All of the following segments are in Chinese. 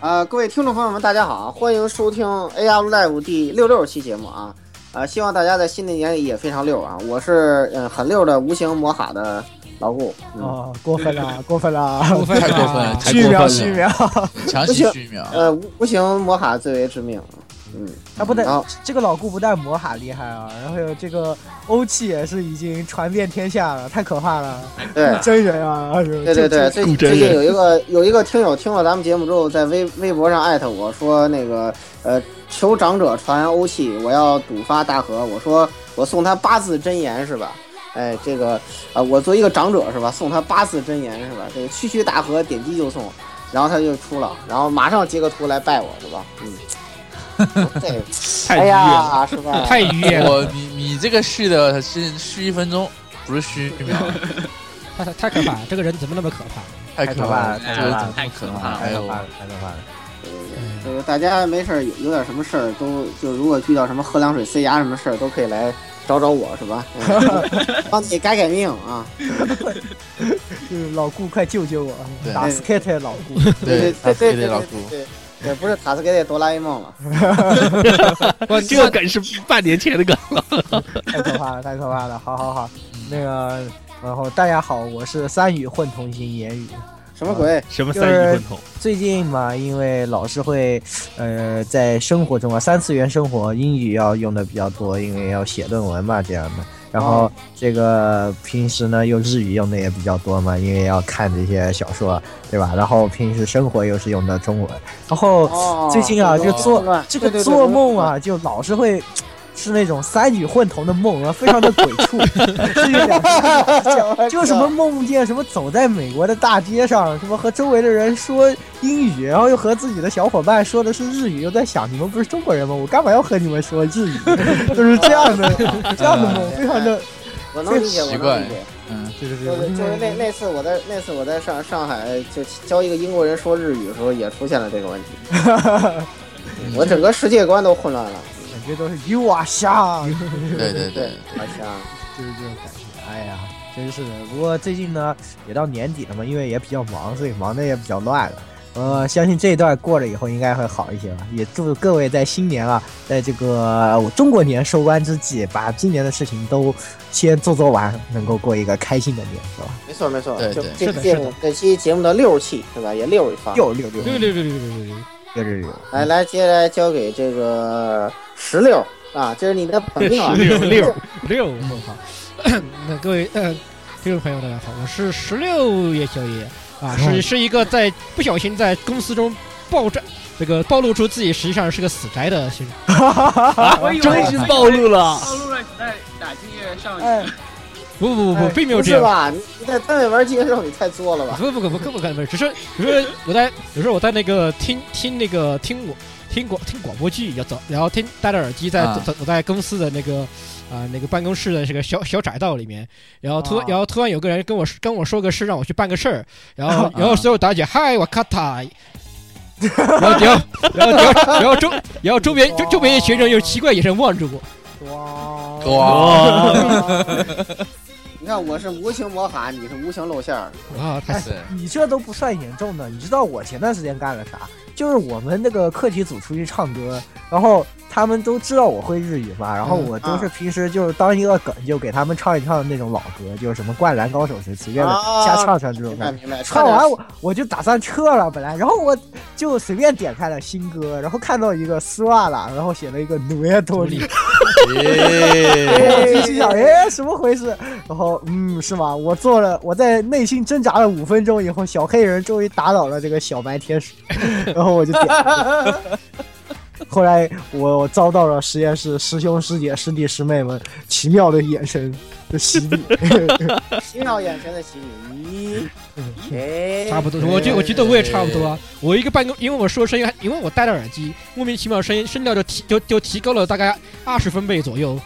啊、各位听众朋友们，大家好，啊欢迎收听 AR Live 第六六期节目啊！啊、希望大家在新的一年里也非常溜啊！我是嗯、呃很溜的无形魔卡的老顾，嗯，哦，过分了，过分了，过分了太过分了太虚过分秒了虚秒，强行虚秒，呃，无无形魔卡最为致命，嗯，啊，不对好，这个老顾不但魔法厉害啊，然后有这个欧气也是已经传遍天下了，太可怕了，对。真人啊，哎呦对对对，，这最顾真最近人有一个有一个听友听了咱们节目之后，在微微博上艾特我说那个呃，求长者传欧气，我要赌发大河。我说我送他八字真言是吧？哎，这个啊、呃我作为一个长者是吧，送他八字真言是吧？这个区区大河点击就送，然后他就出了，然后马上截个图来拜我是吧？嗯， 对，太哎愉悦了，呀，是 吧？太愉悦了，我你你这个虚的是虚一分钟，不是虚 一秒，太太可怕了，这个人怎么那么可怕？太太可可怕怕了，了，这太个可人怕怎了么，那太可么可怕了？哎还有怕了，太可怕了。这个大家没事儿有有点什么事儿都就如果遇到什么喝凉水塞牙什么事儿都可以来找找我是 吧？嗯帮你改改命啊！就是老顾，快救救我！对打 skate 老顾，对对对对对，老对姑，对，也不是塔斯给的哆啦 A 梦嘛，我这个梗是半年前的梗，太可怕了，太可怕了！好好好，嗯那个，然后大家好，我是三语混同型言语。什么鬼？什么三一混同，最近嘛，因为老是会，呃，在生活中啊，三次元生活英语要用的比较多，因为要写论文嘛，这样的。然哦后这个平时呢，又日语用的也比较多嘛，因为要看这些小说，对吧？然后平时生活又是用的中文，然后哦最近啊，这就个做混乱这对个对对做梦我啊，就老是会。是那种三语混同的梦啊，非常的鬼畜， 是有点我就什么梦见什么走在美国的大街上，什么和周围的人说英语，然后又和自己的小伙伴说的是日语，又在想你们不是中国人吗？我干嘛要和你们说日语？ 就是这样的这样的梦，哎非常的我能理解，我 奇能怪理解。嗯，就是这就是种就是那那次我在那次我在上上海就教一个英国人说日语的时候，也出现了这个问 题，我整个世界观都混乱了。感觉都是 you are 像，对对对，好像就是这种感觉。哎呀，真是的。不过最近呢，也到年底了嘛，因为也比较忙，所以忙的也比较乱了。呃，相信这一段过了以后应该会好一些吧。也祝各位在新年啊，在这个我中国年收官之际，把今年的事情都先做做完，能够过一个开心的年，是吧？没错没错，对就对这是的这是的这期节目的六期对吧？也六一发。六六六六六六六六六六，六六六，来来，接下来交给这个石榴啊，这是你的朋友啊，石榴六六梦好。那各位呃，听众朋友大家好，我是十六叶小野啊，是是一个在不小心在公司中爆炸。这个暴露出自己实际上是个死宅的形象，哎真是暴露了，暴露了你在打敬业少女，哎，不不不哎不，并没有不这是样，吧？你你在单位玩机的时候，你太作了吧？啊不不不不不不不不，只是只是我在有时候我在那个听听那个听我听广听广播剧，要走，然后听戴着耳机在啊走走在公司的那个啊、那个办公室的这个小小窄道里面，然后突、啊然后突然有个人跟我说跟我说个事，让我去办个事儿，然后啊然后所有打姐嗨我卡塔。然后，然后，然后，然后，然后周，然后周边周周边的学生用奇怪眼神望着我，哇，哇，啊 你看我是无情魔卡，你是无情露馅儿，啊，太对，你这都不算严重的，你知道我前段时间干了啥？就是我们那个课题组出去唱歌，然后他们都知道我会日语嘛，然后嗯我都是平时就是当一个梗，就给他们唱一唱那种老歌，就是什么《灌篮高手》谁随便的啊瞎唱唱这种明白感觉。明白。唱完我我就打算撤了，本来，然后我就随便点开了新歌，然后看到一个丝袜啦，然后写了一个努耶托里，耶，我就心想，哎，什么回事？然后，嗯，是吗？我做了，我在内心挣扎了五分钟以后，小黑人终于打倒了这个小白天使， 然后我就点了。后来我遭到了实验室师兄师姐师弟师妹们奇妙的眼神的洗礼。奇妙眼神的洗礼，咦，哎嗯差不多，我觉我觉得我也差不多啊。我一个办公，因为我说声音，因为我戴着耳机，莫名其妙声音声调就提就就提高了大概二十分贝左右，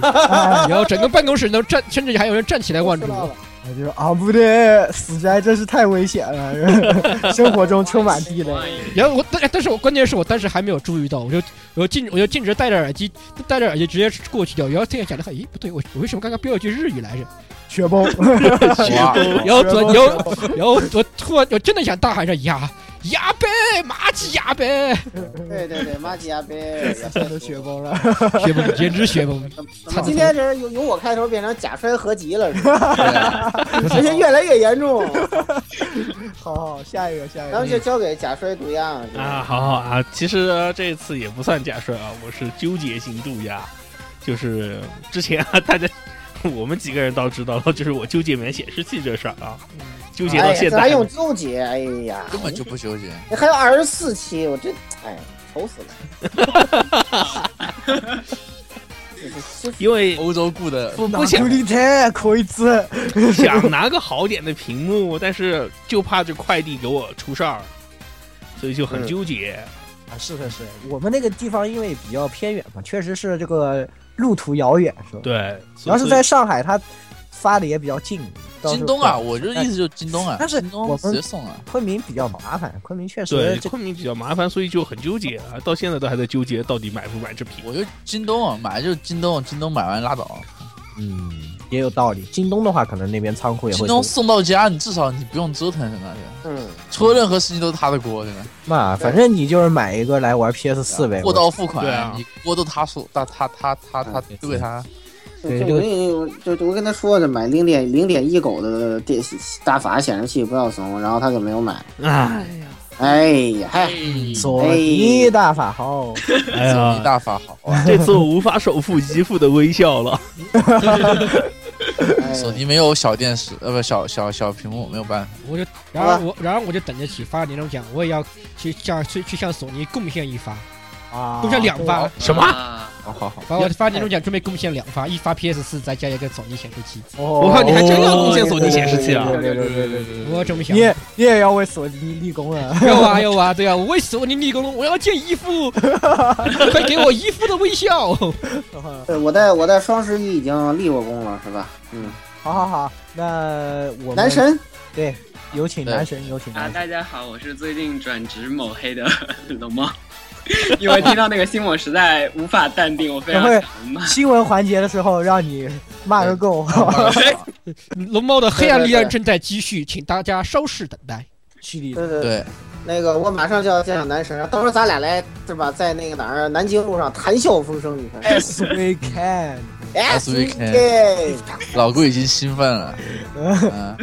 哎，然后整个办公室都站，甚至还有人站起来望知着道了我。我就说啊，不对，死宅真是太危险了， 生活中充满地雷。然后我，但但是我关键是我当时还没有注意到，我就我就径我就径直戴着耳机，戴着耳机直接过去掉，然后突然想了，咦，哎不对，我我为什么刚刚飙一句日语来着？雪崩，哇，然后哦雪崩然后然后我突然我真的想大喊一声呀，牙呗，马吉牙呗，对对对，马吉啊亚 贝，真的雪崩了。雪崩，简直雪崩！ 怎么今天这是由由我开头变成假摔合集了？是吧哎而且越来越严重，好好，下一个，下一咱个们。就交给假摔毒鸦啊这个啊，好好啊，其实这次也不算假摔啊，我是纠结型度假，就是之前啊，大家我们几个人都知道了，就是我纠结买显示器这事儿啊，纠结哎到呀，现这在。还用纠结？哎呀，根本就不纠结。你还有二十四期，我这哎，愁死了。这这因为欧洲固的不不想努力太可以吃。想拿个好点的屏幕，但是就怕这快递给我出事儿，所以就嗯很纠结。啊，是是是，我们那个地方因为比较偏远嘛，确实是这个路途遥远，是吧？。对，所以要是在上海，它发的也比较近。到时候京东啊，，我就意思就是京东啊，但是京我东们直接送啊。昆明比较麻烦，昆明确对实这昆明比较麻烦，所以就很纠结啊，到现在都还在纠结到底买不买这屏。我就京东啊，买就京东，京东买完拉倒。嗯也有道理。京东的话，可能那边仓库也京会东多。送到家，你至少你不用折腾什么，对 吧嗯，出了任何事情都是他的锅，对吧？嘛，反正你就是买一个来玩 PS 四呗。货到付款，对啊你锅都他说，他他他他他丢给他，对就这我个跟你我就就我跟他说的，买零点零点一狗的电大法显示器不要怂，然后他就没有买。哎哎呀，嗨，索尼大法号，哎送你呀，大法好啊！这次我无法手付姨父的微笑了。哎索哦尼没有小电视，呃，不小小小屏幕，没有办法。我就，然后我，然后我就等着启发年终奖，我也要去向去去向索尼贡献一发， 啊，贡献两发，什么么？好哦好好，把我发年终奖准备贡献两发，一发 PS 四，再加一个索尼显示器，哦？我我靠你还真要贡献索尼显示器啊对对对对对对我这么想你。也你也要为索尼立功啊！ 要啊要啊，对啊，我为索尼立功了，我要见姨父，快给我姨父的微笑。对，我在我在双十一已经立过功了，是吧？嗯，好好好，那我们男神，对，有请男神，有请啊，男神。大家好，我是最近转职某黑的龙猫，因为听到那个新闻实在无法淡定，我非常等会儿想骂。新闻环节的时候让你骂个够， 龙猫的黑暗力量正在积蓄，请大家稍事等待。蓄力。对对对，对，那个我马上就要见到男神了，到时候咱俩来是吧，在那个哪儿南京路上谈笑风生，你看。哎 Yes we can。 As we can can。老顾已经兴奋了。嗯，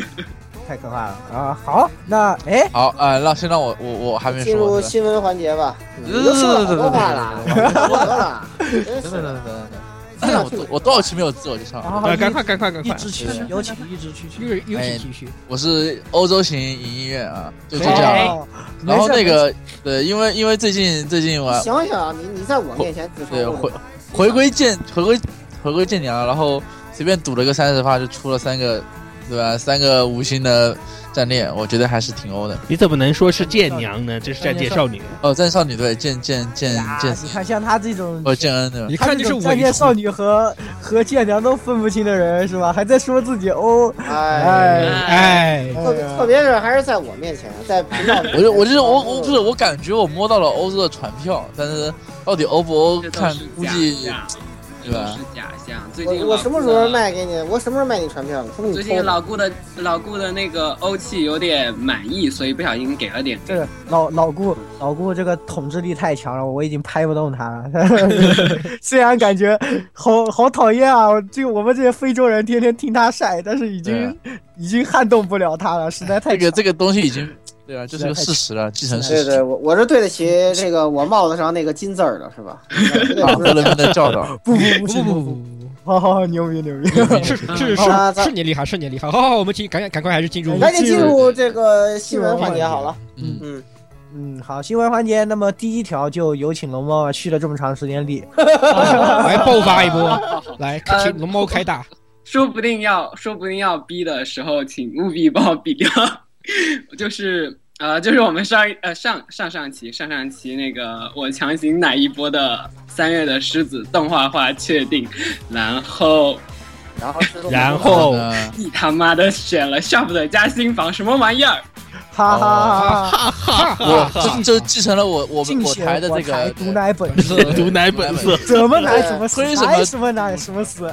太可怕了啊！好，那哎，好啊，让先让我我我还没进入说。是吧新闻环节吧。你对都说了好多话了，好多了，真等是等的等等等哎等，我多我多少期没有自我介绍好了？好啊，好，赶快赶快赶一快！直去，有请一直去又去。是又哎是继续，我是欧洲型银音乐啊，就就这样。哦，然后没事那个对，因为因为最近最近我你想想，你你在我面前自对称回回归建回归回归建娘，然后随便赌了个三十发就出了三个，对吧？三个无心的战列，我觉得还是挺欧的。你怎么能说是剑娘呢？这是战舰少女。哦，战少女队剑剑剑呀剑，你看像他这种，哦剑恩对吧？一他看这就种是伪战舰装少女和和剑娘都分不清的人是吧？还在说自己哦，哎，哎，特别特别是还是在我面前，在频道里面，我就我就是我我不是我感觉我摸到了欧洲的船票，但是到底欧不欧这都看是估假计象，对吧这都是假象。最近我我什么时候老顾的？卖给你？我什么时候卖你传票？说明你偷最近的。老顾的老顾的那个欧气有点满意，所以不小心给了点。这个老老顾老顾这个统治力太强了，我已经拍不动他 了。虽然感觉好好讨厌啊，这个我们这些非洲人天天听他晒，但是已经已经撼动不了他了，实在太啊这个强这个东西已经对啊吧，这是实在个太事实了，既成对事对，实。我我是对得起这个我帽子上那个金字儿的，是 吧？啊，德伦的 教导，不不不不不不不不，不好好好，牛逼牛逼！不，是是好吧是咱是你厉害，是你厉害。好好，好我们请赶赶快还是进入赶紧进入这个新闻环节好了。嗯，嗯，嗯，好，新闻环节，那么第一条就有请龙猫啊，续了这么长时间力，来爆发一波，啊来呃请龙猫开打。说不定要说不定要逼的时候，请务必帮我逼掉。就是呃，就是我们上一呃上上上期上上期那个我强行奶一波的三月的狮子动画化确定，然后然后是然后呢你他妈的选了 Shop 的加新房，什么玩意儿？哦哈哈哈哈！我这这继承了我我哦敬们我请台的这我台个毒奶本色， 毒奶本色， 怎么 奶什么死，推什么奶什么奶什么死，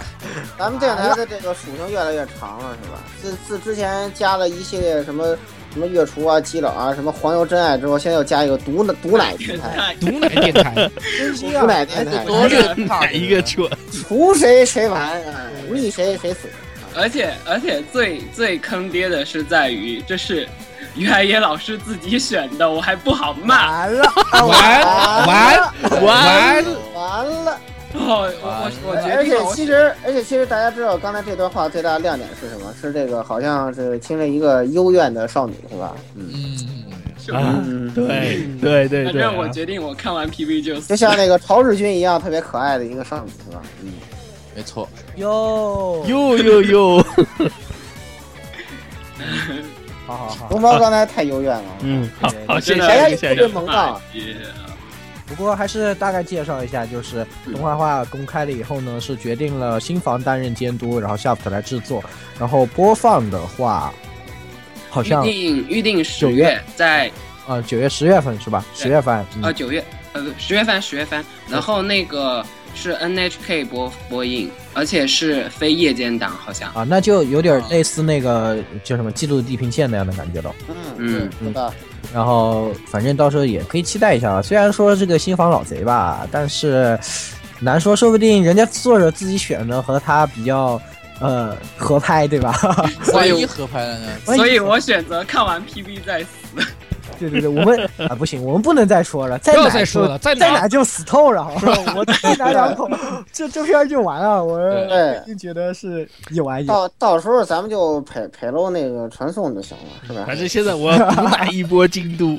咱们电台的这个属性越来越长了，是吧？自自之前加了一系列什么什么月厨啊、基佬啊、什么黄油真爱之后，现在又加一个毒奶毒奶平 台，哎毒奶电台，真心毒啊，奶平台，多略 大哪一个蠢？除谁谁完，哎逆谁谁死。而且而且最最坑爹的是在于，这是于海野老师自己选的，我还不好骂。哎完了，完完了完哎完了！哦，我我我决而定且哎了，我其实，而且其实大家知道，刚才这段话最大的亮点是什么？是这个好像是听了一个幽怨的少女，是吧？嗯嗯，是啊嗯，对对对反对正我啊，决定，我看完 PV 就就死。像那个曹世军一样，特别可爱的一个少女，是吧？嗯，没错，哟，哟哟哟，好好好。龙猫刚才太幽怨了，嗯，好对好，真下的大家一也个下特一别个，萌荡。不过还是大概介绍一下，就是动画化公开了以后呢，是决定了新房担任监督，然后夏普来制作，然后播放的话，好预像定预定十九月月在呃九月十月份是吧？十月份，呃嗯，九月呃不十月番十月番，然后那个是 NHK 播播映，而且是非夜间档，好像啊，那就有点类似那个叫什么《记录地平线》那样的感觉了。嗯嗯，是的，然后反正到时候也可以期待一下啊。虽然说这个新房老贼吧，但是难说，说不定人家作者自己选的和他比较呃合拍，对吧？ 所万以一合拍了呢？哎所以我选择看完 PV 再死。对对对，我们啊不行，我们不能再说了，再不要奶再说就了，再再奶奶就死透了，好吧？我再奶两口，这这片儿就完了。我对已。经觉得是一玩一。到到时候咱们就陪陪喽那个传送就行了，是吧反？正现在我要毒打一波京都，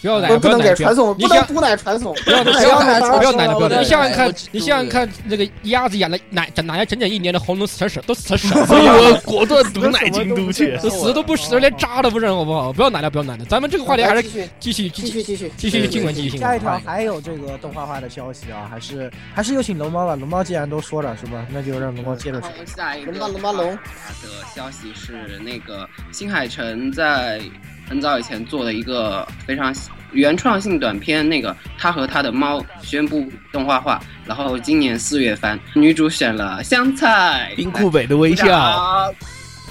不要奶不，不不要能奶，给不要传送，你不能想毒奶传送，不要 毒不奶要奶奶，传不送要奶了，不要奶！对你想想看对，你想想看，那个鸭子养了奶，奶了整整一年的红龙死成什都死成什 所以么样我了？果断毒奶京都去。都死都不死，连渣都不认，好不好？不要奶了，不要奶了，咱们这个话题还是继续继续继继续续继续，继续新闻，继续新闻。下一条还有这个动画化的消息啊，还是还是有请龙猫吧。龙猫既然都说了是吧，那就让龙猫接着然说后。下一个龙吧龙吧龙的消息是，那个新海诚在很早以前做的一个非常原创性短片，那个他和他的猫宣布动画化，然后今年四月番，女主选了香菜，冰库北的微鼓笑，掌，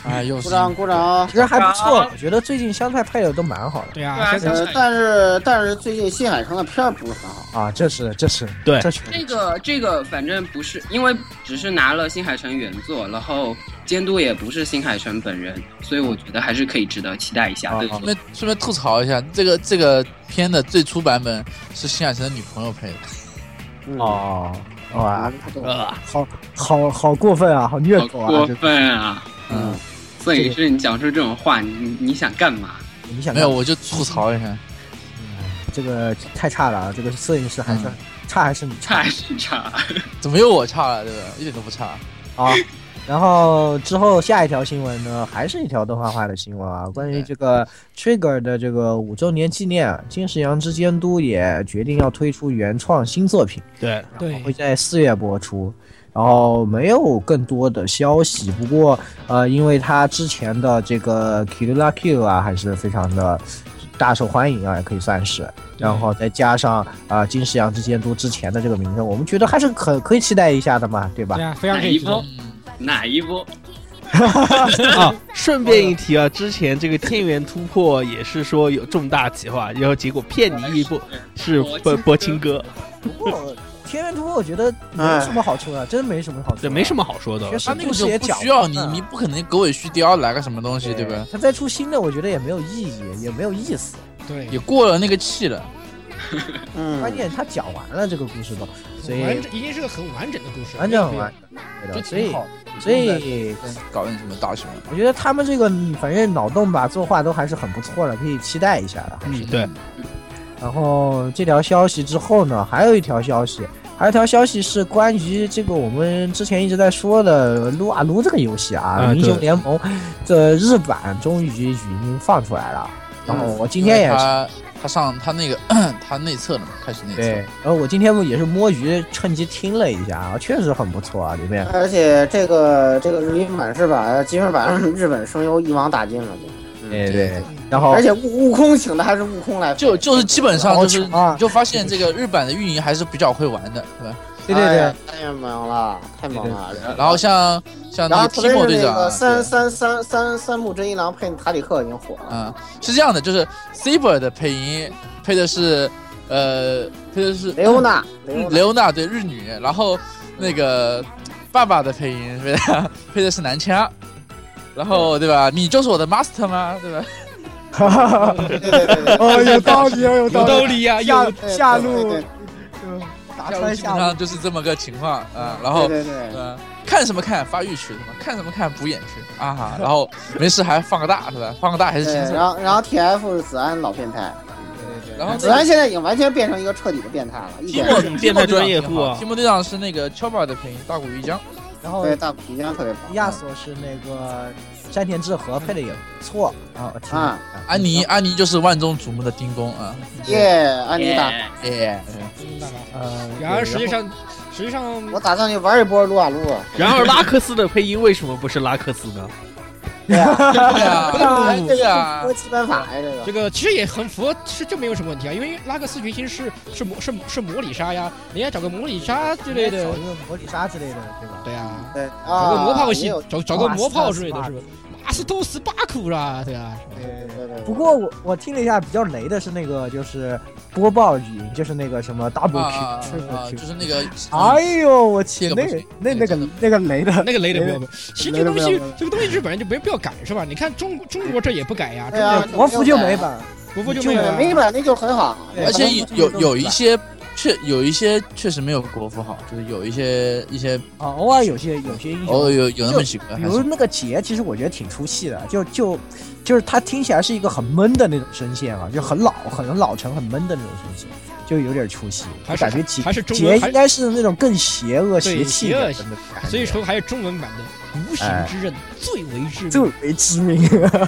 哎，又鼓是掌鼓掌。其实还不错，我觉得最近香菜配的都蛮好的对啊，现在呃，但是但是最近新海诚的片儿不是很好，啊，这是这是对这是这个这个反正不是，因为只是拿了新海诚原作，然后监督也不是新海诚本人，所以我觉得还是可以值得期待一下。啊对啊顺便顺便吐槽一下，这个这个片的最初版本是新海诚的女朋友配的，嗯，哦哇，啊，他都呃啊，好好好过分啊，好虐好狗啊过！分啊！嗯，摄影师，你讲出这种话，你你你想干嘛？你想没有，我就吐槽一下。这个太差了啊！这个摄影师还是嗯差还是你差是差，怎么又我差了，对吧？一点都不差。啊。然后之后下一条新闻呢，还是一条动画化的新闻啊，关于这个 Trigger 的这个五周年纪念，啊金石阳之监督也决定要推出原创新作品，对，对啊会在四月播出。然后没有更多的消息，不过呃，因为他之前的这个 Killa Q 啊，还是非常的大受欢迎啊，也可以算是。然后再加上啊、呃金石阳之监督之前的这个名声，我们觉得还是可可以期待一下的嘛，对吧对？啊，非常可以知道嗯，哪一波？啊，顺便一提啊，之前这个天元突破也是说有重大企划，然后结果骗你一波是波波青哥，不过天元突破，我觉得没有什么好处的，真没什么好处。这没什么么，好说的确。实啊他那故个事时也候讲不需要你完，了嗯你不可能狗尾续貂来个什么东西，对吧？他再出新的，我觉得也没有意义，也没有意思。对也，过了那个气了。嗯，关键他讲完了这个故事都，所以完整已经是个很完整的故事，完整完，对就的，所以挺好所以搞点什么大新闻？我觉得他们这个嗯反正脑洞吧，作画都还是很不错的，可以期待一下的。嗯，对，然后这条消息之后呢，还有一条消息，还有一条消息是关于这个我们之前一直在说的撸啊撸这个游戏啊，啊英雄对联盟的日版终于已经放出来了。然后我今天因也为是。他他上他那个 他内测了嘛，开始内对测。，然后我今天也是摸鱼，趁机听了一下啊，确实很不错啊，里面而且这个这个日语版是把金日版日本声优一网打尽了，嗯对对，然后而且悟悟空请的还是悟空来配，就就是基本上就是，好强啊你就发现这个日版的运营还是比较会玩的，对吧？对对哎对呀，，太忙了，太忙了。然后像然像呃那后个特别是 Timo 队那长啊，个三对三三三三木真一郎配塔里克已经火了，嗯，是这样的，就是 Saber 的配音配的是呃配的是嗯雷欧娜，雷欧娜雷，欧娜对日女，然后那个爸爸的配音配的 配的是男腔，然后对吧？你就是我的 master 吗？对吧？哈哈哈哈对对对对对 哦，有道理，有有道道理。理呀，下啊有 对，下对路对啊打下穿午基本下路上，就是这么个情况啊。然对后对对，嗯，看什么看发育区是吧？看什么看补眼区啊哈，然后没事还放个大是吧？放个大还是对轻松。然后然后 TF 是子安老变态，然后子安现在已经完全变成一个彻底的变态了，一点 提莫变态专业户啊提莫队长是那个 Choba 的配音，大谷一江。然后对大皮箱特别棒亚索是那个山田智和配的也不错啊，我听啊安妮，安妮就是万众瞩目的丁工啊，耶，安妮达，耶耶！呃，然对而实际上，实际上我打算去玩一波撸啊撸啊，然而拉克斯的配音为什么不是拉克斯呢？对啊，哎这对个啊多，基本法呀，这个这个其实也很符合，是这没有什么问题啊，因为拉克斯原型是是魔是是魔里莎呀，人家找个魔里莎之类找的，一个魔里莎之类的，对吧？对啊，对找个啊，魔炮也系有，找找个马斯魔炮特之类的斯巴嗯是吧？马斯托斯巴库啦，对啊，对对对对，不过我我听了一下，比较雷的是那个就是播报语音，就是那个什么 double 啊 Q，啊啊，就是那个，哎呦我去，这个那不个行那那这个个那个雷的，那个雷的不雷要的不要，其实雷这的个东不要西不要这个东西日本人就没必要改是吧？你看中中国这也不改呀，哎对啊，国服就美，版，国服就就没有啊美版那就很好，对而且他们有都是有一些确有一些确实没有国服好，就是有一些一些啊，偶尔有些有些英偶哦雄尔。有有那么几个，比还如是那个杰，其实我觉得挺出戏的，就就就是他听起来是一个很闷的那种声线啊，就很老、很老成、很闷的那种声线，就有点出戏。还我是感觉杰还是中杰文，还应该是那种更邪恶、对邪气一邪恶点的那种感觉，所以说还是中文版的无形之刃最为致哎最命。为致命。对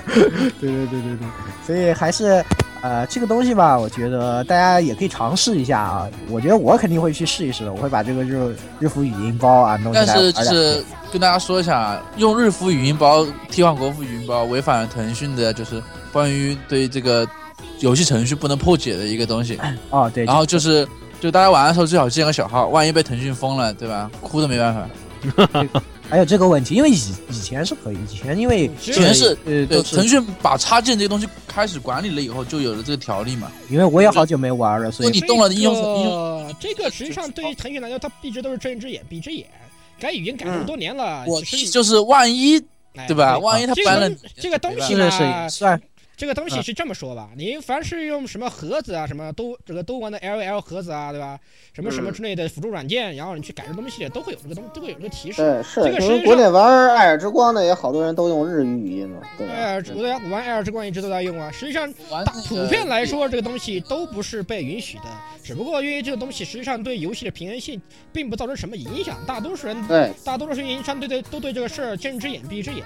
对对对对，所以还是呃这个东西吧，我觉得大家也可以尝试一下啊。我觉得我肯定会去试一试的，我会把这个日日服语音包啊弄起来但玩两是天。就是跟大家说一下，啊，用日服语音包替换国服语音包，违反了腾讯的就是关于对这个游戏程序不能破解的一个东西。哦对，然后就是，就大家玩的时候最好建个小号，万一被腾讯封了，对吧？哭都没办法。还有这个问题，因为以以前是可以，以前因为其以前嗯是呃对，都是腾讯把插件这些东西开始管理了以后，就有了这个条例嘛。因为我也好久没玩了，所如果以你动了应用应用，呃，这个实际上对于腾讯来说，它一直都是睁一只眼闭一只眼，改语音改那么多年了，嗯我哎其实就是万一哎对吧？万一他这搬了个东，这个东西是呢，是 算这个东嗯西是这么说吧，你凡是用什么盒子啊，什么都这个都玩的 L L 盒子啊，对吧？什么什嗯么之类的辅助软件，然后你去改这东西，都会有这个东，都会有这个提示。对，是这个因实为际国上内玩《爱尔之光》的也好多人都用日语语音嘛，对吧？哎，我在玩 L 之光一直都在用啊。实际上，玩大那个普遍来说，这个东西都不是被允许的，只不过因为这个东西实际上对游戏的平衡性并不造成什么影响，大多数人对，大多数运营商对对都对这个事儿睁一只眼闭一只眼。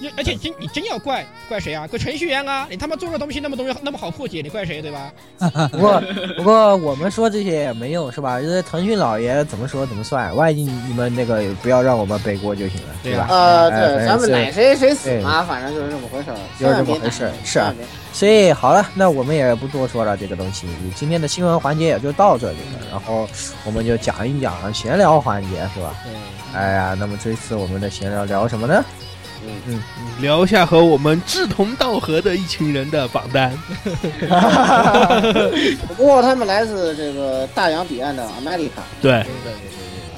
你而且真你真要怪怪谁啊？怪程序员啊！你他妈做个东西那么东西那么好破解，你怪谁对吧？不过不过我们说这些也没用是吧？因为腾讯老爷怎么说怎么算，万一你们那个不要让我们背锅就行了，对对啊吧？呃，哎对，哎咱们这奶谁谁死对嘛，反正就是这么回事儿，就是这千么万别回事儿奶是千啊万别所以好了，那我们也不多说了这个东西，今天的新闻环节也就到这里嗯了，然后我们就讲一讲闲聊环节是吧？嗯对，哎呀，那么这次我们的闲聊聊什么呢？聊一下和我们志同道合的一群人的榜单。 不过他们来自这个大洋彼岸的 America，对，对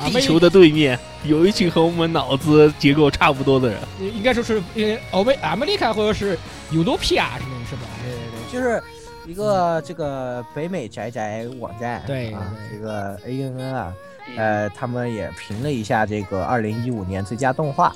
啊，地球的对面有一群和我们脑子结构差不多的人。应该说是呃，欧美阿美利卡或者是尤多皮亚什么是吧？对对对，就是一个这个北美宅宅网站，对啊，对这个 A N N 啊，呃，他们也评了一下这个二零一五年最佳动画，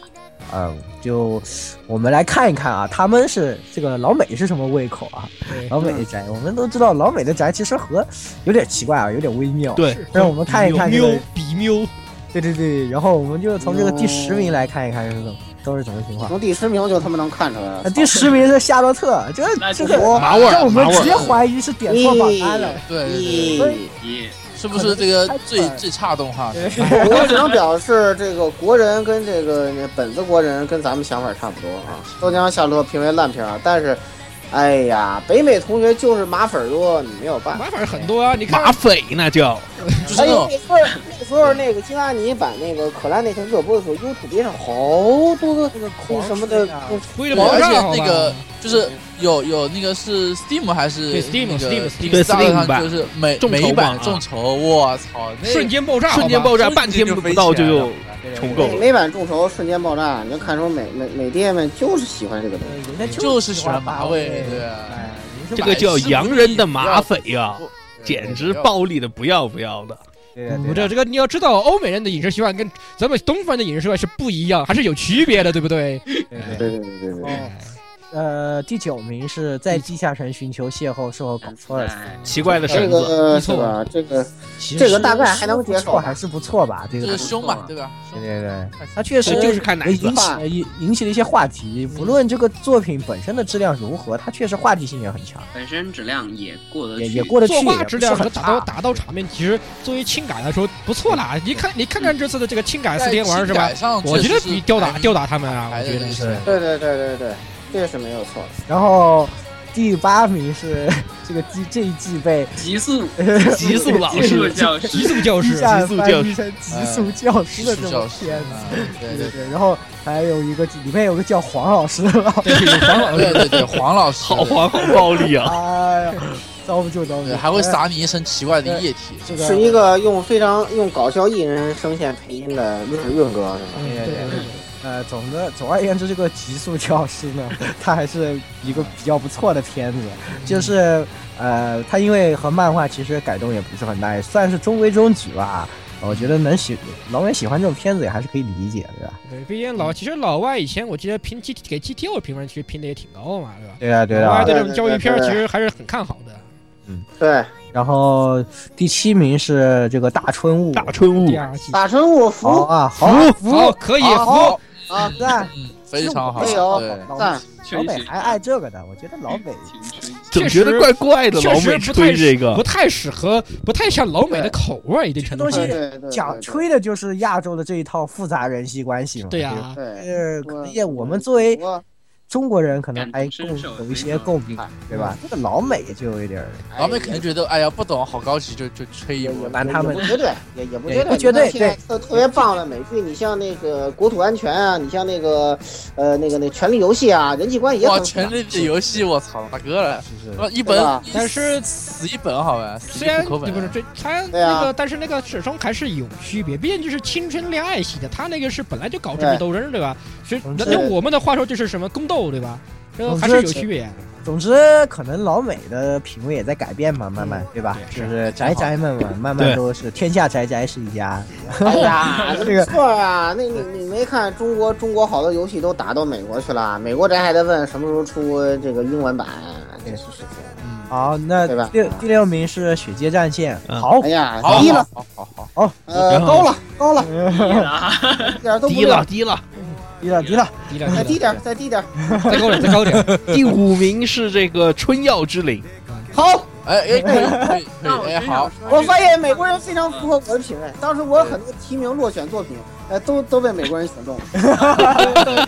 嗯，就我们来看一看啊，他们是这个老美是什么胃口啊？对，老美的宅，我们都知道老美的宅其实和有点奇怪啊，有点微妙。，对，让我们看一看这喵个，比喵，对对对，然后我们就从这个第十名来看一看是怎么都是什么情况。从第十名就他妈能看出来了啊，。第十名是夏洛特，这个那这就个我马味让儿，我们马味直接儿，怀疑是点错榜单了。对对对，咦，耶是不是这个最可能是最差动画？对我只能表示这个国人跟这个本子国人跟咱们想法差不多啊，都将夏洛评为烂片儿，但是，哎呀，北美同学就是马粉儿多，你没有办法。玩法很多啊，你看马匪那叫。就是还哎那哎有种那份儿那就是那个金阿尼版那个可兰那天给我播的时候，YouTube 上好多个那个那狂什么的吹啊，为了对，保而障且好吧那个就是有有那个是 Steam 还是对，Steam，那个 Kickstarter Steam，Steam 对，Steam 上版就是每众筹每一版版啊众筹，我操，那瞬间爆炸，瞬间好吧爆炸，瞬间半天就不飞到起就来有了对重构美了。美版众筹瞬间爆炸，你就看出美美美爹们就是喜欢这个东西。人家就是喜喜欢欢麻味，味对啊哎，人这家个就叫是不是洋人的马匪呀，不简直！暴力的不要不要的。对的不对这的这个你要知道，欧美人的饮食习惯跟咱们东方人的饮食习惯是不一样，还是有区别的，对不对？对的对对对对对对，哦，呃，第九名是在地下城寻求邂逅售后古哎托尔斯，奇怪的这绳子，个呃不是错吧？这个其实这个大概还能接受不错还是不错吧？这这个个还是凶嘛，对吧？对凶对对，它确实就是看奶也子引。起了一引起了一些话题，不论这个作品本身的质量如何，它确实话题性也很强，本身质量也过得也去也过得去，作画也质不是量和很打斗差。打斗场面，其实作为轻改来说不错啦。你看你看看这次的这个轻改四在天王是吧情感？上我确觉实得是比吊打排吊打他们啊，排我的觉得真是是。对对对对对，这是没有错的。然后第八名是 这个这这一季被极速 极速 老 极师速教极师，速教地师，下极速翻教译成极速教师的这是种教师片子。啊对对对对，然后还有一个里面有个叫黄老师的老，对，有黄老对师，对对，黄老师好，黄好暴力啊！哎呀，遭不住遭不对，住，还会洒你一身奇怪的液体。这个是一个用非常用搞笑艺人声线配音的润润哥，是嗯吧？对对嗯对对，呃，总的总而言之，这个《极速教师》呢，它还是一个比较不错的片子，就是呃，它因为和漫画其实改动也不是很大，也算是中规中矩吧。我觉得能喜老美喜欢这种片子也还是可以理解，对吧？对，毕竟老其实老外以前我记得评 G 给 GT 我评分其实评的也挺高嘛，对吧？对啊，对老外啊。对这种教育片儿其实还是很看好的。对，然后第七名是这个大春雾，大春雾第，二季，打春物好服啊，嗯好啊，好，可以，好好，啊，赞，嗯，非常好，哎呦对，赞老确老美实还爱这个的，我觉得老美青春总觉得怪怪的，确老实美不太吹这不个，太适合，不太像老美的口味儿，一定程度这上对东。西对对，讲吹的就是亚洲的这一套复杂人际关系嘛。对啊吧呀，对，呃，可能也我们作为我中国人，可能感还同共身受有一那些种共鸣，对吧？这个老美就有一点儿，老美肯定觉得，哎呀，不懂，好高级，就就吹一也波也。拿他们也不绝对，也也不也绝不对，绝对你看现在特特别棒的美剧，你像那个《国土安全》啊，你像那个呃那个那《权力游戏》啊，人际关系也哇，很权力的游戏，我操，大哥了，是哇一对本吧，但是死一本好吧，死虽一然口本不是这他对啊那个，但是那个始终还是有区别，毕竟就是青春恋爱系的，他那个是本来就搞政治斗争，对吧？所以那对用我们的话说就是什么宫斗，对吧？这个总之还是有区别。啊总之，可能老美的品味也在改变嘛，慢慢，对吧？对就是是宅宅们嘛，慢慢对都是天下宅宅是一家。哦哎 呀，这个不错啊！那你你没看中国中国好多游戏都打到美国去了，美国宅还在问什么时候出这个英文版，真是是是。好，那对吧第第六名是《雪街战线》，嗯好哎，呀，好低了，，好好好哦好，呃，然后高了，高了，啊一点都不低了，低了。 低了低了，低乐，调再低低点调儿，，再低点儿，再高点，再高点。第五名是这个春药之灵，好。哎哎可以可以可以，哎好，我发现美国人非常符合我的品味。当时我很多提名落选作品，呃，都都被美国人选中了。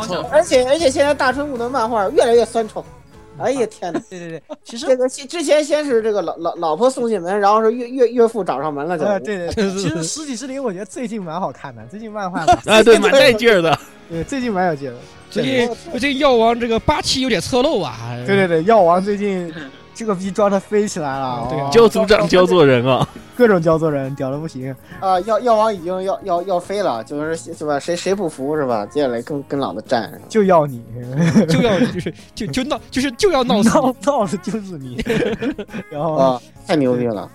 没我错想，而且而且现在大春物的漫画越来越酸臭。嗯哎呀天哪！对对对，其实呃这个先之前先是这个老老老婆送进门，然后是岳岳岳父找上门了，就呃，对对，对其实《实体之灵》我觉得最近蛮好看的，最近漫画， 啊，对，蛮带劲儿的。对，最近蛮有劲的。最近最近药王这个八七有点侧漏啊。对对对，药王最近这个逼装的飞起来了，对啊哦教组长教做人啊，各种教做人，屌的不行。啊，药药王已经要要要飞了，就是是吧？谁谁不服是吧？接下来跟跟老子战。就要你，就要就是就就闹就是就要闹 死闹你。闹的就是你。然后，啊，太牛逼了！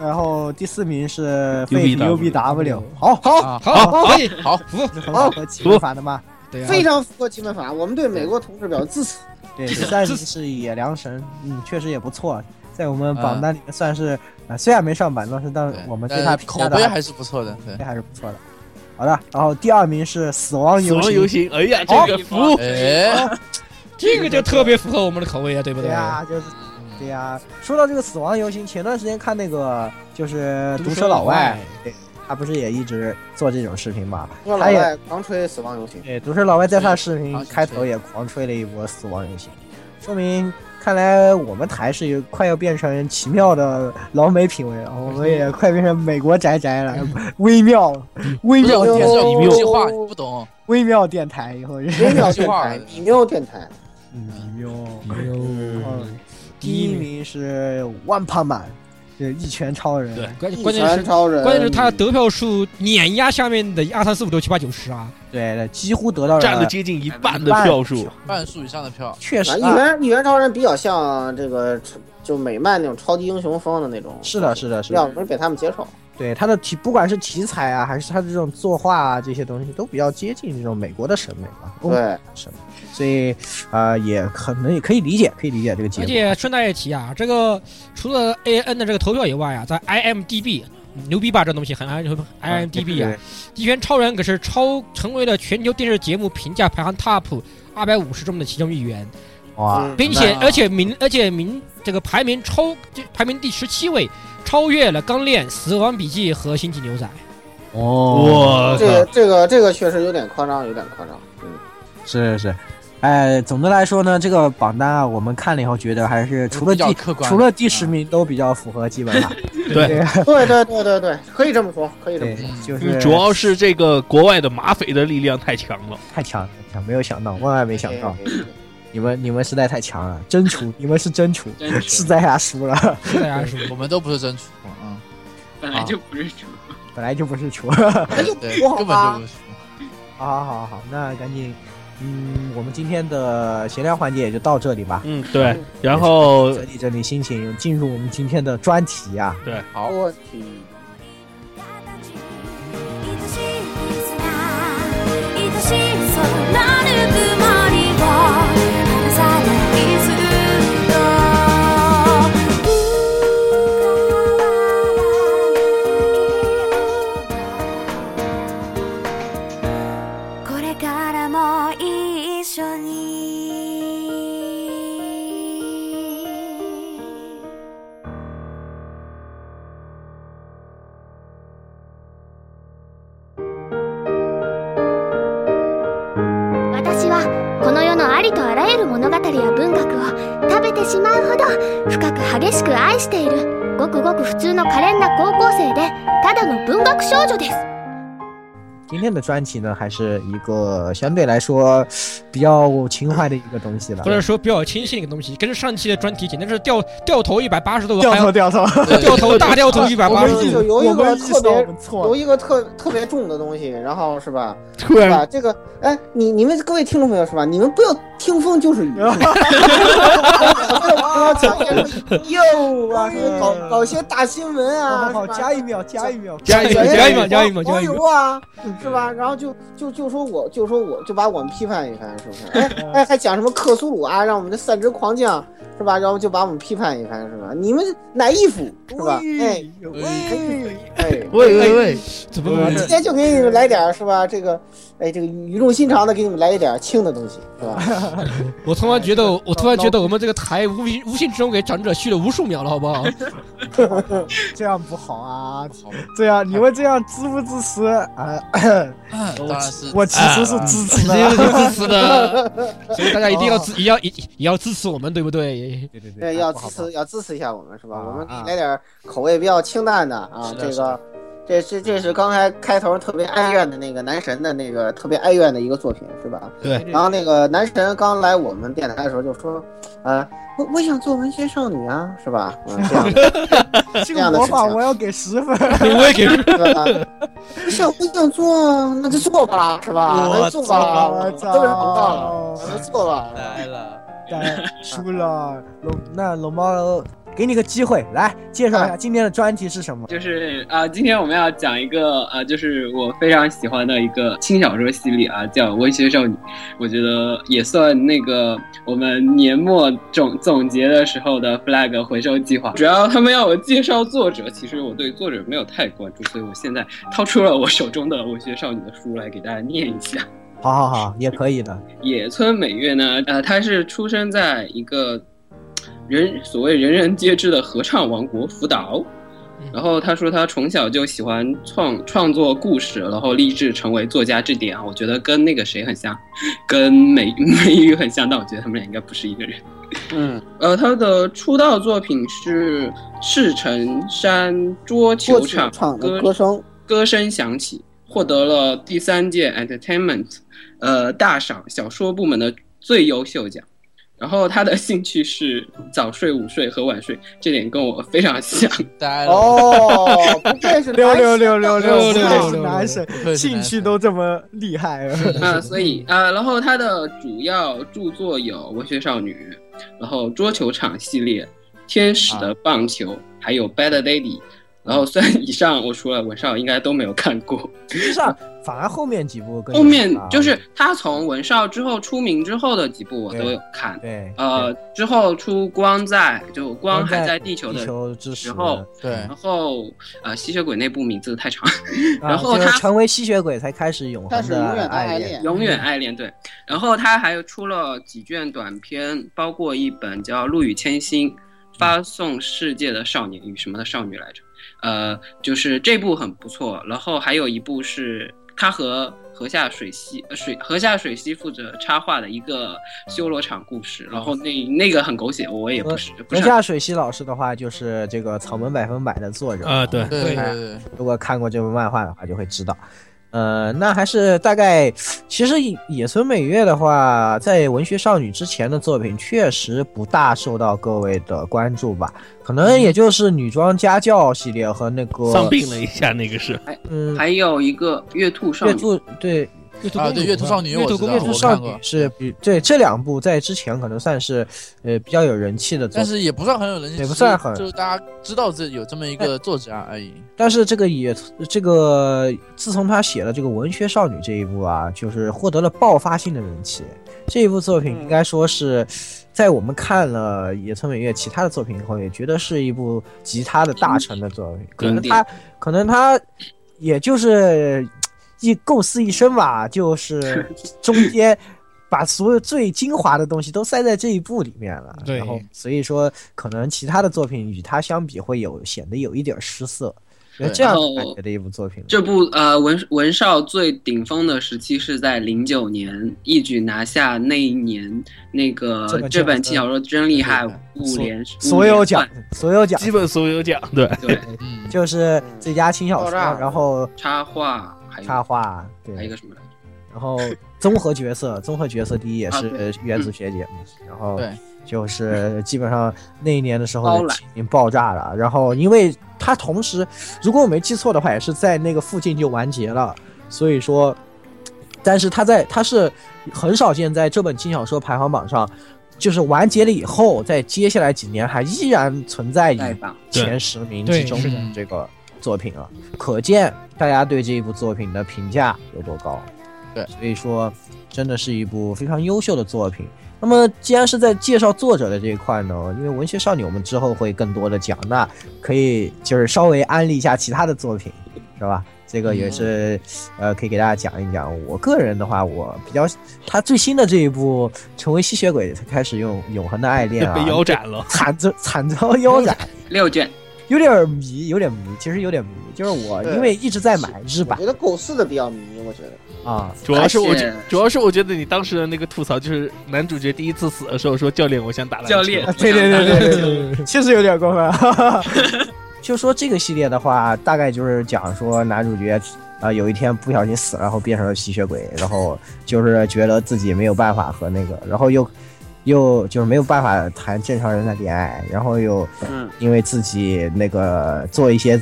然后第四名是 UBW 费 U B W，好，好，啊好，可以好服。很好和齐凡的嘛。对非啊，常符合基本法。我们对美国同志表示支持。对，这第是三这名是野良神，嗯，确实也不错，在我们榜单里面算是，呃，虽然没上榜，但是但对我们对但他是评口价的碑还还是不错的，对。还是不错的。好的，然后第二名是死亡死哦游亡戏，游行，哎呀，好这个服哎，这个就特别符合我们的口味啊，对不对对？呀，就是对呀。说到这个死亡游行，前段时间看那个就是毒毒舌舌老老外外，对他不是也一直做这种视频嘛？说老他也外狂吹死亡游戏，对，毒舌老外在他视频啊开头也狂吹了一波死亡游戏，说明看来我们台是快要变成奇妙的老美品味了，我们也快变成美国宅宅了，微妙微不是妙我电是哦有计划，你不懂。微妙电台以后是微妙电台，米妙电台，嗯哟，第一名是万胖满，就是一拳超人，对关一关键拳是超人，关键是他得票数碾压下面的二三四五六七八九十啊，对对，几乎得到了占了接近一半的票数，半数以上的票，确实啊，一啊，拳一拳超人比较像这个就美漫那种超级英雄风的那种，是的，是的，是的要，容易被他们接受。对他的题，不管是题材啊，还是他的这种作画啊，这些东西都比较接近这种美国的审美吧，欧美的对，审美，所以啊、呃也可能也可以理解，可以理解这个结而果。且顺带一提啊，这个除了 A N 的这个投票以外啊，在 I M D B 牛逼吧，这东西很 I M D B 啊，一拳超人可是超成为了全球电视节目评价排行 Top 二百五十中的其中一员，哇，嗯并且那而且名而且名这个排名超这排名第十七位，超越了《钢炼》《死亡笔记》和《星际牛仔》。哦，我这个靠，这个这个确实有点夸张，有点夸张。嗯， 是是是，哎，总的来说呢，这个榜单啊，我们看了以后觉得还是除了比较第客观，除了第十名都比较符合基本法，对，对对对对对，可以这么说，可以这么对说。，就是主要是这个国外的马匪的力量太强了，太强了，太强没有想到，万万没想到，哎，哎你们你们实在太强了，真厨，你们是真厨，真的是是在下啊输了。 大 家说，我们都不是真厨，嗯，本来就不是主，本来就不是厨。 好对，我好根本吧就不是厨。好好好，那赶紧，嗯，我们今天的闲聊环节也就到这里吧。嗯，对，然后整理整理心情，进入我们今天的专题啊。哎好我天。 「いとしい絆」「いとしいそなるくもりを離さないずっと」「うらこれからも一緒に」私はこの世のありとあらゆる物語や文学を食べてしまうほど深く激しく愛しているごくごく普通の可憐な高校生でただの文学少女です今天的专题呢，还是一个相对来说比较情怀的一个东西了或。者说比较清晰的一个东西，跟上期的专题简直是掉掉头一百八十度， 掉还头有掉头，掉头大掉头一百我八们十就度。有一我个们意特识到我别们错有了。一个特特别重的东西，然后是吧？突嗯是然吧？这个哎，你你们各位听众朋友是吧？你们不要听风就是 雨，不要不要讲一些 哟啊，什么搞搞一些大新闻啊，好好，是吧加一秒，加一秒，加一秒加一秒 加一秒加网一秒友啊，是吧？然后就就就说我就说我就把我们批判一番，是不是？ 哎哎，还讲什么克苏鲁啊，让我们的散值狂降，是吧？然后就把我们批判一番，是吧？你们哪一府是吧？哎哎。喂喂喂，怎么今天就给你们来点儿是吧？这个，哎，这个语重心长的给你们来一点儿轻的东西，是吧？我突然觉得，我突然觉得我们这个台无形无形之中给长者续了无数秒了，好不 好？这样不好啊！好，这样你们这样支不支持啊？当然是我其实是支持的。支持的， 所以大家一定要支，也要也也要支持我们，对不对？对对对，要支持，要支持一下我们，是吧？啊我们给啊你来点儿口味比较清淡的啊是，的这是个的，这这这是刚才开头特别哀怨的那个男神的那个特别哀怨的一个作品，是吧？对然后那个男神刚来我们电台的时候就说，呃，我我想做文学少女啊，是吧？嗯，这样的，这个模仿我要给十分。我也给是吧？不是，我想做，那就做吧，是吧？啊那就做吧，我都是操不到了，那就做吧。来了，但输了。龙那龙猫，给你个机会，来介绍一下今天的专题是什么？就是啊、今天我们要讲一个啊、就是我非常喜欢的一个轻小说系列啊，叫《文学少女》，我觉得也算那个我们年末总总结的时候的 flag 回收计划。主要他们要我介绍作者，其实我对作者没有太关注，所以我现在掏出了我手中的《文学少女》的书来给大家念一下。好好好，也可以的。野村美月呢，呃，她是出生在一个呃人所谓人人皆知的合唱王国福岛。然后她说她从小就喜欢创创作故事，然后立志成为作家，这点啊， 我觉得跟那个谁很像，跟美美玉很像，但我觉得他们俩应该不是一个人。嗯，呃，他的出道作品是《赤城山桌过球去场唱的歌歌声，歌声响起，获得了第三届 Entertainment 呃大赏小说部门的最优秀奖。然后他的兴趣是早睡、午睡和晚睡，这点跟我非常像。呆了，哦，不愧是六六六六六六六六六是六男神，愧是兴男趣神都这么厉害啊，啊、所以啊、呃然后他的主要著作有《文学少女》，然后《桌球场》系列，《天使的棒球》，还有《Bad Lady》。然后虽然以上我除了文少应该都没有看过，实际上反而后面几部更后面啊就是他从文少之后出名之后的几部我都有看。对呃，之后出光在就光还在地球的地，球之时候对然，后呃吸血鬼那部名字太长，啊然后就是他成为吸血鬼才开始永开恒始永的远的爱恋。恋。永远爱恋对。然后他还出了几卷短篇，包括一本叫《陆羽千星》，发送世界的少年与什么的少女来着？呃，就是这部很不错。然后还有一部是他和河下水希呃水河下水希负责插画的一个修罗场故事，然后那那个很狗血，我也不是不河是很下水希老师的话，就是这个草莓百分百的作者啊对对对对对对，如果看过这部漫画的话，就会知道。呃，那还是大概，其实野村美月的话，在《文学少女》之前的作品确实不大受到各位的关注吧，可能也就是女装家教系列和那个丧病了一下，那个是嗯，还有一个月兔少月女，兔对月兔啊公对主月兔少女月兔我知公道月主兔我少看女过是比对这两部在之前可能算是呃比较有人气的作但品，是也不算很有人气，也不算很就是大家知道这有这么一个作家而已。但是这个也这个自从他写了这个《文学少女》这一部啊，就是获得了爆发性的人气。这一部作品应该说是在我们看了野村美月其他的作品以后，也觉得是一部集他的大成的作品。可能经典他可能他也就是一构思一生吧，就是中间把所有最精华的东西都塞在这一部里面了。对然后所以说可能其他的作品与它相比会有显得有一点失色，对这样然后感觉的一部作品。这部呃文文少最顶峰的时期是在零九年，一举拿下那一年那个这本这本轻轻小说真厉害对五连所有奖，所有奖基本所有奖，对，对嗯，就是最佳轻小说，爆炸然后插画还有插画，对还有一，个什么来着？然后综合角色，综合角色第一也啊是对原子学姐，然后对就是基本上那一年的时候包揽已经爆炸了，然后因为它同时，如果我没记错的话，也是在那个附近就完结了，所以说，但是它在它是很少见在这本轻小说排行榜上，就是完结了以后，在接下来几年还依然存在于代榜前十名对之中是的这个作品啊，可见大家对这一部作品的评价有多高。对所以说真的是一部非常优秀的作品。那么，既然是在介绍作者的这一块呢，因为《文学少女》我们之后会更多的讲，那可以就是稍微安利一下其他的作品，是吧？这个也是，呃，可以给大家讲一讲。我个人的话，我比较他最新的这一部《成为吸血鬼》才开始用《永恒的爱恋》 啊 被，腰斩了。惨遭惨遭腰斩，六卷，有点迷，有点迷，其实有点迷，就是我对因为一直在买日我版觉得构思的比较迷，我觉得。啊，主要是我觉而且，主要是我觉得你当时的那个吐槽就是男主角第一次死的时候说教练，我想打篮球教练啊 对对对对对对， 确实有点过分。哈哈哈 就说这个系列的话，大概就是讲说男主角。啊，有一天不小心死了，然后变成了吸血鬼，然后就是觉得自己没有办法和那个，然后又，又就是没有办法谈正常人的恋爱，然后又嗯，因为自己那个做一些，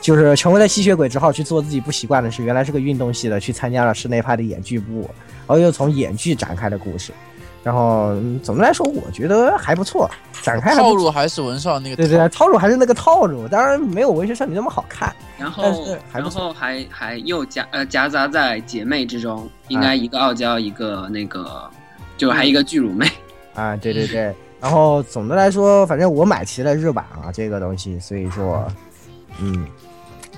就是成为了吸血鬼之后去做自己不习惯的事，原来是个运动系的，去参加了室内派的演剧部，然后又从演剧展开的故事，然后嗯总的来说我觉得还不错，展开还套不错。路还是文少那个对套对，对套路还是那个套路，当然没有文学少女那么好看。然但后是还不然错后还还又夹呃夹杂在姐妹之中，应哎该一个傲娇，一个那个，就还一个巨 乳妹，啊，对对 对。然后总的来说，反正我买齐了日版啊这个东西，所以说，嗯，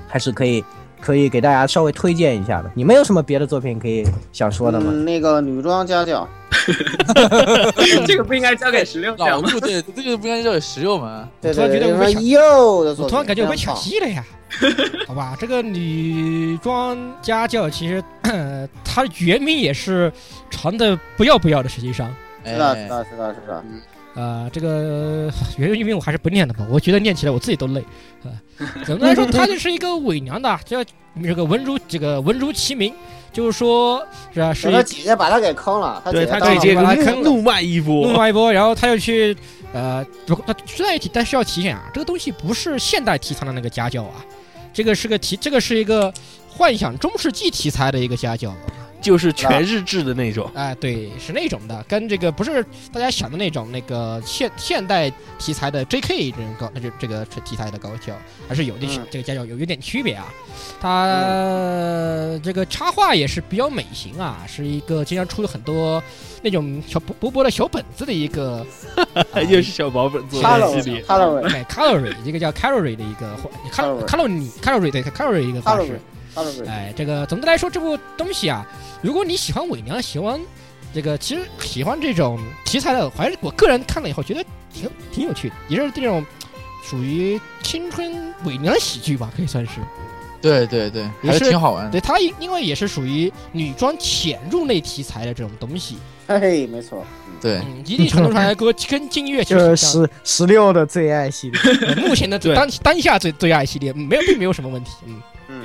还是可以可以给大家稍微推荐一下的。你们有什么别的作品可以想说的吗？嗯，那个女装家教，这个不应该交给十六老讲吗？顾对，这个不应该叫实用吗？对突然对觉得对，我那个被抢又的作品我突然感觉我被非常抢棒戏了呀！好吧，这个女装家教其实 它原名也是长的不要不要的，实际上知道哎知，道知道知道，呃，这个原因因为我还是不念的嘛，我觉得念起来我自己都累。呃，总的来说，他就是一个伪娘的，这这个文如这个文如其名，就是说是吧、是我一的姐姐把他给坑了，他对姐他当姐姐了把他怒坑了怒骂一弄波，完一波，然后他又去呃，不，他聚在一起，但是要提醒啊，这个东西不是现代提倡的那个家教啊，这个是个提，这个是一个幻想中世纪题材的一个家教。啊就是全日制的那种。哎，对，是那种的，跟这个不是大家想的那种那个现现代题材的 J.K. 这种高，那就这个题材的高校，还是有点、嗯这个家教有有点区别啊。它、这个插画也是比较美型啊，是一个经常出了很多那种小薄薄薄的小本子的一个，啊又是小保本做哈的喽系列，哈喽 对 calorie 这个叫 calorie 的一个画 Calorie calorie calorie 对 calorie 一个哈画喽师。哈喽哎，这个总的来说，这部东西啊，如果你喜欢伪娘，喜欢这个，其实喜欢这种题材的，我还是我个人看了以后觉得挺挺有趣的，也是这种属于青春伪娘喜剧吧，可以算是。对对对，也还是挺好玩的。对，它因因为也是属于女装潜入类题材的这种东西，嘿，没错，对，嗯，一定程度上来说跟金月其就实是很像十十六的最爱系列，呃目前的对当当下最最爱系列，嗯没有并没有什么问题，嗯。嗯，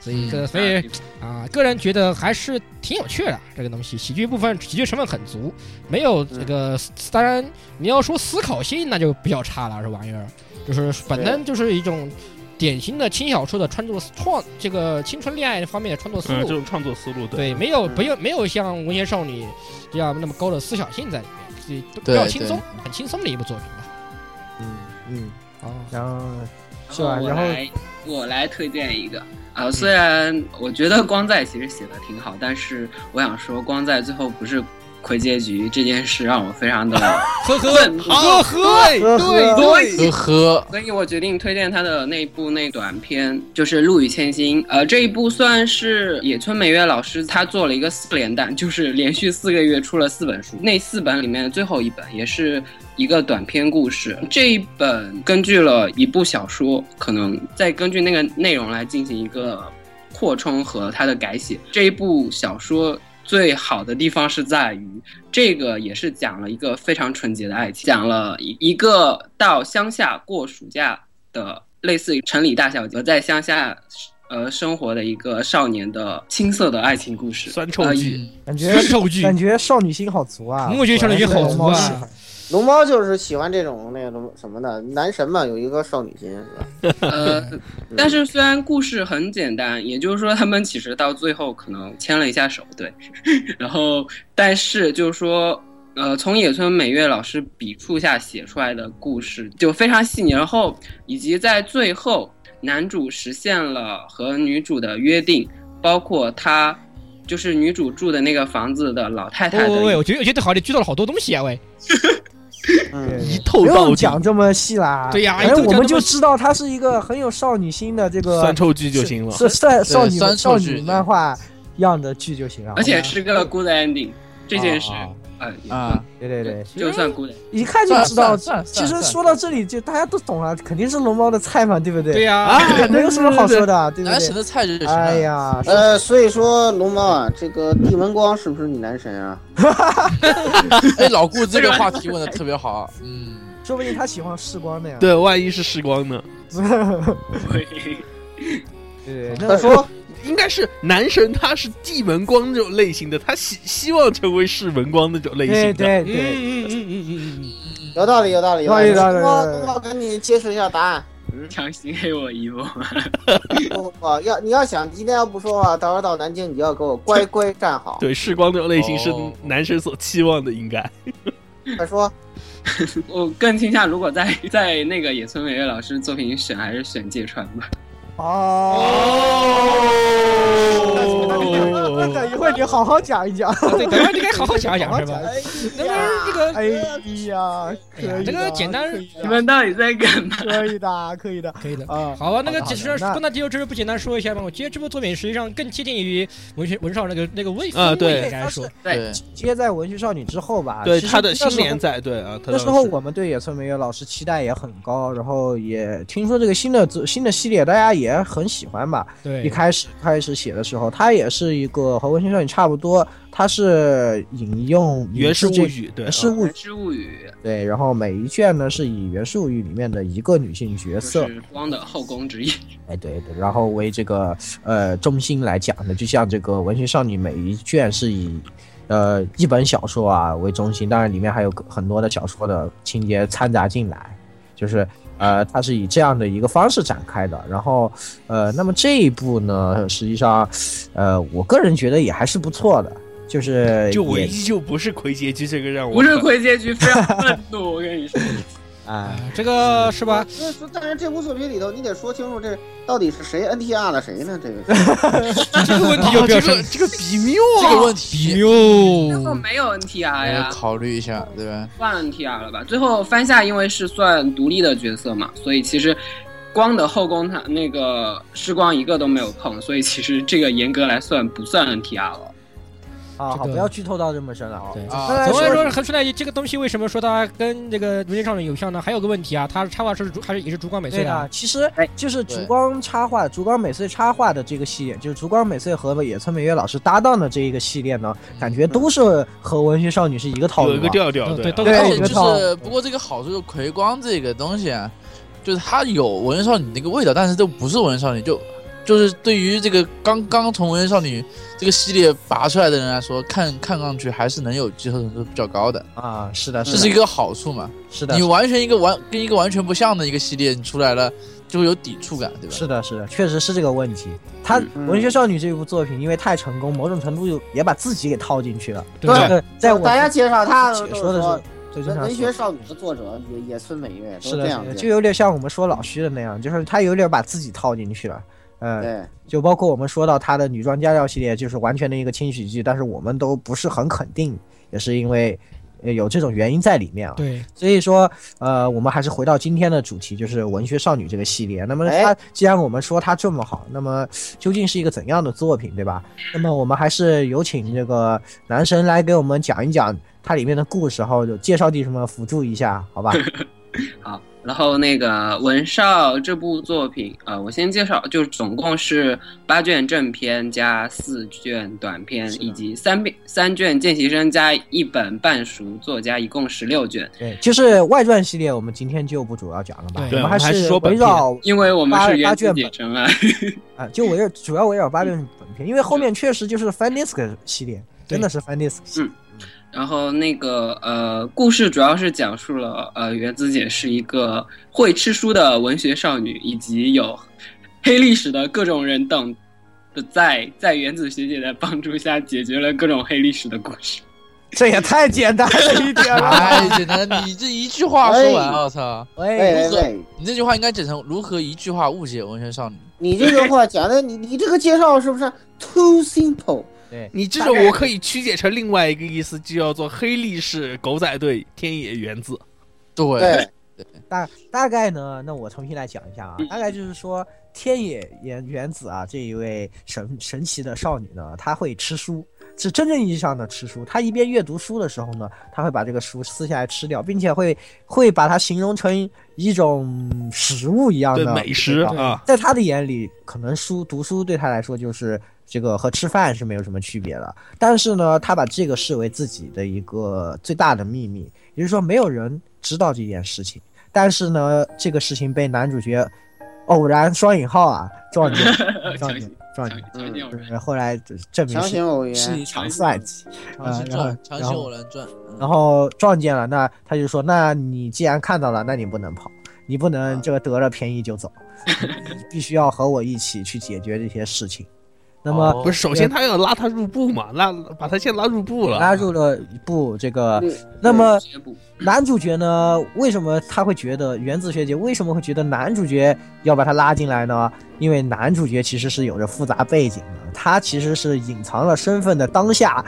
所以，嗯这个所以啊，个人觉得还是挺有趣的这个东西，喜剧部分喜剧成分很足，没有这个、当然你要说思考性那就比较差了，这玩意儿就是本身就是一种典型的轻小说的创作创这个青春恋爱方面的创作思嗯，这路，种创作思路对。对，没有嗯没有没有像文学少女这样那么高的思想性在里面，所以都比对较轻松对，很轻松的一部作品吧。嗯嗯，哦，然后是吧然后我然后嗯来我来推荐一个啊，虽然我觉得光在其实写的挺好，但是我想说光在最后不是回结局这件事让我非常的呵呵困呵呵，呵呵呵呵，所以我决定推荐他的那一部那短片，就是《陆羽千金》。呃，这一部算是野村美月老师他做了一个四连弹，就是连续四个月出了四本书，那四本里面的最后一本也是一个短篇故事。这一本根据了一部小说，可能再根据那个内容来进行一个扩充和它的改写。这一部小说最好的地方是在于，这个也是讲了一个非常纯洁的爱情，讲了一一个到乡下过暑假的类似于城里大小姐在乡下呃生活的一个少年的青涩的爱情故事。酸臭呃剧，感觉酸臭剧，感觉少女心好足啊！我觉得少女心好足啊果然是龙猫喜欢龙猫就是喜欢这种那种什么的男神嘛，有一个少女心是吧？呃，但是虽然故事很简单，也就是说他们其实到最后可能牵了一下手，对， 然后但是就是说，呃，从野村美月老师笔触下写出来的故事就非常细腻，然后以及在最后男主实现了和女主的约定，包括他就是女主住的那个房子的老太太哦喂的喂喂，我觉得我觉得好像你剧透了好多东西啊，喂，嗯，一透不到用底。讲这么细啦。对呀反正我一讲这么们就知道她是一个很有少女心的这个酸臭剧就行了。是少少女酸少臭女剧漫画样的剧就行了。而且是个 good ending，这件事，啊呃，也啊，对对对，就算 good，ending 一看就算了知道。算了算其了实算了说到这里，就大家都懂了，肯定是龙猫的菜嘛，对不对？对呀、啊，能有什么好说的，对不男神对？的菜就是哎呀，呃，所以说龙猫啊，这个地门光是不是你男神啊？ 哎，老顾这个话题问的特别 好，嗯，说不定他喜欢世光的呀。对，万一是时光呢？对对，他那说应该是男神，他是地门光这种类型的，他希希望成为世门光那种类对型的。对嗯对，嗯嗯嗯嗯嗯。有道理，有道理，有道理龙猫有道理龙猫赶紧揭示一下答案。强行黑我一波。不不不，要你要想今天要不说话，到时候到南京你就要给我 乖乖站好。对，世光那种类型是哦男神所期望的，应该。快说，我更倾向如果在 在那个野村美月老师作品选，还是选芥川吧。哦，那等一会儿你好好讲一讲。 对，等会儿你该好好想一想，是吧？能不能这个，哎呀，可以哎呀的，这个简单可以的你们到底在干嘛？可以的，可以的可以的。啊。好吧，那个好的解好释的那光大地球之日不简单说一下吗？我觉得这部作品实际上更接近于文学文少那个那个味啊风味对应该说，对，接在《文学少女》之后吧，对其实他的那时候新连载，对啊，他那时候当我们对野村美月老师期待也很高，然后也听说这个新的作新的系列，大家也也很喜欢吧。对，一开始开始写的时候，它也是一个和《文心少女》差不多，它是引用《源氏物这语》对，源氏物语《之物语》对，然后每一卷呢是以《源氏物语》里面的一个女性角就色，是光的后宫之一。哎对对，然后为这个呃中心来讲的，就像这个《文学少女》每一卷是以呃一本小说啊为中心，当然里面还有个很多的小说的情节掺杂进来，就是呃它是以这样的一个方式展开的。然后呃，那么这一部呢，实际上呃我个人觉得也还是不错的，就是就我也依旧不是魁结局，这个让 我不是亏结局，非常愤怒。我跟你说，啊。啊这个 是吧？所以说，但是这部作品里头，你得说清楚这到底是谁 NTR 了谁呢？这个这个问 题有哦没有这什么个这个比妙啊，哎这个 问题 最后哟？没有 NTR 要哎呀，考虑一下，对吧？换 NTR 了吧？最后番下因为是算独立的角色嘛，所以其实光的后宫他那个时光一个都没有碰，所以其实这个严格来算不算 NTR 了。啊，好，这个不要剧透到这么深了啊！对啊刚才总的来说说，很顺带一，这个东西为什么说它跟这个《文件少女》有像呢？还有个问题啊，它插画是竹还是也是烛光美穗对的的，其实哎就是对烛光插画、烛光美穗插画的这个系列，就是烛光美穗和野村美月老师搭档的这一个系列呢，感觉都是和文学少女是一个套路有一啊。个调调，嗯对对啊都对但是有个就套是不过这个好处就是葵光这个东西啊，就是它有文人少女那个味道，但是都不是文人少女，就就是对于这个刚刚从文人少女这个系列拔出来的人来说，看看上去还是能有接受程度比较高的，啊，是的，这是是一的，个好处嘛。是的你，完全一个完跟一个完全不像的一个系列，你出来了就会有抵触感，对吧？是的，是的，确实是这个问题。他嗯《文学少女》这部作品因为太成功，某种程度也把自己给套进去了。对这个在我大家介绍他解都说是的时候说，对，就文像文说学少女的作者野野村美月都是的，这是样的，子，就有点像我们说老虚的那样，就是他有点把自己套进去了。嗯，对就包括我们说到它的女装家教系列，就是完全的一个轻喜剧，但是我们都不是很肯定，也是因为呃有这种原因在里面啊。对，所以说，呃，我们还是回到今天的主题，就是文学少女这个系列。那么哎它既然我们说它这么好，那么究竟是一个怎样的作品，对吧？那么我们还是有请这个男神来给我们讲一讲它里面的故事，然后就介绍地什么辅助一下，好吧？好，啊然后那个文少这部作品，呃，我先介绍，就是总共是八卷正篇加四卷短篇，以及三篇三卷见习生加一本半熟作家，一共十六卷。对，就是外传系列，我们今天就不主要讲了吧？对我我们们还还是是说本围片绕因为我们八是八原卷自本己真爱，啊，就围绕主要围绕八六本片，因为后面确实就是 Fan Disc 系列，对真的是 Fan Disc 系列。然后那个呃，故事主要是讲述了呃，原子姐是一个会吃书的文学少女，以及有黑历史的各种人等的在在原子学姐的帮助下解决了各种黑历史的故事。这也太简单了一点 了。太简单了，哎你这一句话说完，我操！喂，喂喂喂，你这句话应该剪成如何一句话误解文学少女？你这个话讲的，你你这个介绍是不是 too simple？你这种我可以曲解成另外一个意思，就叫做黑历史狗仔队天野原子。对，对，哎大大概呢？那我重新来讲一下啊嗯，大概就是说，天野原原子啊，这一位神神奇的少女呢，她会吃书，是真正意义上的吃书。她一边阅读书的时候呢，她会把这个书撕下来吃掉，并且会会把它形容成一种食物一样对的美食味道啊，在他的眼里，可能书读书对他来说就是这个和吃饭是没有什么区别的。但是呢，他把这个视为自己的一个最大的秘密，也就是说，没有人知道这件事情。但是呢，这个事情被男主角偶然双引号啊撞 见，撞强见行，撞强见，强行偶然就是后来证明强是行偶是然一，场算计。强行呃转，强然行后偶然转，嗯然后撞见了，那他就说：“那你既然看到了，那你不能跑，你不能这个得了便宜就走，你必须要和我一起去解决这些事情。”那么哦不是，首先他要拉他入部嘛，拉把他先拉入部了。拉入了一部这个对那么学步男主角呢？为什么他会觉得原子学姐为什么会觉得男主角要把他拉进来呢？因为男主角其实是有着复杂背景的，他其实是隐藏了身份的当下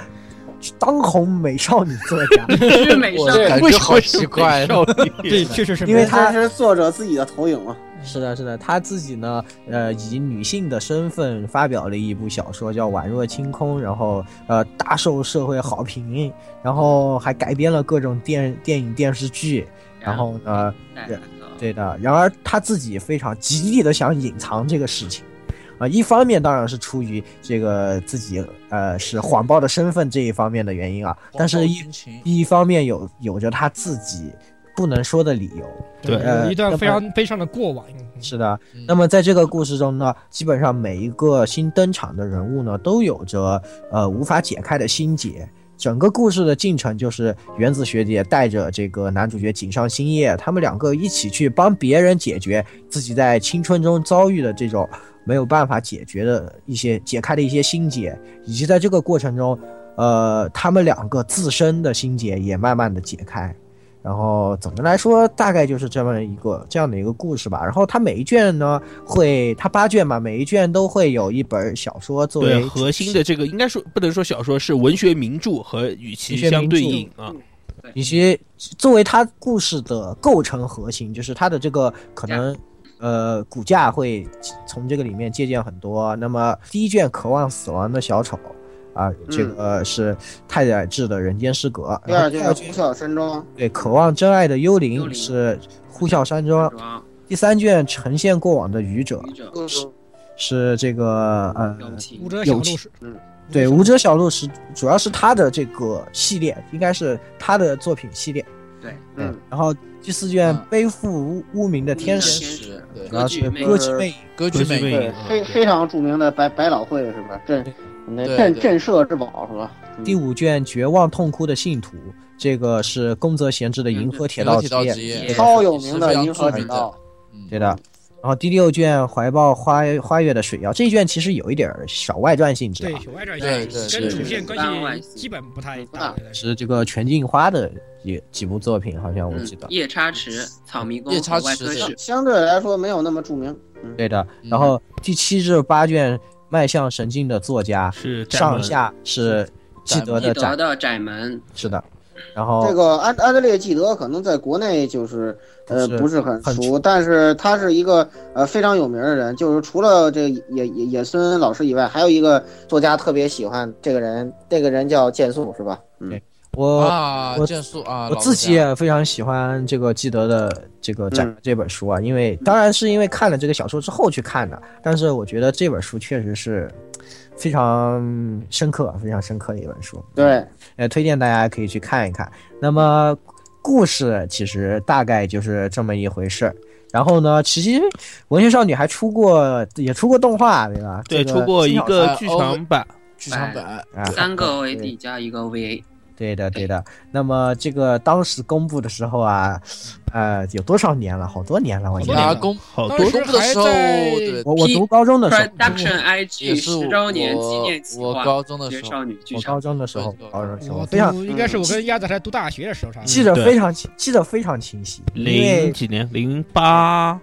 当红美少女作家。 是美我少女啊感为什么觉好是 奇美怪少女 这确实是因为他这是作者自己的投影嘛。是的，是的，他自己呢，呃，以女性的身份发表了一部小说，叫《宛若清空》，然后呃，大受社会好评，然后还改编了各种电电影电视剧，然后呢，带对来的对的。然而他自己非常极力的想隐藏这个事情，啊、一方面当然是出于这个自己呃是谎报的身份这一方面的原因啊，但是一军情一方面有有着他自己不能说的理由，对有一段呃非常悲伤的过往。是的嗯，那么在这个故事中呢，基本上每一个新登场的人物呢，都有着呃无法解开的心结。整个故事的进程就是原子学姐带着这个男主角井上新叶，他们两个一起去帮别人解决自己在青春中遭遇的这种没有办法解决的一些解开的一些心结，以及在这个过程中，呃，他们两个自身的心结也慢慢的解开。然后总的来说，大概就是这么一个这样的一个故事吧。然后它每一卷呢，会它八卷嘛，每一卷都会有一本小说作对为核心的这个应该说不能说小说，是文学名著和与其文学相名对著应啊。以及作为它故事的构成核心，就是它的这个可能，呃，骨架会从这个里面借鉴很多。那么第一卷《渴望死亡的小丑》啊，这个呃是太宰治的《人间失格》第然后二第卷二《呼卷啸山庄》，对《渴望真爱的幽灵幽》灵是《呼啸山庄》，装第三卷呈现过往的愚者愚者是这个呃友情武者小有路其是嗯，对，武者小路是主要是他的这个系列，应该是他的作品系列。对对嗯，然后第四卷嗯背负污污名的天使神，嗯天使对使，主要歌是剧魅歌影歌剧剧魅影。歌剧魅魅影影对，非非常著名的百百老汇是吧？震那嗯对震对震慑之宝是吧？嗯第五卷绝望痛哭的信徒，这个是宫泽贤治的《银河铁道之铁道夜之》夜这个，超有名是非的常银河著铁名的道，嗯对的。然后第六卷怀抱花花月的水妖，这一卷其实有一点儿小外传性质对啊，，有外传对对线跟对主对线对关系基本不太不大大。是这个全镜花的几几部作品，好像我嗯记得。夜叉池、草迷宫、夜叉池外科对室，相对来说没有那么著名。对的，嗯然后第七至八卷《迈向神境》的作家是占上了下是记得易的德展，的窄门，是的，然哦这后个安安德烈·纪德可能在国内就是呃不是不是很很熟，但是他是一个呃非常有名的人，就是除了这个野野野村老师以外，还有一个作家特别喜欢这个人，这个人叫剑素是吧？嗯对，我啊，我剑术啊，我老自己哎人家也非常喜欢这个记得的这个展嗯这本书啊，因为当然是因为看了这个小说之后去看的，但是我觉得这本书确实是非常深刻、非常深刻的一本书。对，呃，推荐大家可以去看一看。那么故事其实大概就是这么一回事儿。然后呢，其实《文学少女》还出过，也出过动画，对吧？对这出过一金小个金剧小场版，剧场版，啊，三个 OAD 加一个 VA，对的，对的。那么这个当时公布的时候啊，呃，有多少年了？好多年了，我记好多年打了得。工好当多时公布的时候，还在对，我我读高中的时候， Production 也 IG 是十周年纪念计我我划，高中的学时候，少女剧我场高中的时候对，高中的时候我非常读嗯应该是我跟鸭子还读大学的时候差不嗯多。记得非常清记得非常清晰，因零为几年，零八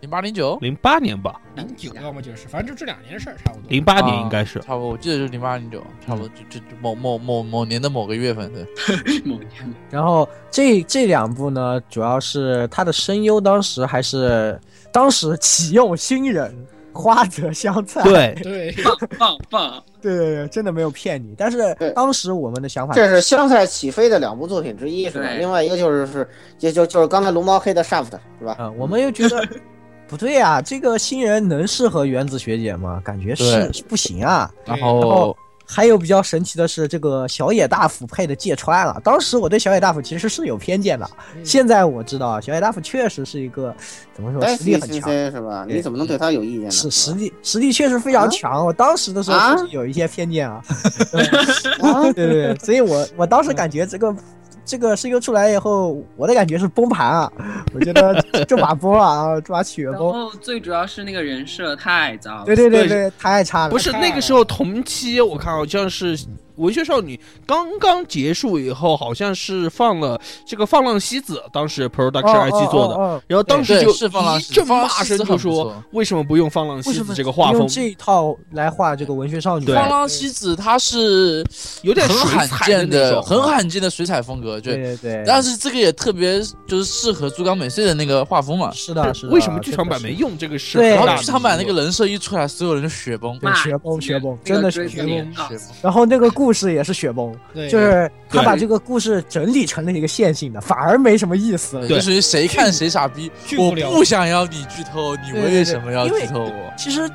零八零九，零八年吧，零九，要么就是，反正就这两年的事儿差不多。零啊八年应该 是。嗯差不多，我记得就是零八零九，差不多就就就某某某某年的某个月份，对，某年，然后这这两部呢，主要是他的声优当时还是当时启用新人花泽香菜，对， 对， 棒棒，对对对，真的没有骗你。但是对当时我们的想法，这是香菜起飞的两部作品之一是吧？对另外一个就是是就就就是刚才龙猫黑的 Shaft 是啊吧？呃，我们又觉 得不对啊，这个新人能适合原子学姐吗？感觉是对是不行啊。对然然后后还有比较神奇的是，这个小野大辅配的芥川啊，当时我对小野大辅其实是有偏见的，嗯现在我知道啊，小野大辅确实是一个怎么说哎实力很强。 ，CCC 是吧？对你怎么能对他有意见呢？是是实吧力实力确实非常强，我当时的时候啊确实有一些偏 见啊，啊，对对对，所以我我当时感觉这个这个声优出来以后，我的感觉是崩盘啊，我觉得 这把崩了啊，这把起源然崩，后最主要是那个人设太糟了，对对对对对，太差了，不是那个时候同期，我看好像是文学少女刚刚结束以后，好像是放了这个放浪西子，当时哦 Production IG 做的，哦哦然后当时对就是放浪一西子阵放浪骂西子声很就不说错，为什么不用放浪西为什子么这个画用风？这一套来画这个文学少女，啊对放浪西子它是有点很水罕彩见那种，啊很罕见的水彩风格，对对。对对，但是这个也特别就是适合猪冈美穗的那个画风嘛。是的，是的，为什么剧场版这没个是？用这个啊是对很然大的疑惑？后剧场版那个人设一出来，所有人就雪崩，对，骂雪崩，雪崩，那真个的追是雪子崩。脸啊，然后那个故事也是雪崩，对就是他对把这个故事整理成了一个线性的，反而没什么意思了。就属于谁看谁傻逼。巨我无聊。不想要你剧透，你对对对为什么要因为剧透我？其实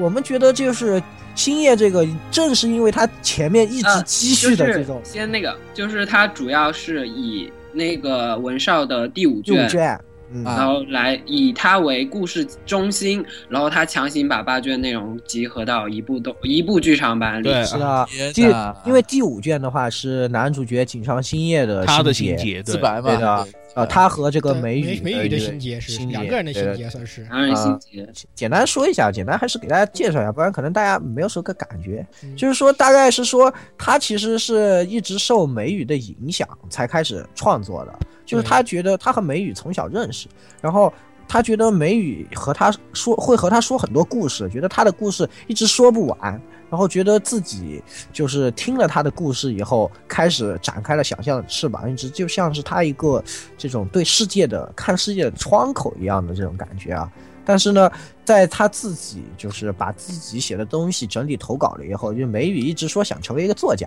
我们觉得就是星夜这个，正是因为他前面一直啊积就蓄的这是种先那个，就是它主要是以那个文少的第五用卷，卷，嗯，啊然后来以它为故事中心，然后他强行把八卷内容集合到一部动一部剧场版里。对是的。第天啊哪因为第五卷的话是男主角井上星夜的他的心心结，结，自对，白对嘛的，呃，他和这个对美美雨呃美一语的个心结是心两个人的对啊心结，算是。 然人心结，简单说一下，简单还是给大家介绍一下，不然可能大家没有什么个感觉。就是说，大概是说他其实是一直受美语的影响才开始创作的，就是他觉得他和美语从小认识，然后。他觉得美语和他说会和他说很多故事，觉得他的故事一直说不完，然后觉得自己就是听了他的故事以后，开始展开了想象的翅膀，一直就像是他一个这种对世界的看世界的窗口一样的这种感觉啊。但是呢，在他自己就是把自己写的东西整理投稿了以后，就梅雨一直说想成为一个作家，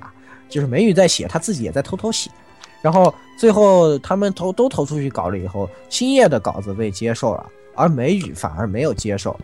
就是梅雨在写，他自己也在偷偷写。然后最后他们投都投出去稿了以后，星夜的稿子被接受了，而梅雨反而没有接受。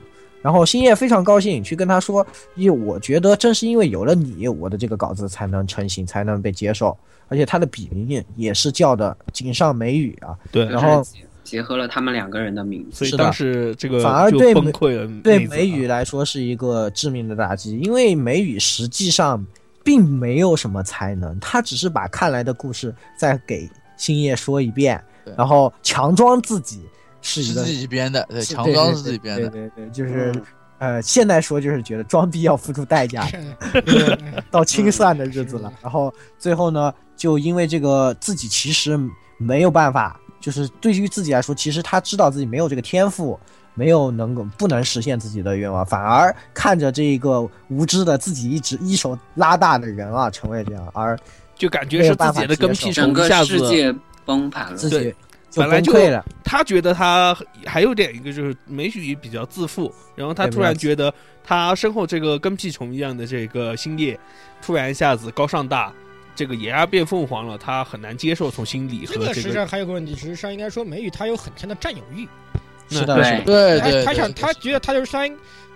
然后星夜非常高兴，去跟他说：“因为我觉得正是因为有了你，我的这个稿子才能成型，才能被接受。而且他的笔名也是叫的井上梅雨啊，对就然后是结合了他们两个人的名字。所以是的当时这个反而就对崩美溃了。对妹子梅雨来说是一个致命的打击，因为梅雨实际上并没有什么才能，他只是把看来的故事再给星夜说一遍对，然后强装自己是是一个自己编的，对，是强装是自己编对的。嗯对对，对嗯就是、呃，现在说就是觉得装逼要付出代价， 嗯到清算的日子了嗯。然后最后呢，就因为这个自己其实没有办法，就是对于自己来说，其实他知道自己没有这个天赋，没有能够不能实现自己的愿望，反而看着这个无知的自己一直一手拉大的人啊，成为这样，而就感觉是自己的跟屁整虫一个下世子，界崩盘了。自己就本来崩就溃了。他觉得他还有点一个就是美许比较自负，然后他突然觉得他身后这个跟屁虫一样的这个星夜，突然一下子高尚大，这个野鸭变凤凰了，他很难接受，从心里这和个这实际个上还有个问题，实际上应该说美语她有很强的占有欲，是那的，是对的，对她对，她想对她觉得她就是相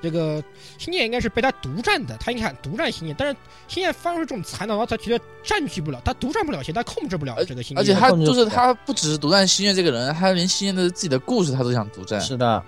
这个星夜应该是被她独占的，她应该想独占星夜，但是星夜发出这种才能，她觉得占据不了，她独占不了谁，她控制不了这个星夜，而且他控制就是不了他，不只是独占星月这个人，他连星月的自己的故事他都想独占。是的，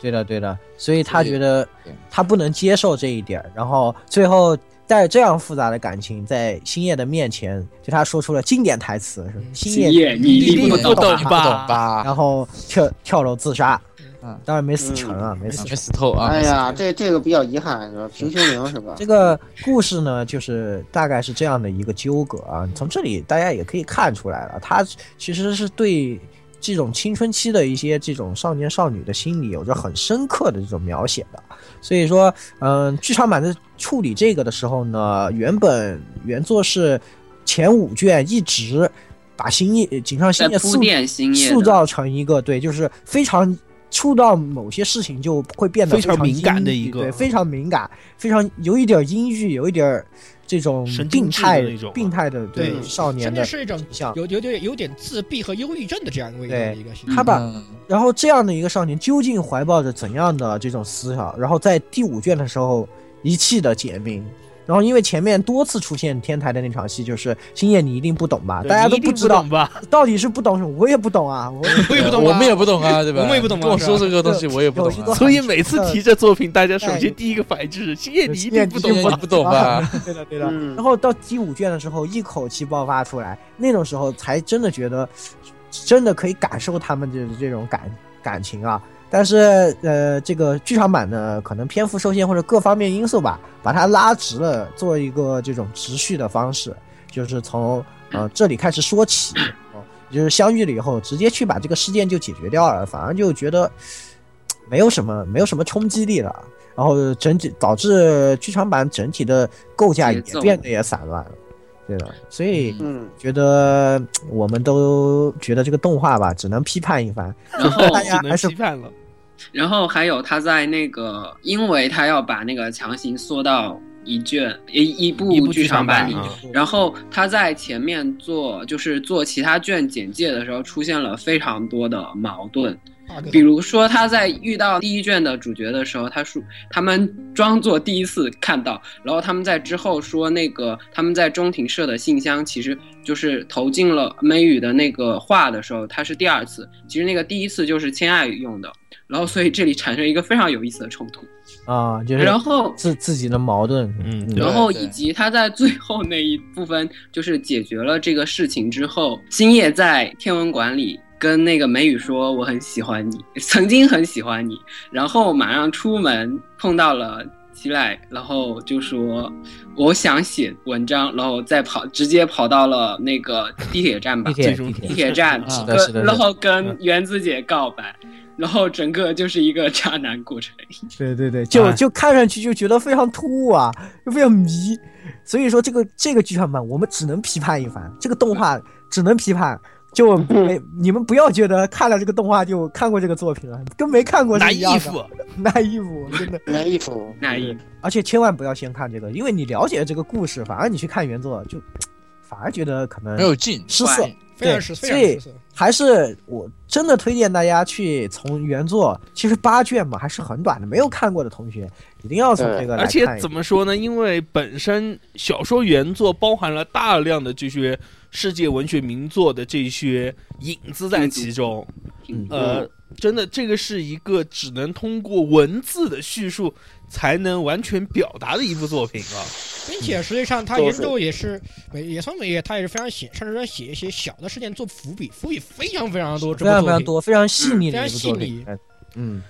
对的，对的。所以他所以觉得对他不能接受这一点儿，然后最后在这样复杂的感情在星夜的面前，对他说出了经典台词：“是嗯星星夜夜，你一一定定不不懂懂。你不懂啊吧吧？然后跳跳楼自杀。嗯当然没死成啊，没死没成。死透啊！哎呀，没死这这个比较遗憾，就是平胸名是吧？这个故事呢，就是大概是这样的一个纠葛啊。从这里大家也可以看出来了，他其实是对这种青春期的一些这种少年少女的心理有着很深刻的这种描写的。所以说，嗯，剧场版在处理这个的时候呢，原本原作是前五卷一直把星夜井上在星夜铺塑垫星夜的塑造成一个对，就是非常触到某些事情就会变得非常常敏感的阴郁一个对，非常敏感，非常有一点阴郁，有一点这种神经病质的态那种啊病态的对对少年甚的至是一种形象。有有点有点自闭和忧郁症的这样一个对一个星嗯他夜。把嗯然后这样的一个少年究竟怀抱着怎样的这种思想？然后在第五卷的时候一气的简明。然后因为前面多次出现天台的那场戏，就是星夜你一定不懂吧？对啊大家你都一定知不道懂吧？到底是不懂什么，我也不懂 啊。我 也我也不懂吧，我们也不懂啊，对吧？我们也不懂啊跟我是吧说这个东西，我也不有懂一啊个。所以每次提这作品，大家首先第一个反应就是星夜 你一定不懂星夜吧你？不懂 啊吧？对的对的。嗯然，后到第五卷的时候，一口气爆发出来，那种时候才真的觉得，真的可以感受他们的这种感感情啊。但是呃，这个剧场版呢，可能篇幅受限或者各方面因素吧，把它拉直了，做一个这种直叙的方式，就是从呃这里开始说起，哦，就是相遇了以后，直接去把这个事件就解决掉了，反而就觉得没有什么没有什么冲击力了，然后整体导致剧场版整体的构架也节奏变得也散乱了，对的，所以。嗯，觉得我们都觉得这个动画吧，只能批判一番。然后大家只还能是批判了。然后还有他在那个，因为他要把那个强行缩到一卷一一一部部剧场版里，啊然后他在前面做就是做其他卷简介的时候，出现了非常多的矛盾。 bug 比如说他在遇到第一卷的主角的时候，他说他们装作第一次看到，然后他们在之后说那个他们在中庭社的信箱其实就是投进了梅雨的那个话的时候，他是第二次，其实那个第一次就是千爱用的，然后所以这里产生一个非常有意思的冲突，啊，就是然后。自自己的矛盾，嗯嗯对然后对以及他在最后那一部分，就是解决了这个事情之后，星夜在天文馆里跟那个梅雨说：“我很喜欢你，曾经很喜欢你。”然后马上出门碰到了齐濑，然后就说：“我想写文章。”然后再跑，直接跑到了那个地铁站吧，地铁最终地铁地铁站是的是的跟然后嗯跟原子姐告白，然后整个就是一个 渣男过程。对对对，就哎就看上去就觉得非常突兀啊，就非常迷。所以说这个这个剧场版我们只能批判一番，这个动画只能批判。就没你们不要觉得看了这个动画就看过这个作品了，跟没看过是拿一衣样 的。服，拿衣服，真的。那衣服，那一 而且千万不要先看这个，因为你了解这个故事，反而你去看原作就，反而觉得可能没有 劲，失色。非常对是非所常以是。还是我真的推荐大家去从原作，其实八卷嘛还是很短的，没有看过的同学一定要从这个来而且看一怎遍。么说呢？因为本身小说原作包含了大量的这些世界文学名作的这些影子在其中，嗯呃，真的这个是一个只能通过文字的叙述才能完全表达的一部作品啊。并且实际上，他就原是作也是美野村美也，他也是非常写，甚至说写一些小的事件做伏笔，伏笔非常非常多。这非常部作非常品多，非常细腻的嗯一部作品非。嗯，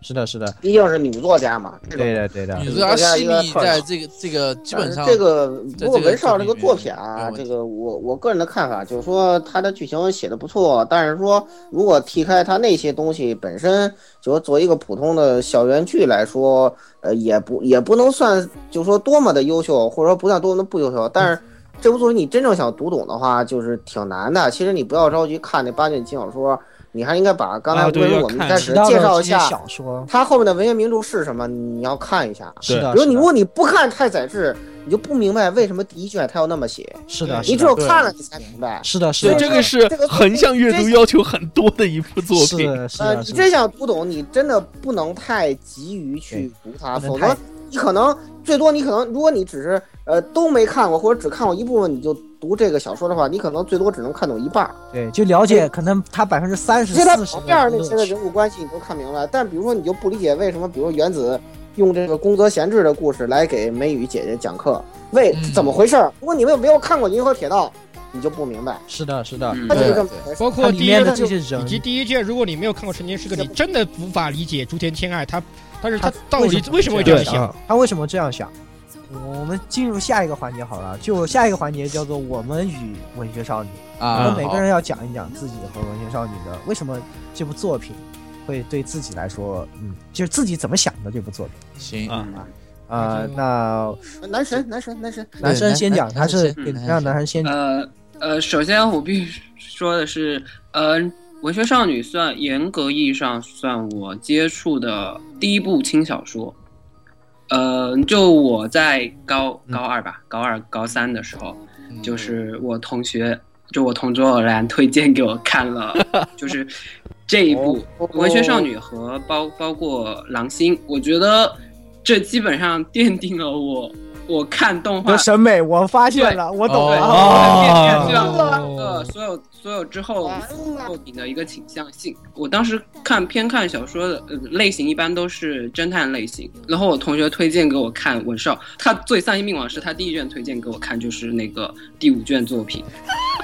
是的，是的，毕竟是女作家嘛，这种对的，对的。你说他细腻，在这个这个基本上但是这个在不过这个文少作这品个里作面呃品没有啊，问这题个我我个人的看法就是说，他的剧情写的不错，但是说如果踢开他那些东西本身，就作为一个普通的校园剧来说，呃，也不也不能算就是说多么的优秀，或者说不算多么的不优秀，但是。这部作品你真正想读懂的话，就是挺难的。其实你不要着急看那八卷轻小说，你还应该把刚才啊无对论是要我们一看开提始到介的绍这一些下，小说，它后面的文学名著是什么，你要看一下。是的，比如你啊是如的果你不看太宰治，你就不明白为什么第一卷他要那么写，是的，你是只有的，看了你才明白。是的，是对，的，这个是这个横向阅读要求很多的一部作是品。的，是呃，的，你是的真想读懂，你真的不能太急于去读它，不能否太则你可能最多你可能，如果你只是呃都没看过或者只看过一部分，你就读这个小说的话，你可能最多只能看懂一半儿。对，就了解可能他百分之三十、其实它四十旁边儿那些的人物关系你都看明白，但比如说你就不理解为什么，比如原子用这个宫泽贤治的故事来给美雨姐姐讲课，为嗯怎么回事儿？如果你们没有看过《银河铁道》，你就不明白，是的，是的，嗯它就是对这么回事儿。包它括第里一面卷的这些人以及第一卷，如果你没有看过《陈年诗歌》，你真的无法理解竹田千爱他，但是他他到底为为什什么会么会这样这样想想？他为什么这样想？我们进入下一个环节好了，就下一个环节叫做“我们与文学少女”，我啊，们每好个人要讲一讲自己和文学少女的为什么这部作品会对自己来说，嗯，就是自己怎么想的这部作品行啊啊、那男神，男神，男神，男生先讲，他是嗯让男生先讲，呃呃，首先我必须说的是，呃，文学少女算严格意义上算我接触的第一部轻小说。呃，就我在高嗯高二吧，高二高三的时候，嗯就是我同学，就我同桌偶然推荐给我看了，就是这一部哦《文学少女》和包包括《狼心》，我觉得这基本上奠定了我我看动我画的审美，我发现了，我懂哦对，了。啊哦这样哦呃，所有所有之后作品的一个倾向性。我当时看偏看小说的、呃、类型，一般都是侦探类型。然后我同学推荐给我看《文少》，他最丧心病狂是他第一卷推荐给我看就是那个第五卷作品，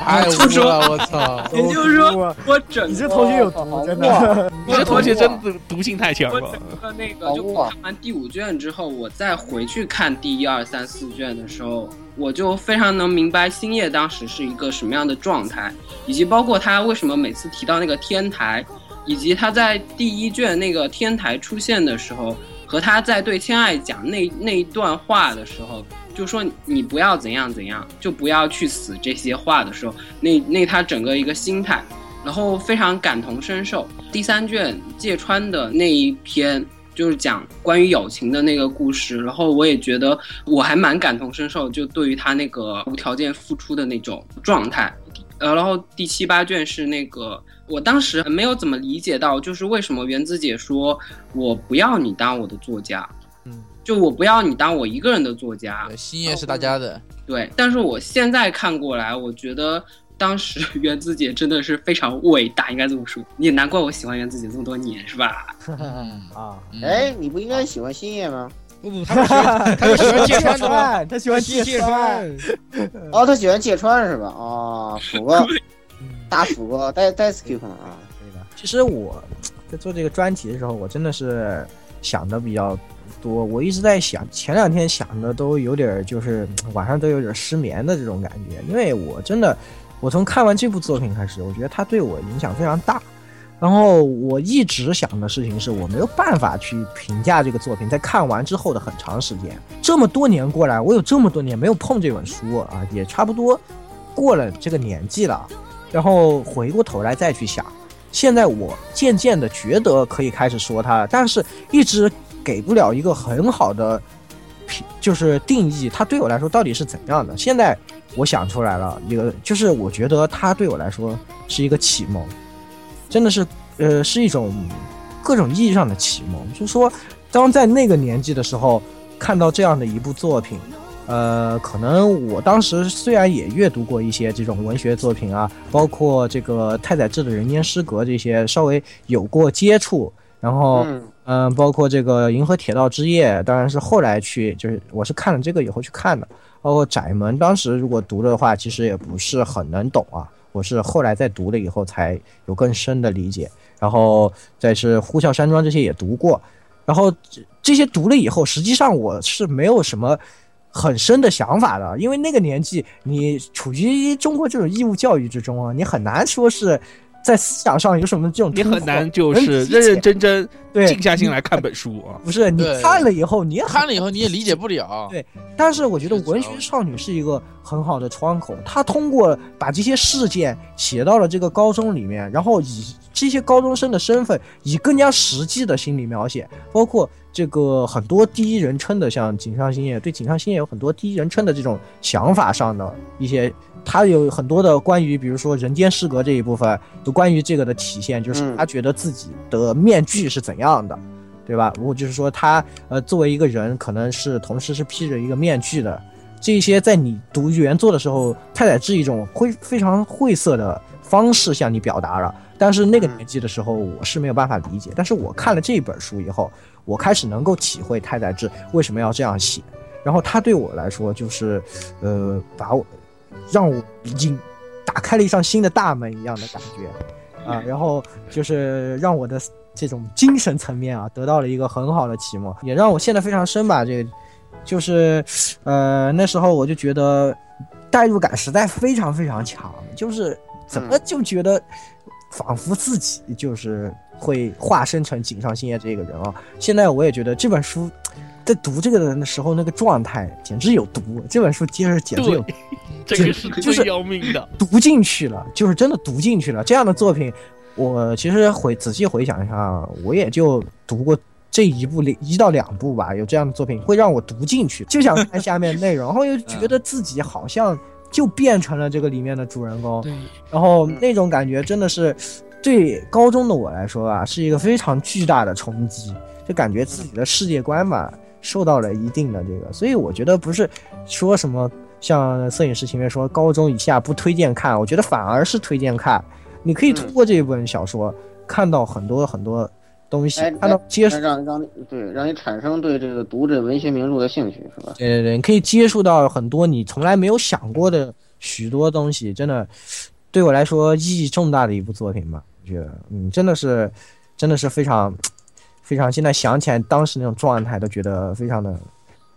哎，我就说我操！也就是说，我整你这同学有哦毒，真的。你这同学真的毒性太强我了。整个那个，就我看完第五卷之后，我再回去看第一、二、三、四卷的时候，我就非常能明白星夜当时是一个什么样的状态，以及包括他为什么每次提到那个天台，以及他在第一卷那个天台出现的时候，和他在对千爱讲那那一段话的时候，就说你不要怎样怎样，就不要去死这些话的时候，那那他整个一个心态。然后非常感同身受。第三卷芥川的那一篇就是讲关于友情的那个故事，然后我也觉得我还蛮感同身受，就对于他那个无条件付出的那种状态。呃，然后第七八卷是那个，我当时没有怎么理解到，就是为什么原子姐说我不要你当我的作家，嗯，就我不要你当我一个人的作家，对星夜是大家的，对，但是我现在看过来，我觉得当时原子姐真的是非常伟大，应该这么说。也难怪我喜欢原子姐这么多年，是吧？ 嗯啊，嗯哎，你不应该喜欢星夜吗？不不，他们喜欢他们喜欢芥川的吗？川，啊他喜欢芥芥川，川，嗯哦，他喜欢芥川是吧？ 哦，腐哥，嗯大腐哥，带带 s k i p 啊，对的。其实我在做这个专题的时候，我真的是想的比较多，我一直在想，前两天想的都有点儿就是晚上都有点儿失眠的这种感觉，因为我真的，我从看完这部作品开始，我觉得它对我影响非常大。然后我一直想的事情是我没有办法去评价这个作品，在看完之后的很长时间，这么多年过来，我有这么多年没有碰这本书啊，也差不多过了这个年纪了，然后回过头来再去想，现在我渐渐的觉得可以开始说它了，但是一直给不了一个很好的评，就是定义它对我来说到底是怎样的。现在我想出来了，一个就是我觉得它对我来说是一个启蒙，真的是呃是一种各种意义上的启蒙。就是说，当在那个年纪的时候看到这样的一部作品。呃，可能我当时虽然也阅读过一些这种文学作品啊，包括这个太宰治的《人间失格》这些，稍微有过接触。然后，嗯，嗯、包括这个《银河铁道之夜》，当然是后来去，就是我是看了这个以后去看的。包括《窄门》，当时如果读的话，其实也不是很能懂啊。我是后来在读了以后才有更深的理解。然后再是《呼啸山庄》这些也读过，然后这这些读了以后，实际上我是没有什么很深的想法的，因为那个年纪你处于中国这种义务教育之中啊，你很难说是在思想上有什么这种你突很破难就能是理认解认真真对静下心来看本书啊。不是你对看了以后你也很看了以后你也理解不了，对但是我觉得《文学少女》是一个很好的窗口，她通过把这些事件写到了这个高中里面，然后以这些高中生的身份，以更加实际的心理描写，包括这个很多第一人称的，像井上星也对井上星也有很多第一人称的这种想法上的一些，他有很多的关于比如说人间失格这一部分，都关于这个的体现，就是嗯他觉得自己的面具是怎样的。对吧？我就是说他呃，作为一个人，可能是同时是披着一个面具的。这些在你读原作的时候，太宰治一种灰非常晦涩的方式向你表达了。但是那个年纪的时候，我是没有办法理解。但是我看了这本书以后，我开始能够体会太宰治为什么要这样写。然后他对我来说，就是呃，把我让我已经打开了一扇新的大门一样的感觉。啊，然后就是让我的这种精神层面啊，得到了一个很好的启蒙，也让我陷得非常深吧。这个就是，呃，那时候我就觉得代入感实在非常非常强，就是怎么就觉得仿佛自己就是会化身成井上信也这个人啊。现在我也觉得这本书。在读这个人的时候，那个状态简直有毒。这本书其实简直有毒这个是就最是要命的。读进去了，就是真的读进去了。这样的作品，我其实回仔细回想一下啊，我也就读过这一部一到两部吧。有这样的作品会让我读进去，就想看下面内容，然后又觉得自己好像就变成了这个里面的主人公，对，然后那种感觉真的是对高中的我来说啊，是一个非常巨大的冲击，就感觉自己的世界观吧受到了一定的这个，所以我觉得不是说什么像摄影师前面说高中以下不推荐看，我觉得反而是推荐看，你可以通过这本小说看到很多很多东西哎，看到接触那让让对让你产生对这个读这文学名著的兴趣是吧？对对对，你可以接触到很多你从来没有想过的许多东西，真的对我来说意义重大的一部作品吧。我觉得，嗯，真的是，真的是非常非常。现在想起来当时那种状态，都觉得非常的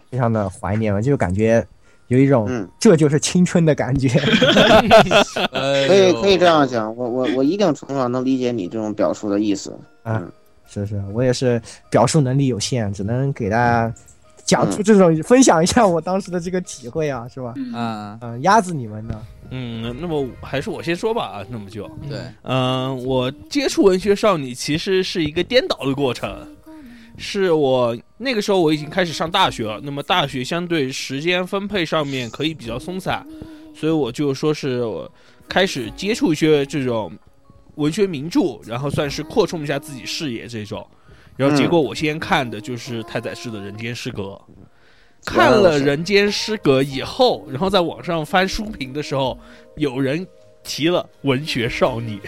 非常的怀念吧，就感觉有一种、嗯这就是青春的感觉。 哎哎可以可以这样讲，我我我一定程度上能理解你这种表述的意思。是是，我也是表述能力有限，只能给大家讲出这种、分享一下我当时的这个体会啊，是吧？嗯嗯，嗯、鸭子你们呢？嗯，那么还是我先说吧啊，那么就，对，嗯、我接触文学少女其实是一个颠倒的过程，是我那个时候我已经开始上大学了，那么大学相对时间分配上面可以比较松散，所以我就说是我开始接触一些这种文学名著，然后算是扩充一下自己视野这种，然后结果我先看的就是太宰治的《人间失格》。看了《人间失格》以后，然后在网上翻书评的时候，有人提了“文学少女”，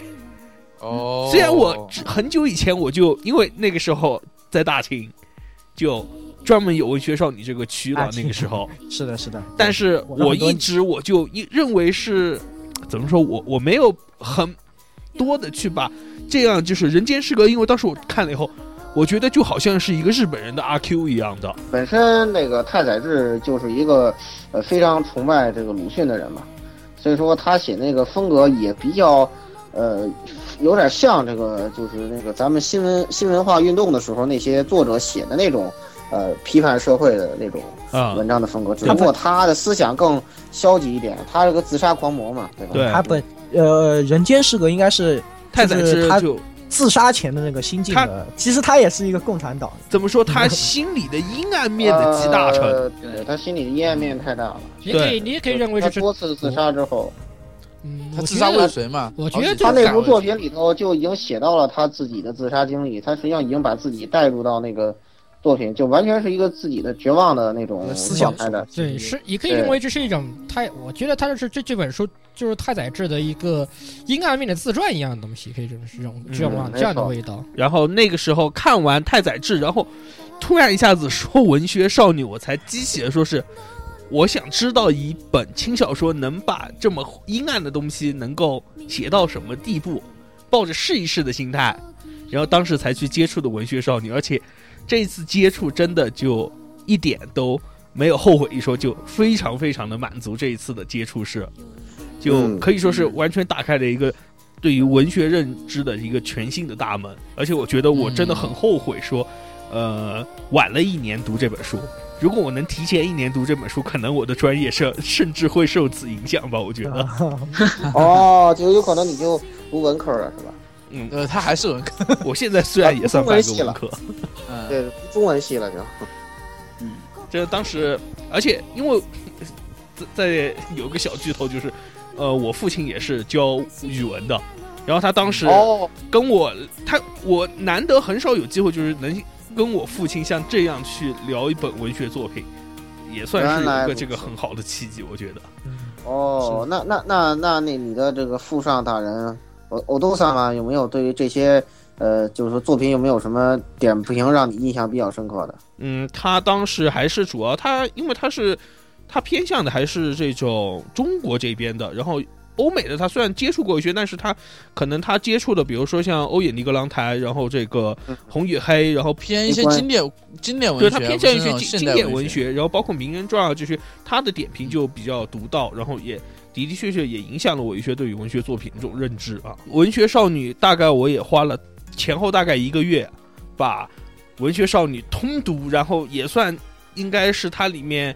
哦，虽然我之很久以前我就因为那个时候在大庆，就专门有文学少女这个区大了。庆那个 时候，是的，是的，但是我那我么多一直我就一认为是怎么说我我没有很多的去把这样就是《人间失格》，因为当时我看了以后，我觉得就好像是一个日本人的阿 Q 一样的。本身那个太宰治就是一个呃非常崇拜这个鲁迅的人嘛，所以说他写那个风格也比较呃有点像这个就是那个咱们新闻新文化运动的时候那些作者写的那种呃批判社会的那种啊文章的风格，只不过他的思想更消极一点，他是个自杀狂魔嘛，对吧？对，他本呃《人间失格》应该是哎太宰就是治他就自杀前的那个心境的，其实他也是一个共产党。怎么说，他心里的阴暗面的集大成。呃对他心里的阴暗面太大了。你可以，你也可以认为他这是，多次自杀之后，嗯，他我自觉杀得未遂嘛，我觉得好几这他次那自杀部未作遂品里头就已经写到了他自己的自杀经历，他实际上已经把自己带入到那个作品，就完全是一个自己的绝望的那种思想状态的。对，是也可以认为这是一种太，我觉得它就是这这本书就是太宰治的一个阴暗面的自传一样的东西，可以这种这种这种嗯这样的没错味道。然后那个时候看完《太宰治》，然后突然一下子说文学少女，我才激起了说是我想知道一本轻小说能把这么阴暗的东西能够写到什么地步，抱着试一试的心态，然后当时才去接触的文学少女，而且这一次接触真的就一点都没有后悔一说，就非常非常的满足这一次的接触是，就嗯可以说是完全打开了一个对于文学认知的一个全新的大门，而且我觉得我真的很后悔说，呃，晚了一年读这本书。如果我能提前一年读这本书，可能我的专业甚甚至会受此影响吧。我觉 得，啊哦，就有可能你就读文科了是吧？嗯，呃，他还是文科， 我现在虽然也算半个文科，嗯，对，读中文系了就。这当时，而且因为在在有个小剧透，就是，呃，我父亲也是教语文的，然后他当时哦，跟我，他我难得很少有机会，就是能跟我父亲像这样去聊一本文学作品，也算是原来一如个此这个很好的契机，我觉得。哦，那那那那那你的这个父上大人，我我都桑啊，有没有对于这些呃，就是说作品有没有什么点评让你印象比较深刻的？嗯，他当时还是主要他，因为他是他偏向的还是这种中国这边的，然后欧美的他虽然接触过一些，但是他可能他接触的，比如说像欧野尼格郎台，然后这个红与黑，然后偏一些经典经典文对学，他偏而不向是一那些种经现经代典文嗯文，学，然后包括名人传啊这些，他的点评就比较独到，然后也的的确确也影响了我一些对于文学作品的这种认知啊。文学少女大概我也花了前后大概一个月，把文学少女通读，然后也算应该是它里面。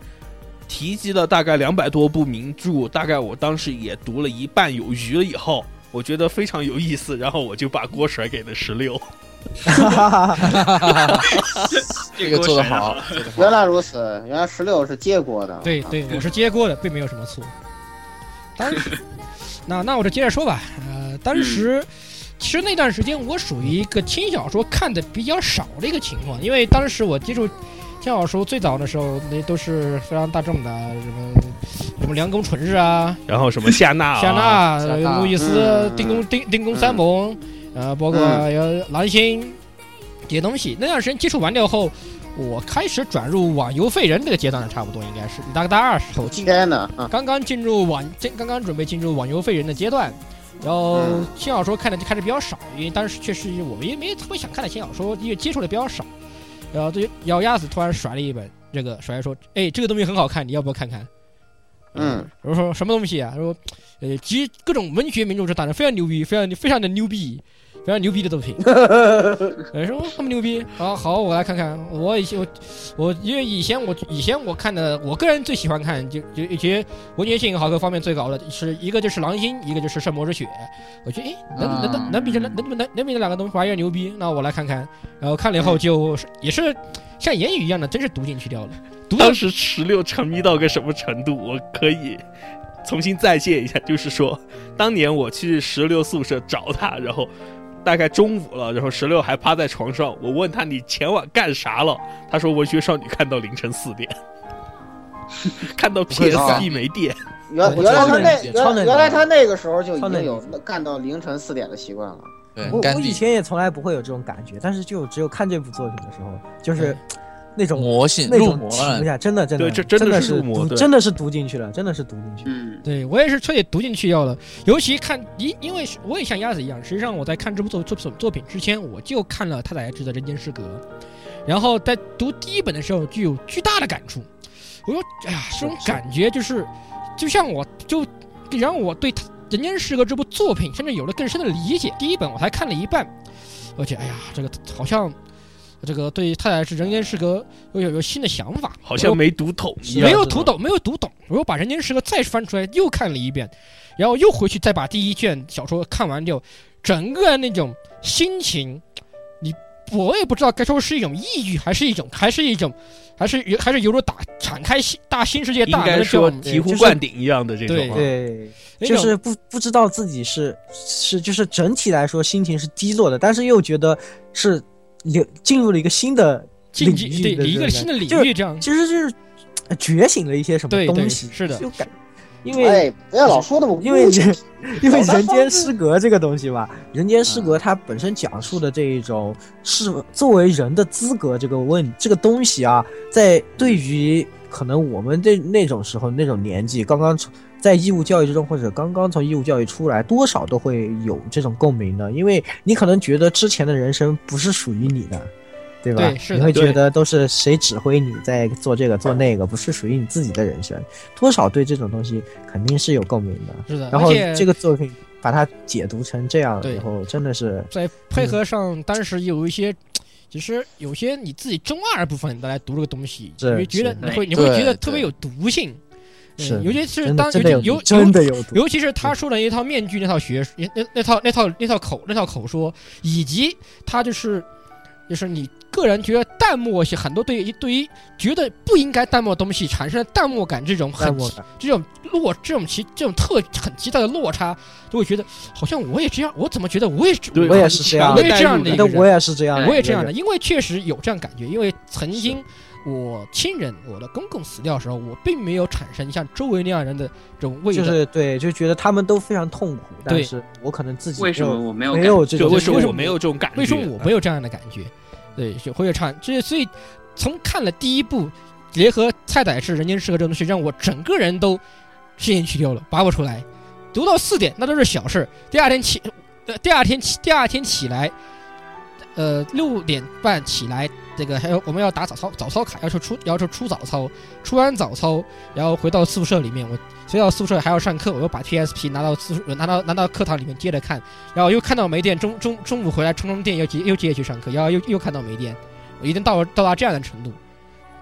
提及了大概两百多部名著，大概我当时也读了一半有余了以后，我觉得非常有意思，然后我就把锅甩给了石榴。这个做得好，原来如此，原来十六是接锅的。啊对对，我是接过的，并没有什么错。当时，那那我就接着说吧。呃，当嗯时其实那段时间我属于一个轻小说看的比较少的一个情况，因为当时我接触轻小说最早的时候，那都是非常大众的，什么什么梁公纯日啊、然后什么夏娜、啊，夏娜、夏娜路易斯嗯、丁公丁丁公三蒙，呃，包括嗯有蓝星这些东西。那段时间接触完掉后，我开始转入网游废人这个阶段了，差不多应该是大概大二时候进天哪啊！刚刚进入网，这刚刚准备进入网游废人的阶段，然后嗯轻小说看的就看的比较少，因为当时确实我们也没特别想看的轻小说，因为接触的比较少。然后对，然后鸭子突然甩了一本这个，甩来说：“哎，这个东西很好看，你要不要看看？”嗯，然后说什么东西啊？说，呃，集各种文学名著之大成，非常牛逼，非常非常的牛逼，非常牛逼的作品。呃，说这么牛逼，好好，我来看看。我以前我我因为以前我以前我看的，我个人最喜欢看就就一些文学性好各方面最高的是一个就是《狼心》，一个就是《圣魔之血》。我觉得哎，能能能能比这能能能能比这两个东西玩意儿牛逼，那我来看看。然后看了以后就是也是像言语一样的，真是读进去掉了。读到当时十六沉迷到个什么程度？我可以重新再现一下，就是说，当年我去十六宿舍找他，然后大概中午了，然后十六还趴在床上，我问他你前晚干啥了？他说文学少女看到凌晨四点， 看到愧是 PSP 没电。原我原来他超能那理解超原能理原来解他那个时候就已超经能理有干到凌晨四点的习惯了。对，我干我以净前也从来不会有这种感觉，但是就只有看这部作品的时候，就是那种魔性那入种魔情了不，下，真的真的对这真的真的是入魔读对真的是读进去了，真的是读进去了。嗯，对我也是彻底读进去掉了，尤其看因因为是我也像鸭子一样，实际上我在看这部作作作作品之前，我就看了太宰治的《人间失格》，然后在读第一本的时候就有巨大的感触。我说，哎呀，这种感觉就是，就像我就让我对他《人间失格》这部作品甚至有了更深的理解。第一本我才看了一半，我觉得哎呀，这个好像这个对太宰治《人间失格》又有有新的想法，好我像没读懂一样，没有读懂，没有读懂。我又把《人间失格》再翻出来又看了一遍，然后又回去再把第一卷小说看完就，整个那种心情，你我也不知道该说是一种抑郁，还是一种，还是一种，还是还是犹如打敞开新大新世界应大门该的这说种醍醐就是灌顶一样的这种对嗯啊。对，那就种是不不知道自己是是就是整体来说心情是低落的，但是又觉得是有进入了一个新的境界，领域对的一这个种新的领就是域这样。其实就是呃觉醒了一些什么对对东西，是的就感因为、哎，不要老说那么因为污人秽因为人间失格这个东西吧，人间失嗯格它本身讲述的这一种是作为人的资格这个问这个东西啊，在对于可能我们这那种时候那种年纪，刚刚从在义务教育之中或者刚刚从义务教育出来，多少都会有这种共鸣的，因为你可能觉得之前的人生不是属于你的。对吧？对是的你会对觉得都是谁指挥你在做这个做那个，不是属于你自己的人生，多少对这种东西肯定是有共鸣的。是的，然后而且这个作品把它解读成这样，对以后真的是再配合上当时有一些，其实有些你自己中二部分来读这个东西，你是会觉得是你会你会觉对得特对别有毒性，嗯是尤其是真的当真的尤有其尤真的有毒，尤其是他说的那一套面具那套学那那那套那套那套口那套口说，以及他就是就是你个人觉得淡漠些很多对于对于觉得不应该淡漠的东西产生的淡漠感这种淡很漠感，这种落这种奇这种特很极大的落差，就会觉得好像我也这样，我怎么觉得我也是对我也是这样我也这样的一觉个得人我也是这样，我也这样的，，因为确实有这样感觉，因为曾经我亲人我的公公死掉的时候，我并没有产生像周围那样人的这种畏惧就感。是对，就觉得他们都非常痛苦，但是我可能自己为什么没我没有有没感？有这对，种为什么为什我么没有这种感觉？为什么我没有这样的感觉？对，就会有唱，这所以从看了第一部，结合蔡宰治《人间失格》这东西，让我整个人都适应去掉了，拔不出来。读到四点那都是小事，第二天起，呃，第二天起，第二天起来，呃，六点半起来，这个还有我们要打早操，早操卡要求出要求出早操，出完早操，然后回到宿舍里面，我回到宿舍还要上课，我又把 PSP 拿到宿舍拿到拿到课堂里面接着看，然后又看到没电，中中中午回来充充电，又接又接着去上课，然后又又看到没电，我已经到到达这样的程度，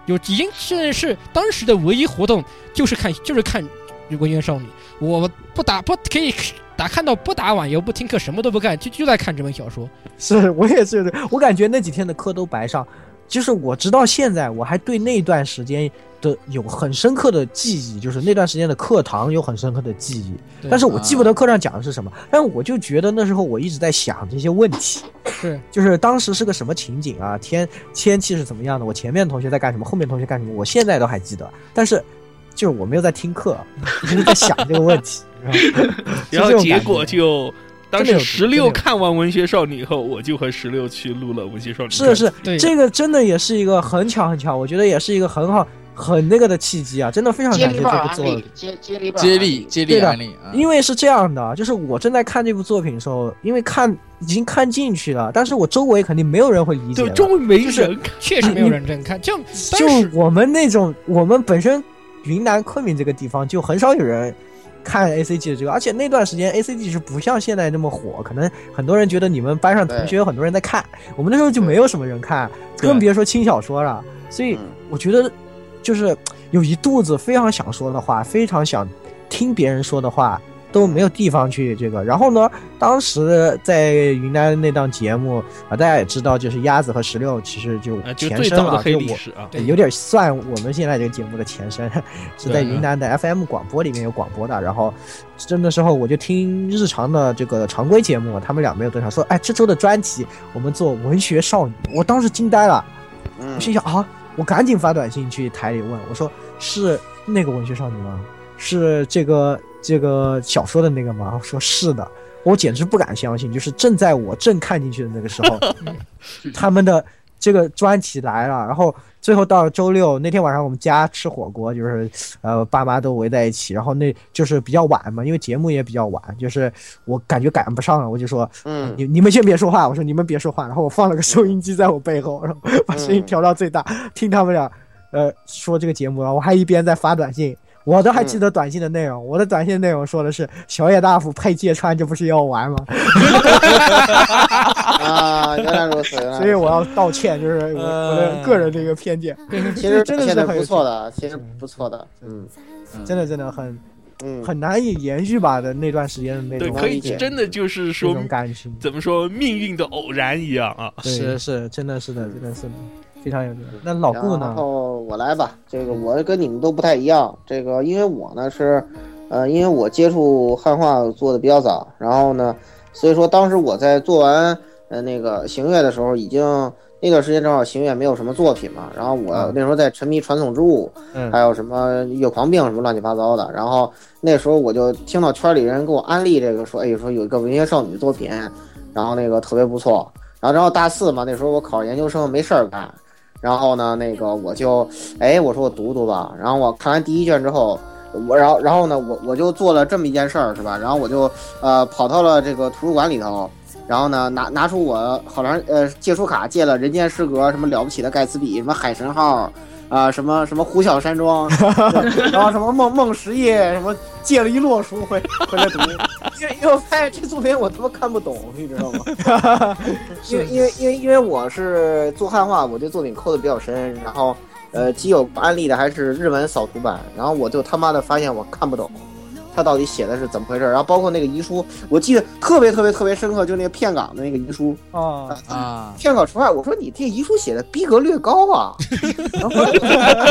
有已经甚至是当时的唯一活动就是看就是看《文学少女》，我不打不可以打看到不打网游不听课什么都不干，就就在看这本小说。 是我也是，我感觉那几天的课都白上。就是我直到现在，我还对那段时间的有很深刻的记忆，就是那段时间的课堂有很深刻的记忆，对啊但是我记不得课上讲的是什么，但是我就觉得那时候我一直在想这些问题，是就是当时是个什么情景啊，天天气是怎么样的，我前面同学在干什么，后面同学干什么，我现在都还记得，但是就是我没有在听课，我就是在想这个问题， 然是这后种结感觉果就当真的时有毒十真的六有看完《文学少女》以后，我就和十六去录了《文学少女》。是是，对这个真的也是一个很巧很巧，我觉得也是一个很好很那个的契机啊，真的非常接感谢力这棒个安作品利，。接接力棒接安力接对力的案例啊，因为是这样的，就是我正在看这部作品的时候，因为看已经看进去了，但是我周围肯定没有人会理解对，的。终于没就是人看。确实没有人认看，这样就当时我们那种，我们本身云南昆明这个地方就很少有人看 A C G 的这个，而且那段时间 A C G 是不像现在那么火，可能很多人觉得你们班上同学有很多人在看，我们那时候就没有什么人看，对更别说轻小说了。所以嗯我觉得，就是有一肚子非常想说的话，非常想听别人说的话，都没有地方去这个。然后呢，当时在云南那档节目啊，大家也知道，就是鸭子和石榴其实就啊，就前最身早的了，黑就历我史啊，嗯对有点算我们现在这个节目的前身，是在对云南的 FM 广播里面有广播的。然后，真的时候我就听日常的这个常规节目，他们俩没有登场，说哎，这周的专题我们做文学少女，我当时惊呆了，嗯我，心想啊，我赶紧发短信去台里问，我说是那个文学少女吗？是这个这个小说的那个吗？说是的，我简直不敢相信，就是正在我正看进去的那个时候，他们的这个专题来了，然后最后到了周六那天晚上，我们家吃火锅，就是呃爸妈都围在一起，然后那就是比较晚嘛，因为节目也比较晚，就是我感觉赶不上了，我就说嗯 你你们先别说话，我说你们别说话，然后我放了个收音机在我背后，然后嗯把声音调到最大，听他们俩呃说这个节目，然后我还一边在发短信，我都还记嗯得短信的内容，我的短信内容说的是小野大辅配芥川，这不是要玩吗？啊，原来如此，嗯原来如此所以我要道歉，就是我我的个人的一个偏见，其实真的是现在很不有趣错的，其实不错的，嗯真的真的很嗯，很难以延续吧的那段时间的那对，种可以理解真的就是那说种感情，怎么说命运的偶然一样啊。对是是，真的是的，真的是的，非常有趣。那老顾然呢？后我来吧，这个我跟你们都不太一样，这个因为我呢是，呃，因为我接触汉化做的比较早，然后呢，所以说当时我在做完呃那个行月的时候，已经那段时间正好行月没有什么作品嘛，然后我嗯那时候在沉迷传统之物，嗯还有什么月狂病什么乱七八糟的，然后那时候我就听到圈里人给我安利这个说，哎，说有一个文学少女作品，然后那个特别不错。然后，然后大四嘛，那时候我考研究生没事儿干，然后呢，那个我就，哎，我说我读读吧。然后我看完第一卷之后，我然后然后呢，我我就做了这么一件事儿，是吧？然后我就呃跑到了这个图书馆里头，然后呢拿拿出我好长呃借书卡借了《人间失格》什么了不起的盖茨比，什么海神号。啊、什么什么呼啸山庄，然后什么梦梦十夜，什么借了一摞书回回来读， 因为因为我发现这作品我他妈看不懂，你知道吗？因为因为因为因为我是做汉化，我对作品抠的比较深，然后呃，基友安利的还是日文扫图版，然后我就他妈的发现我看不懂。他到底写的是怎么回事？然后包括那个遗书，我记得特别特别特别深刻，就是那个骗港的那个遗书，哦，啊，骗稿除外。我说你这遗书写的逼格略高啊，然后后来我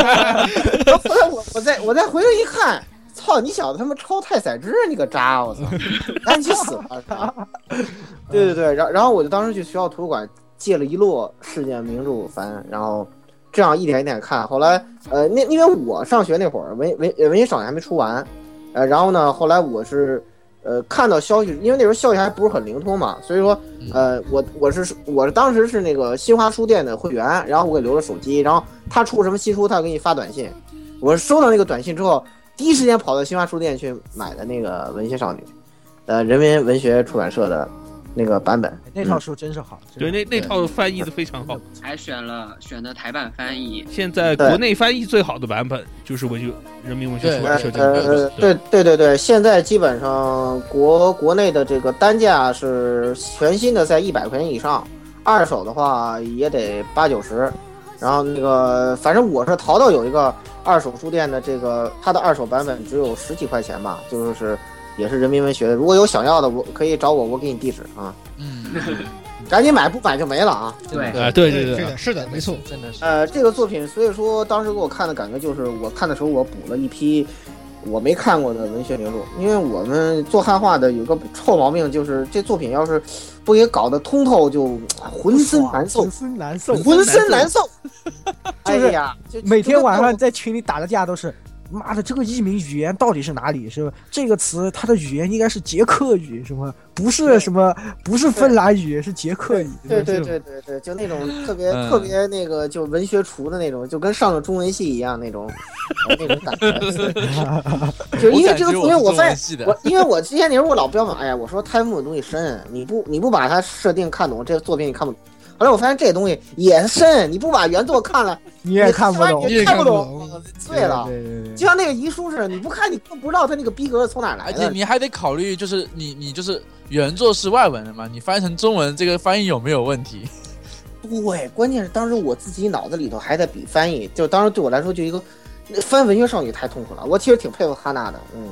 然后后来我我再我再回头一看，操你小子他妈抄太宰治啊你个渣，我操，赶紧去死吧！是吧对对对，然后然后我就当时去学校图书馆借了一摞世界名著翻，然后这样一点一点看。后来呃，那因为我上学那会儿文文文学少年还没出完，呃，然后呢，后来我是。呃，看到消息，因为那时候消息还不是很灵通嘛，所以说，呃，我我是我当时是那个新华书店的会员，然后我给留了手机，然后他出什么新书，他给你发短信。我收到那个短信之后，第一时间跑到新华书店去买的那个《文学少女》，呃，人民文学出版社的那个版本。那套书真是好，对，真的那那套翻译的非常好。还选了选的台版翻译，现在国内翻译最好的版本就是文学人民文学出版社这呃个版呃本，。对对对对，现在基本上国国内的这个单价是全新的在一百块钱以上，二手的话也得八九十。然后那个，反正我是淘到有一个二手书店的这个，它的二手版本只有十几块钱吧，就是也是人民文学的。如果有想要的，我可以找我，我给你地址啊，嗯，赶紧买，不买就没了啊。对，啊，对对对是对，的，是的，没错，真的是呃，这个作品，所以说当时给我看的感觉就是，我看的时候我补了一批我没看过的文学名著，因为我们做汉化的有个臭毛病，就是这作品要是不给搞得通透，就啊浑身难受浑，身难受， 浑身难受。哎呀，就每天晚上在群里打的架都是妈的，这个译名语言到底是哪里？是吧？这个词它的语言应该是捷克语，什么不是对什么不是芬兰语，是捷克语。对对这种对对对，就那种特别嗯特别那个，就文学厨的那种，就跟上了中文系一样那种，呃那种感 觉。就因为这个，因为我发现。现我因为我之前你说我老标榜，哎呀，我说泰姆的东西深，你不你不把它设定看懂，这个作品你看不懂。后来我发现这东西也深，你不把原作看了，你也看不懂你，也看看不不懂懂，醉了。对对对就对，像那个遗书似的，你不看你更不知道他那个逼格是从哪儿来而且的。你还得考虑，就是你你就是原作是外文的嘛，你翻译成中文，这个翻译有没有问题？对，关键是当时我自己脑子里头还在比翻译，就当时对我来说就一个那翻文学少女太痛苦了。我其实挺佩服哈娜的，嗯，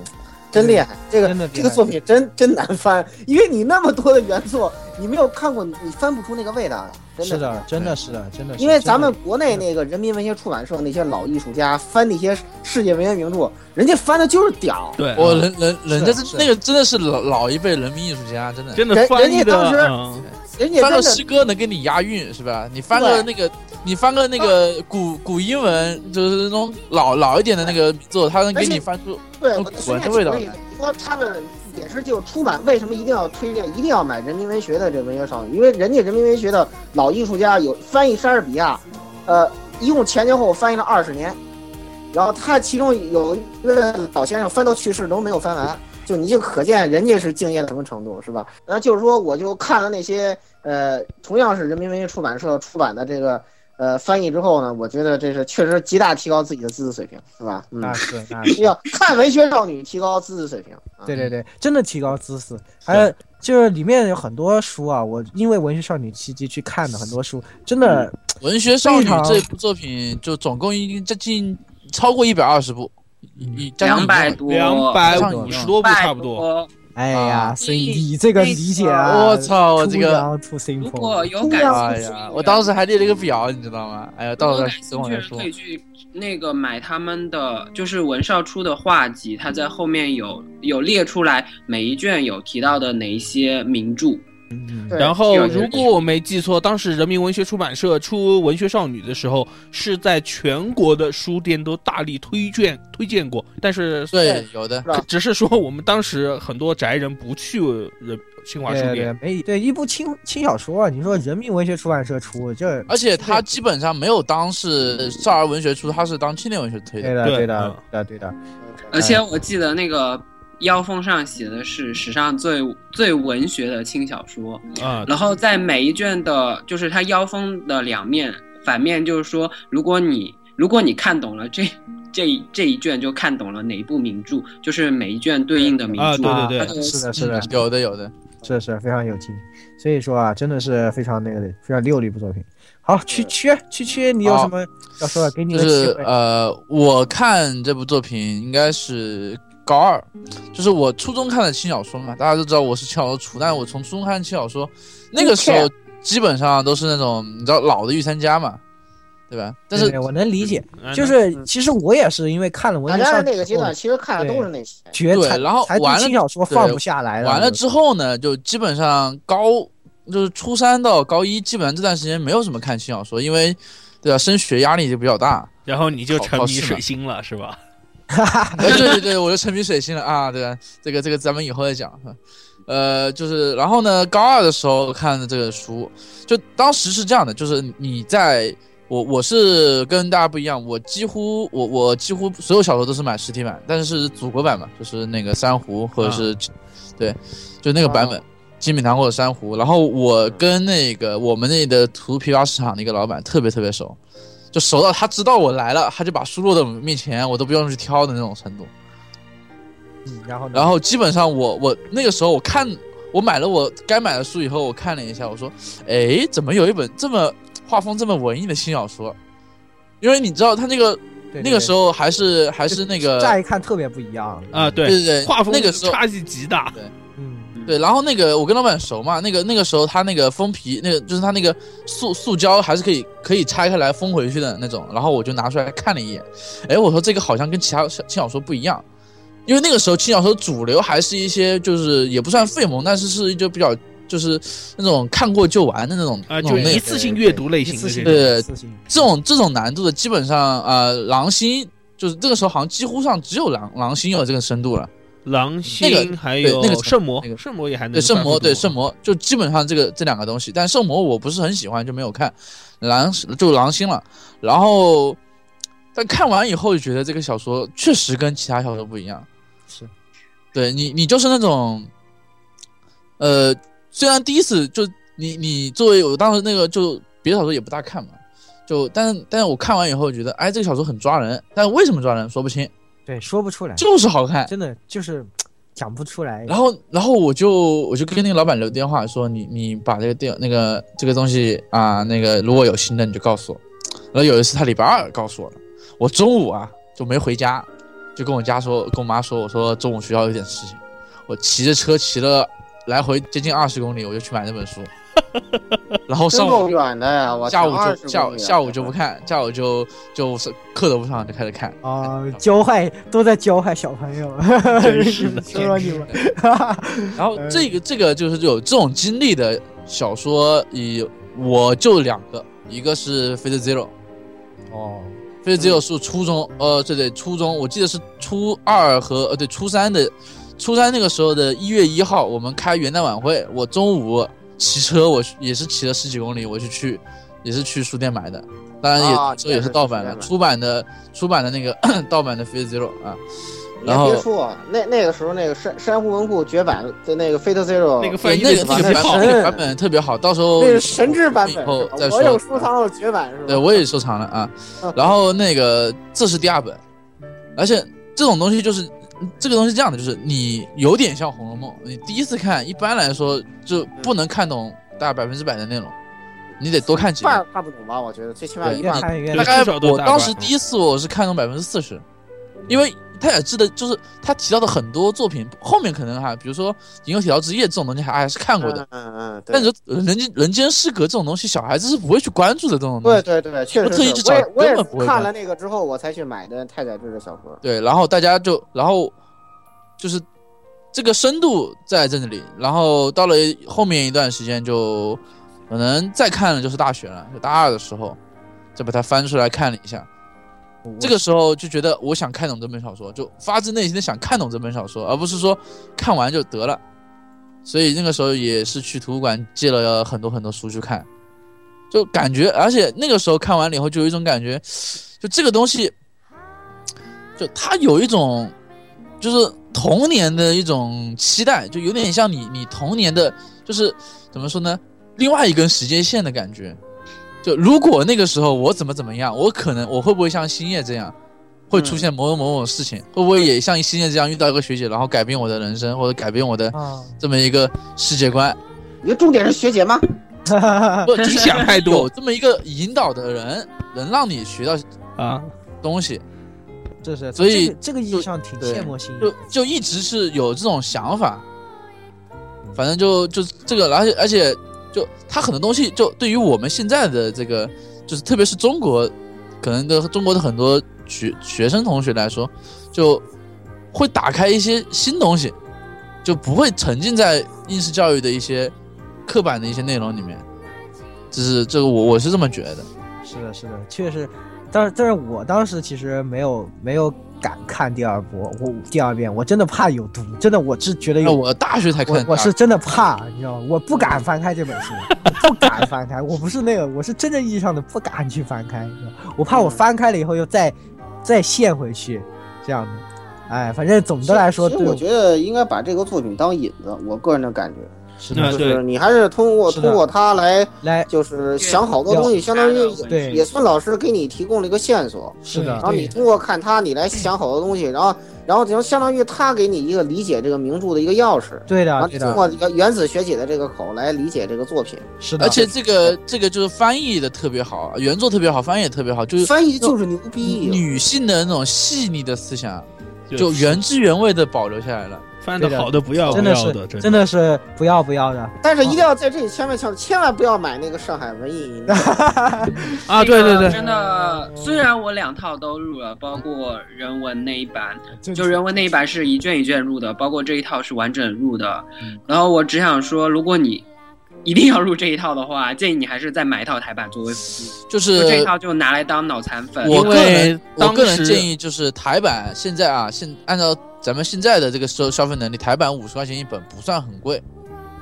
真厉害，这个真的这个作品真真难翻，因为你那么多的原作，你没有看过，你翻不出那个味道来，真是的的，。真的是的，真的是。因为真的咱们国内那个人民文学出版社那些老艺术家翻那些世界文学名著，人家翻的就是屌，对，啊我人人人家是是这那个真的是老老一辈人民艺术家，真的。真的人翻译人家的当时嗯人家翻真的个诗歌能给你押韵是吧？你翻个那个，你翻个那个古古英文，就是那种老老一点的那个作，他能给你翻出对，有我古随玩便的味举个例道在子，说他们也是就出版为什么一定要推荐，一定要买人民文学的这文学少女，因为人家人民文学的老艺术家有翻译莎士比亚，呃，一共前前后后翻译了二十年，然后他其中有一个老先生翻到去世都没有翻完。就你就可见人家是敬业到什么程度，是吧？那就是说，我就看了那些呃，同样是人民文学出版社出版的这个呃翻译之后呢，我觉得这是确实极大提高自己的自制水平，是吧？嗯那，是那是，要看文学少女提高知识水平。啊对对对，真的提高知识。还有就是里面有很多书啊，我因为文学少女契机去看的很多书，真的文学少非女常这部作品，就总共一这近超过一百二十部，嗯一两百，多，两百上五瘾十了多部200差不多。哎呀啊所以你这个理解啊，我操，我这个。 too 如果 simple，有感哎兴趣呀，，我当时还列了一个表，你知道吗？哎呀，如到时候等果感兴我趣再的说可。以去那个买他们的，就是文少出的画集，他在后面有有列出来每一卷有提到的哪一些名著。嗯对然后，有人如果我没记错，当时人民文学出版社出《文学少女》的时候，是在全国的书店都大力推荐推荐过，但是对，有的。可只是说我们当时很多宅人不去人新华对书对对店，，没对一部轻轻小说啊，你说人民文学出版社出这。而且他基本上没有当是少儿文学出，他是当青年文学推对的。的，对对的嗯，对的，对的，呃而哎且我记得那个腰封上写的是史上最最文学的轻小说，啊，然后在每一卷的，就是它腰封的两面，反面就是说，如果你如果你看懂了这这一这一卷，就看懂了哪一部名著，就是每一卷对应的名啊著。对对啊对是的，是的嗯，有的有的。是是非常有劲。所以说啊，真的是非常那个的，非常溜的一部作品。好，区区区区，你有好什么要说的？给你就个机是会。呃，我看这部作品应该是高二，就是我初中看的轻小说嘛，大家都知道我是轻小说厨，但是我从初中看轻小说，那个时候基本上都是那种你知道老的御三家嘛，对吧？但对是对我能理解，嗯就是其实我也是因为看了文大学家的少女啊那个阶之后段，其实看的都是那些。觉呃对才然后才对完了轻小说对放不下来了。完了之后呢，就基本上高就是初三到高一，基本上这段时间没有怎么看轻小说，因为对吧，升学压力就比较大。然后你就好沉好迷是的水星了，是吧？哎， 对对对，我就沉迷水星了啊！对吧，这个这个咱们以后再讲。呃，就是然后呢，高二的时候看的这个书，就当时是这样的，就是你在我我是跟大家不一样，我几乎我我几乎所有小说都是买实体版，但是是祖国版嘛，就是那个珊瑚或者是，对，就那个版本。金品堂或者珊瑚，然后我跟那个我们那里的图批发市场的一个老板特别特别熟，就熟到他知道我来了，他就把书落在我面前，我都不用去挑的那种程度。嗯，然后呢然后基本上我我那个时候我看我买了我该买的书以后，我看了一下，我说，哎，怎么有一本这么画风这么文艺的新小说？因为你知道他那个对那个时候还是还还是那个乍一看特别不一样啊，，嗯对对，对对画风那个时候差距极大，嗯，对，然后那个我跟老板熟嘛，那个那个时候他那个封皮，那个就是他那个塑塑胶还是可以可以拆开来封回去的那种，然后我就拿出来看了一眼，哎，我说这个好像跟其他小轻小说不一样，因为那个时候轻小说主流还是一些就是也不算废萌，但是是就比较就是那种看过就完的那种那啊，就种类一型次性阅读类一型次的这性种对一次性这种这种难度的基本上呃狼心。就是这个时候好像几乎上只有狼狼星有这个深度了，狼嗯那个星还对有那个圣魔那，个圣魔也还能对圣魔，对圣魔，魔，就基本上这个这两个东西，但圣魔我不是很喜欢，就没有看狼就狼星了。然后，但看完以后就觉得这个小说确实跟其他小说不一样，是对你你就是那种，呃，虽然第一次就你你作为我当时那个就别的小说也不大看嘛，就但但是我看完以后觉得，哎，这个小说很抓人，但为什么抓人说不清，对，说不出来，就是好看。真的就是讲不出来。然后，然后我就我就跟那个老板留电话说，你你把这个电那个这个东西啊，那个如果有新的你就告诉我。然后有一次他礼拜二告诉我了，我中午啊就没回家，就跟我家说，跟我妈说，我说中午学校有点事情，我骑着车骑了来回接近二十公里，我就去买那本书，然后真上午够远的呀！我下午20就下公午里啊下午就不看，下午就就是课都不上就开始看。啊、教坏都在教坏小朋友， 说说你们，然后这个这个就是有这种经历的小说，以我就两个，一个是《Fate Zero》，哦， 《Fate Zero》是初中，呃，对对，初中，我记得是初二和呃对初三的，初三那个时候的一月一号，我们开元旦晚会，我中午骑车，我去也是骑了十几公里，我去去也是去书店买的，当然也、啊这也是盗版的也，是出版的出版的那个 盗版的《Fate Zero》啊，也然后别说那那个时候那个珊珊瑚文库绝版的那个 Fate Zero，那个翻对译那个那个得特别版好本那个版本特别好，到时候那是神制版本以后是吧再说我有收藏，我有绝版嗯是吧？对，我也收藏了啊。然后那个这是第二本，而且这种东西就是这个东西是这样的，就是你有点像《红楼梦》，你第一次看一般来说就不能看懂大概百分之百的内容，你得多看几一半遍儿。看不懂吧？我觉得最起码一对啊越半儿看越大对概至少都我大当半时嗯第一次我是看懂百分之四十，因为他也记得就是他提到的很多作品，后面可能哈，比如说《银河铁道之夜》这种东西还还是看过的，嗯嗯嗯，对但是呃人间人间失格这种东西，小孩子是不会去关注的这种东对西。对对，确实特意去是。找我也我也根本不会是看看了那个之后，我才去买的太宰治的小说。对然后大家就，然后就是这个深度在这里，然后到了后面一段时间就可能再看了就是大学了，就大二的时候，再把它翻出来看了一下。这个时候就觉得我想看懂这本小说，就发自内心的想看懂这本小说，而不是说看完就得了。所以那个时候也是去图书馆借了很多很多书去看，就感觉，而且那个时候看完了以后，就有一种感觉，就这个东西，就它有一种，就是童年的一种期待，就有点像你你童年的，就是怎么说呢，另外一根时间线的感觉。就如果那个时候我怎么怎么样，我可能我会不会像星夜这样，会出现某某某某事情，会不会也像星夜这样遇到一个学姐，然后改变我的人生，或者改变我的啊，这么一个世界观，你的重点是学姐吗？不，就是想太多有这么一个引导的人，能让你学到啊，东西，这是所以这个这个意义上挺对羡慕星就就一直是有这种想法。反正就就这个，而且而且就他很多东西，就对于我们现在的这个，就是特别是中国，可能的中国的很多学学生同学来说，就会打开一些新东西，就不会沉浸在应试教育的一些刻板的一些内容里面。这是这个我我是这么觉得。是的，是的，确实，但是但是我当时其实没有没有敢看第二波，我第二遍我真的怕有毒，真的我是觉得那有，我我大学才看我是真的怕，你知道吗？我不敢翻开这本书，我不敢翻开，我不是那个，我是真正意义上的不敢去翻开，你知道吗我怕我翻开了以后又再再陷回去，这样的，哎，反正总的来说，其实对我觉得应该把这个作品当引子，我个人的感觉是那的，就是对你还是通过啊是的通过它来，来，就是想好多对东西，相当于对对啊也算老师给你提供了一个线索。是对的然，后你通过看他，你来想好多东西，然后然后就相当于他给你一个理解这个名著的一个钥匙，对然后的，你对通的，过一个原子学姐的这个口来理解这个作品。是的，而且这个这个就是翻译的特别好，原作特别好，翻译也特别好，嗯就是翻译就是牛逼，女性的那种细腻的思想，就就原汁原味的保留下来了。翻的对的好的不要真不的要是的，真的的是不要不要的，但是一定要在这里千万千万千万不要买那个上海文艺。啊，对对对，真的，虽然我两套都入了，包括人文那一版，就就人文那一版嗯是一卷一卷入的，包括这一套是完整入的。然后我只想说，如果你一定要入这一套的话，建议你还是再买一套台版作为辅助，就是就这一套就拿来当脑残粉。我因个为人我当个人时建议就是台版现在啊，现按照咱们现在的这个收消费能力，台版五十块钱一本不算很贵，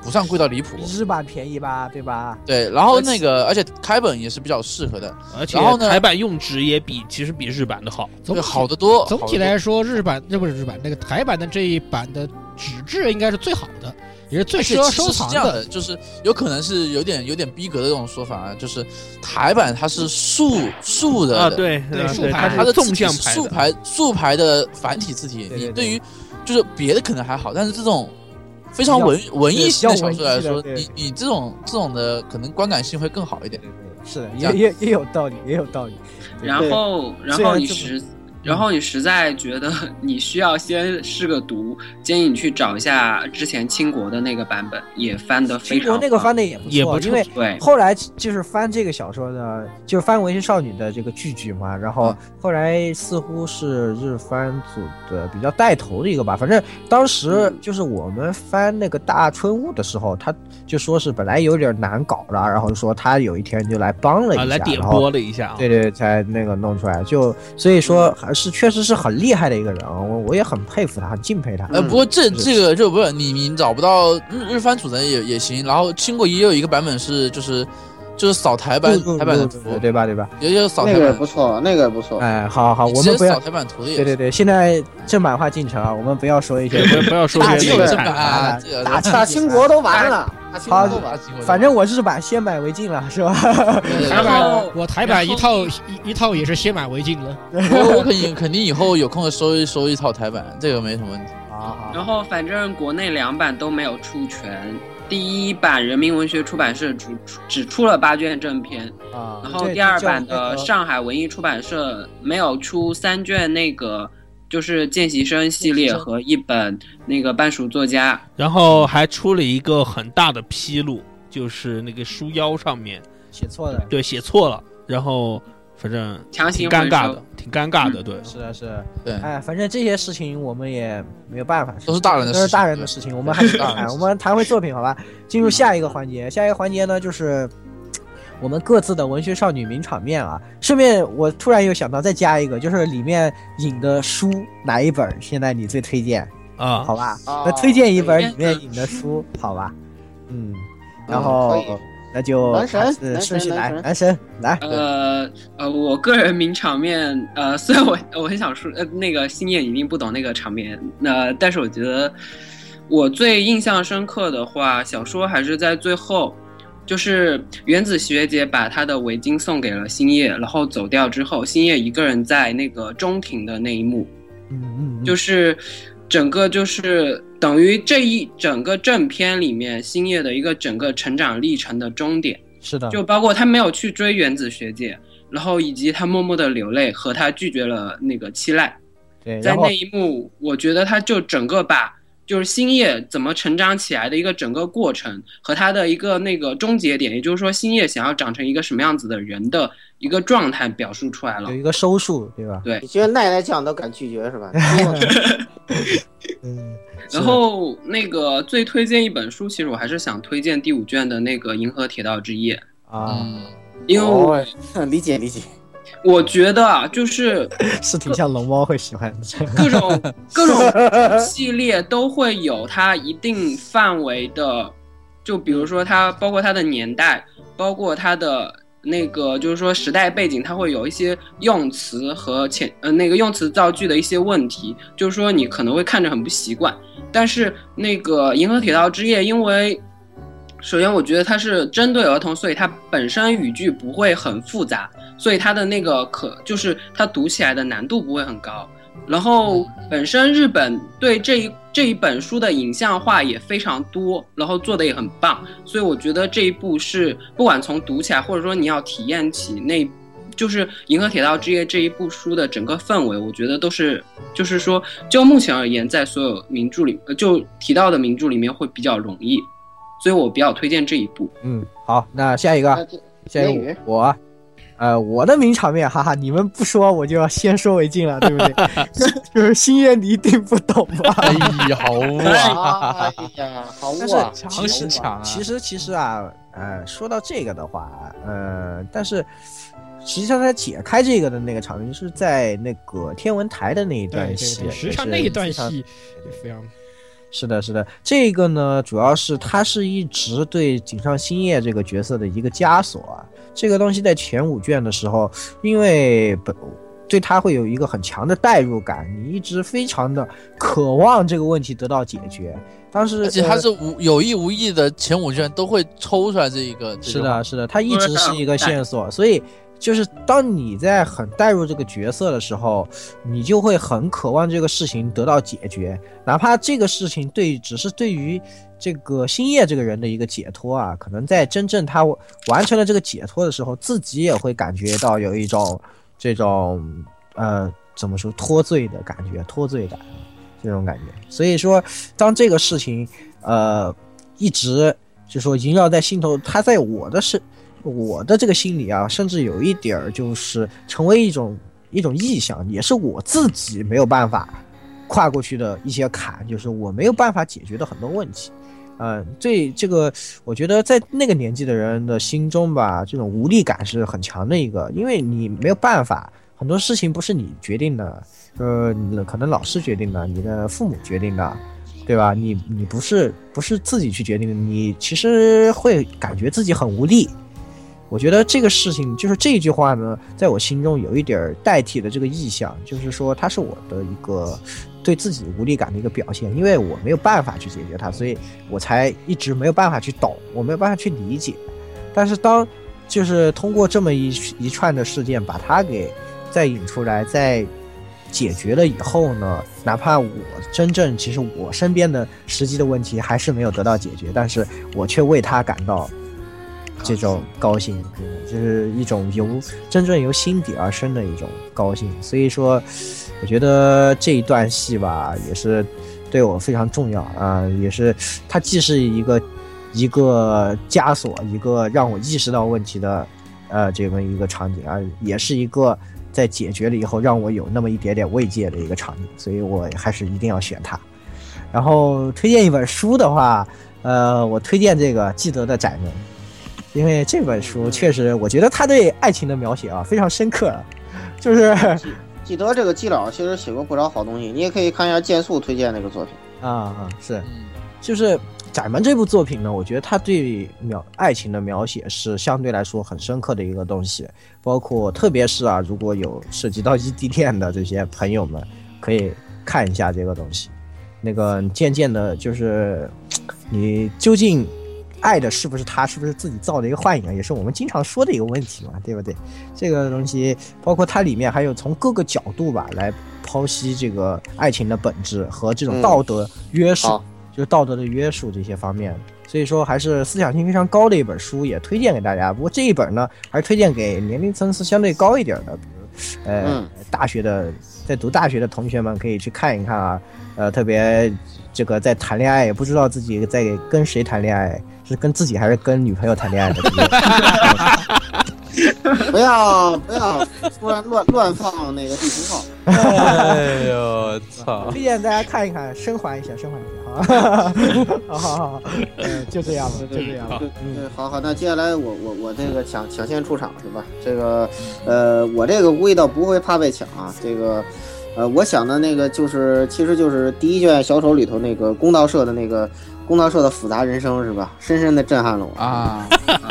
不算贵到离谱。日版便宜吧，对吧？对，然后而且那个而且开本也是比较适合的，而且然后呢台版用纸也比其实比日版的好。总对，体好得多。总体好得多来说，日版那不是日版，那个台版的这一版的纸质应该是最好的，也是最而且适合其实收是藏这样的，就是有可能是有点有点逼格的这种说法啊，就是台版它是竖竖着的，啊，对对啊竖对，排它它是的纵字体向是排竖的。排竖排的繁体字体，对你对对对于就是别的可能还好，但是这种非常比较文文艺对型的比较小文说来艺的说，对你你这种这种的可能观感性会更好一点。是的，这样也也也有道理，也有道理。然后，然虽后然你这么嗯实，然后你实在觉得你需要先试个读，建议你去找一下之前清国的那个版本，也翻得非中常国棒。那个翻的也不也不错，错因为对，后来就是翻这个小说的，就是翻《文学少女》的这个剧剧嘛，然嗯后后来似乎是日番组的比较带头的一个吧，反正当嗯时就是我们翻那个大春物的时候，他就说是本来有点难搞了，然后说他有一天就来帮了一下，啊，来点然后播了一下啊，对对，才那个弄出来，就所以说还是确实是很厉害的一个人，我我也很佩服他，很敬佩他。呃，不过这是这个就不是你你找不到日日翻组的也也行，然后清国也有一个版本是就是就是扫台呃版对台版的对图对，对吧？对吧？也有扫那台个也版不，错，那个也不哦错。哎，好好好，你我直们接不要扫台版图的也对对是对，现在正版化进程啊，我们不要说一些不要不要说大这清个国正惨版啊啊啊，这个大大清啊国都完了，哎大清国都完啊了。清国 的反正我日版先买为敬了，是 吧？对对对台然后版我台版一套然一一套也是先买为敬了。我我肯定肯定以后有空收一收一套台版，这个没什么问题。啊，然后反正国内两版都没有出全，第一版人民文学出版社只只出了八卷正篇，啊然后第二版的上海文艺出版社没有出三卷那个就是见习生系列和一本那个半熟作家，然后还出了一个很大的纰漏，就是那个书腰上面哎写错嗯的，对写错了，然后反正强挺行尴尬回收的，挺尴尬的，对。是的，是的，对，哎，反正这些事情我们也没有办法，都是大人的事情都是大人的事情，我们还是 大人的谈，我事情嗯们谈回作品好吧？进入下一个环节，下一个环节呢就是。我们各自的文学少女名场面啊，顺便我突然又想到再加一个，就是里面引的书哪一本，现在你最推荐，啊，好吧？啊那推荐一本推里荐面引的书，好吧？嗯，嗯然可后以那就男神还是男神顺序来，男神男神来，呃呃，我个人名场面，呃， 虽然我我很想说，呃，那个星夜一定不懂那个场面，那、但是我觉得我最印象深刻的话，小说还是在最后，就是原子学姐把她的围巾送给了星夜，然后走掉之后，星夜一个人在那个中庭的那一幕，嗯嗯，就是是整个就是等于这一整个正片里面星夜的一个整个成长历程的终点。是的，就包括他没有去追原子学姐，然后以及他默默的流泪和他拒绝了那个七濑，对，在然后那一幕，我觉得他就整个把就是星夜怎么成长起来的一个整个过程和他的一个那个终结点，也就是说星夜想要长成一个什么样子的人的一个状态表述出来了有。一个收束，对 吧？你觉得奈奈酱都敢拒绝是吧？ 嗯， 然后那个最推荐一本书，其实我还是想推荐第五卷的那个《银河铁道之夜》，啊，嗯，因为我哦， 理解理解。我觉得啊，就是是挺像龙猫会喜欢 的，各种各种系列都会有它一定范围的，就比如说它包括它的年代，包括它的那个就是说时代背景，它会有一些用词和前呃那个用词造句的一些问题，就是说你可能会看着很不习惯。但是那个《银河铁道之夜》，因为首先我觉得它是针对儿童，所以它本身语句不会很复杂，所以它的那个可就是它读起来的难度不会很高。然后本身日本对这一这一本书的影像化也非常多，然后做的也很棒，所以我觉得这一部是不管从读起来，啊或者说你要体验起那，就是《银河铁道之夜》这一部书的整个氛围，我觉得都是就是说就目前而言，在所有名著里呃就提到的名著里面会比较容易，所以我比较推荐这一部。嗯，好，那下一个，那下一言个语我，啊、呃，我的名场面，哈哈，你们不说我就要先说为敬了，对不 对？就是星爷你一定不懂吧？ 哎呀，好 啊！哎呀，好但啊是！强其行实抢啊其实其实啊，呃，说到这个的话，呃，但是实际上他解开这个的那个场景是在那个天文台的那一对段对戏，对，实际上是那一段非常戏也非常是的，是的，这个呢，主要是它是一直对井上新叶这个角色的一个枷锁啊。这个东西在前五卷的时候，因为本对他会有一个很强的代入感，你一直非常的渴望这个问题得到解决。当时而且他呃是无有意无意的前五卷都会抽出来这一个，这是句话的，是的，它一直是一个线索，所以就是当你在很带入这个角色的时候，你就会很渴望这个事情得到解决，哪怕这个事情对只是对于这个星夜这个人的一个解脱啊，可能在真正他完成了这个解脱的时候，自己也会感觉到有一种这种呃怎么说脱罪的感觉，脱罪感这种感觉。所以说，当这个事情呃一直就说萦绕在心头，它在我的是我的这个心里啊，甚至有一点儿就是成为一种一种意向，也是我自己没有办法跨过去的一些坎，就是我没有办法解决的很多问题。嗯，这这个我觉得在那个年纪的人的心中吧，这种无力感是很强的一个，因为你没有办法，很多事情不是你决定的，呃，你的可能老师决定的，你的父母决定的，对吧？你你不是不是自己去决定的，你其实会感觉自己很无力。我觉得这个事情就是这一句话呢，在我心中有一点儿代替了这个意象，就是说它是我的一个对自己无力感的一个表现，因为我没有办法去解决它，所以我才一直没有办法去懂，我没有办法去理解。但是当就是通过这么一一串的事件把它给再引出来，再解决了以后呢，哪怕我真正其实我身边的实际的问题还是没有得到解决，但是我却为他感到这种高兴，对就是一种由真正由心底而生的一种高兴。所以说，我觉得这一段戏吧，也是对我非常重要啊、也是它既是一个一个枷锁，一个让我意识到问题的呃这么一个场景啊，也是一个在解决了以后让我有那么一点点慰藉的一个场景，所以我还是一定要选它。然后推荐一本书的话，呃，我推荐这个《记得的窄门》，因为这本书确实，我觉得他对爱情的描写啊非常深刻，就是记得这个季老其实写过不少好东西，你也可以看一下剑素推荐那个作品。啊啊是，嗯就是《窄门》这部作品呢，我觉得它对描爱情的描写是相对来说很深刻的一个东西，包括特别是啊，如果有涉及到异地恋的这些朋友们，可以看一下这个东西。那个渐渐的，就是你究竟爱的是不是他，是不是自己造的一个幻影啊，也是我们经常说的一个问题嘛，对不对？这个东西，包括它里面还有从各个角度吧来剖析这个爱情的本质和这嗯种道德约束，好就是道德的约束这些方面。所以说，还是思想性非常高的一本书，也推荐给大家。不过这一本呢，还是推荐给年龄层次相对高一点的，比如呃、嗯大学的，在读大学的同学们可以去看一看啊。呃，特别这个在谈恋爱，也不知道自己在跟谁谈恋爱，是跟自己还是跟女朋友谈恋爱的。对不对 不要不要突然乱乱放那个地图炮。哎呦，操！推荐大家看一看，升华一下，升华一下，好吧，好好好，呃，就这样了，就这样了。对对，好好，那接下来我我我这个抢抢先出场是吧？这个，呃，我这个估计倒不会怕被抢啊。这个，呃，我想的那个就是，其实就是第一卷小丑里头那个公道社的那个公道社的复杂人生是吧？深深的震撼了我！啊，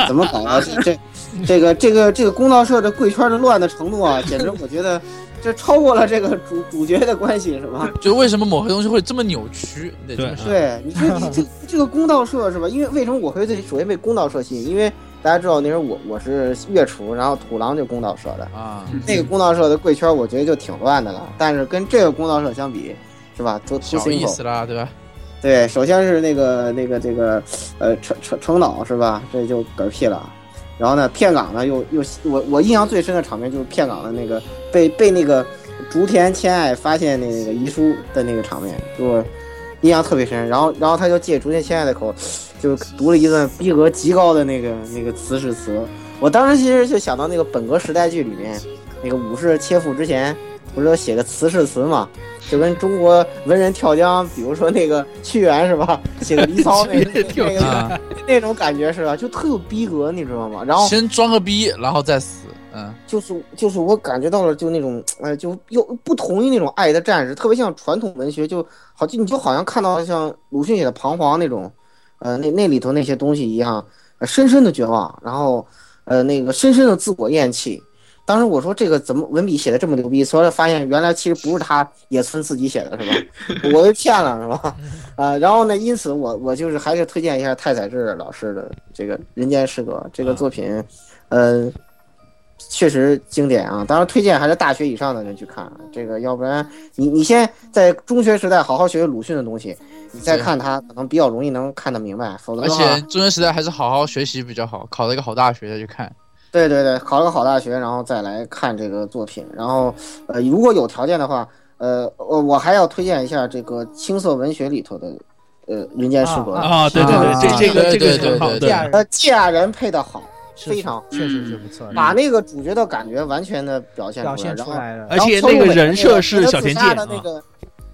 怎么搞啊？这这这个这个这个公道社的贵圈的乱的程度啊，简直我觉得这超过了这个主主角的关系是吧？就为什么某些东西会这么扭曲？你得这对么说。对，你说你这这个公道社是吧？因为为什么我会对首先被公道社吸引？因为大家知道那时候我我是月厨，然后土狼就公道社的，啊，那个公道社的贵圈我觉得就挺乱的了，但是跟这个公道社相比，是吧？都都小清意楚思。啦，对吧？对，首先是那个那个这个呃成成成岛是吧？这就嗝屁了。然后呢，片岗呢又又我我印象最深的场面就是片岗的那个被被那个竹田千爱发现那个遗书的那个场面，给我印象特别深。然后然后他就借竹田千爱的口，就读了一段逼格极高的那个那个词是词，我当时其实就想到那个本格时代剧里面，那个武士切腹之前不是都写个词是词嘛，就跟中国文人跳江，比如说那个屈原是吧，写个《离骚》那屈个那个 啊，那种感觉是吧，就特有逼格，你知道吗？然后先装个逼，然后再死，嗯，就是就是我感觉到了，就那种哎，就又不同于那种爱的战士，特别像传统文学，就好就你就好像看到像鲁迅写的《彷徨》那种，呃，那那里头那些东西一样，呃深深的绝望，然后呃那个深深的自我厌弃。当时我说这个怎么文笔写的这么牛逼，所以发现原来其实不是他野村自己写的，是吧？我被骗了，是吧？啊、然后呢，因此我我就是还是推荐一下太宰治老师的这个《人间失格》这个作啊品，嗯、确实经典啊！当然，推荐还是大学以上的人去看啊，这个要不然你你先在中学时代好好学学鲁迅的东西，你再看他可能比较容易能看得明白，否则而的且话，中学时代还是好好学习比较好，考了一个好大学再去看。对对对，考了个好大学，然后再来看这个作品，然后呃，如果有条件的话，呃，我我还要推荐一下这个青色文学里头的呃《人间失格》啊，对对对，这这个这个是很好对的，亚人呃，芥雅人配的好，非常嗯好。确实是不嗯错的，把那个主角的感觉完全的表现表出来，现然出后来了。而且那个人设是小田健然后啊村委那个陪他自杀的那个，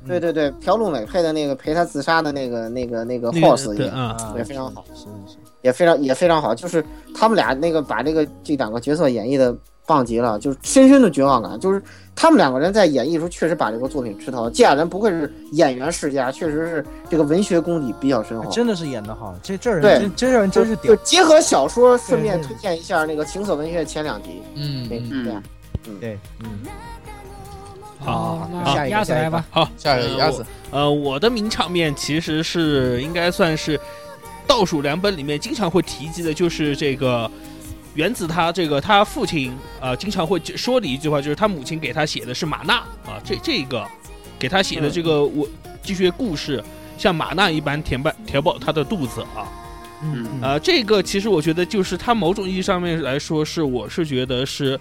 对对对，朴鲁美配的那个陪他自杀的那个那个那个那个 horse 对也啊，啊也非常好，哦是是是，也非常也非常好，就是他们俩那个把这个这两个角色演绎的棒极了，就是深深的绝望感，就是他们两个人在演绎时候确实把这个作品吃透了。芥雅人不愧是演员世家，确实是这个文学功底比较深厚。哎真的是演的好，这这人对真这人真是就屌，结合小说，顺便对推荐一下那个情色文学前两集，嗯，那个嗯对啊对，嗯，好哦好那下一个鸭子下一来个吧，下一个鸭子，呃，我的名场面其实是应该算是倒数两本里面经常会提及的，就是这个原子他这个他父亲呃经常会说的一句话，就是他母亲给他写的是玛娜啊，这这个给他写的这个我这些故事像玛娜一般填饱填饱他的肚子啊。嗯呃，这个其实我觉得就是它某种意义上面来说是，我是觉得是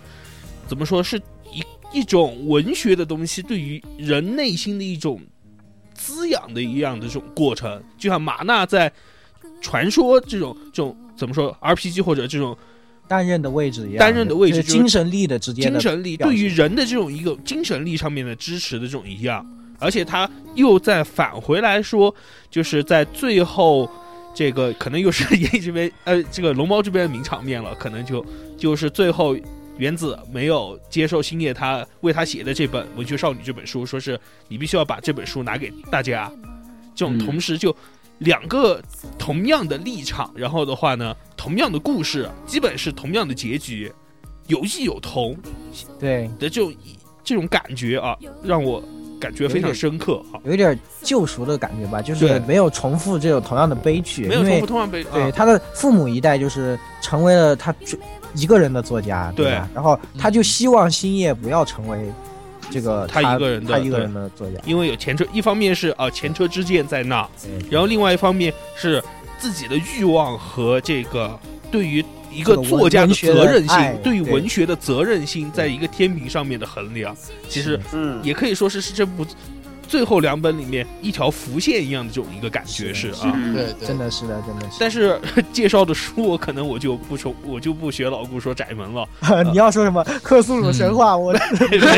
怎么说是一一种文学的东西对于人内心的一种滋养的一样的这种过程，就像马纳在传说这种这种怎么说 RPG 或者这种担任的位置一样，担任的位置就是就是精神力的直接精的神力表对现于人的这种一个精神力上面的支持的这种一样，而且他又再返回来说，就是在最后这个可能又是 演绎这边呃这个龙猫这边的名场面了，可能就就是最后原子没有接受星夜他为他写的这本《文学少女》这本书，说是你必须要把这本书拿给大家，这种嗯同时就两个同样的立场，然后的话呢，同样的故事，基本是同样的结局。有异有同，对，的这种这种感觉啊，让我感觉非常深刻啊。有一点救赎的感觉吧，就是对没有重复这种同样的悲剧，没有因重为复同样被对啊，他的父母一代就是成为了他最一个人的作家，对嗯吧？然后他就希望星夜不要成为这个他他一个人的他一个人的作家，因为有前车，一方面是啊前车之鉴在那，然后另外一方面是自己的欲望和这个对于一个这个文作家的文学的责任爱心，对于对文学的责任心，在一个天平上面的衡量，其实嗯，也可以说是是这部最后两本里面一条浮线一样的这种一个感觉是是的啊。嗯对对，哎真的是的，真的是。但是 介绍的书，我可能我就不说，我就不学老顾说宅门了， 你要说什么嗯克苏鲁神话，我。没有，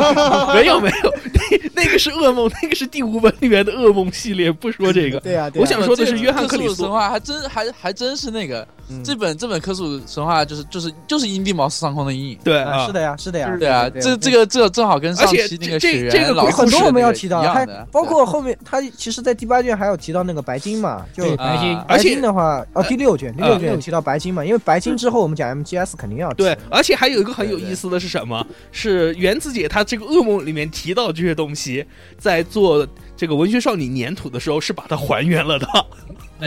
嗯 没有，没有，那那个是噩梦，那个是第五本里面的噩梦系列，不说这个 对呀，对呀嗯我想说的是约翰克克里苏鲁神斯，话还真还还真是那个嗯这本这本克苏鲁神话就是就是就是因地毛斯上空的阴影。对啊啊是，的呀，是的呀，对啊，这这个这正好跟上期那个雪而且这这原这个老鬼师很多我们要提到一的，样还的，包括后面他其实，在第八卷还有提到那个白金嘛，就对白金啊白而且金的话，哦，第六卷，第六呃卷有提到白金嘛，因为白金之后我们讲 MGS 肯定要提对，而且还有一个很有意思的是什么？是原子姐她这个噩梦里面提到这些东西，在做这个文学少女粘土的时候是把它还原了的。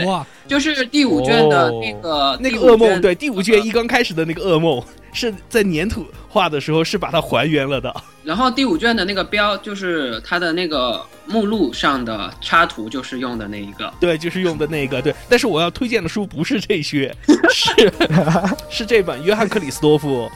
哇，就是第五卷的那个哦那个第五噩梦，卷对，第五卷一刚开始的那个噩梦是在粘土画的时候是把它还原了的。然后第五卷的那个标，就是它的那个目录上的插图，就是用的那一个。对，就是用的那个对，但是我要推荐的书不是这些， 是是这本约翰克里斯多夫，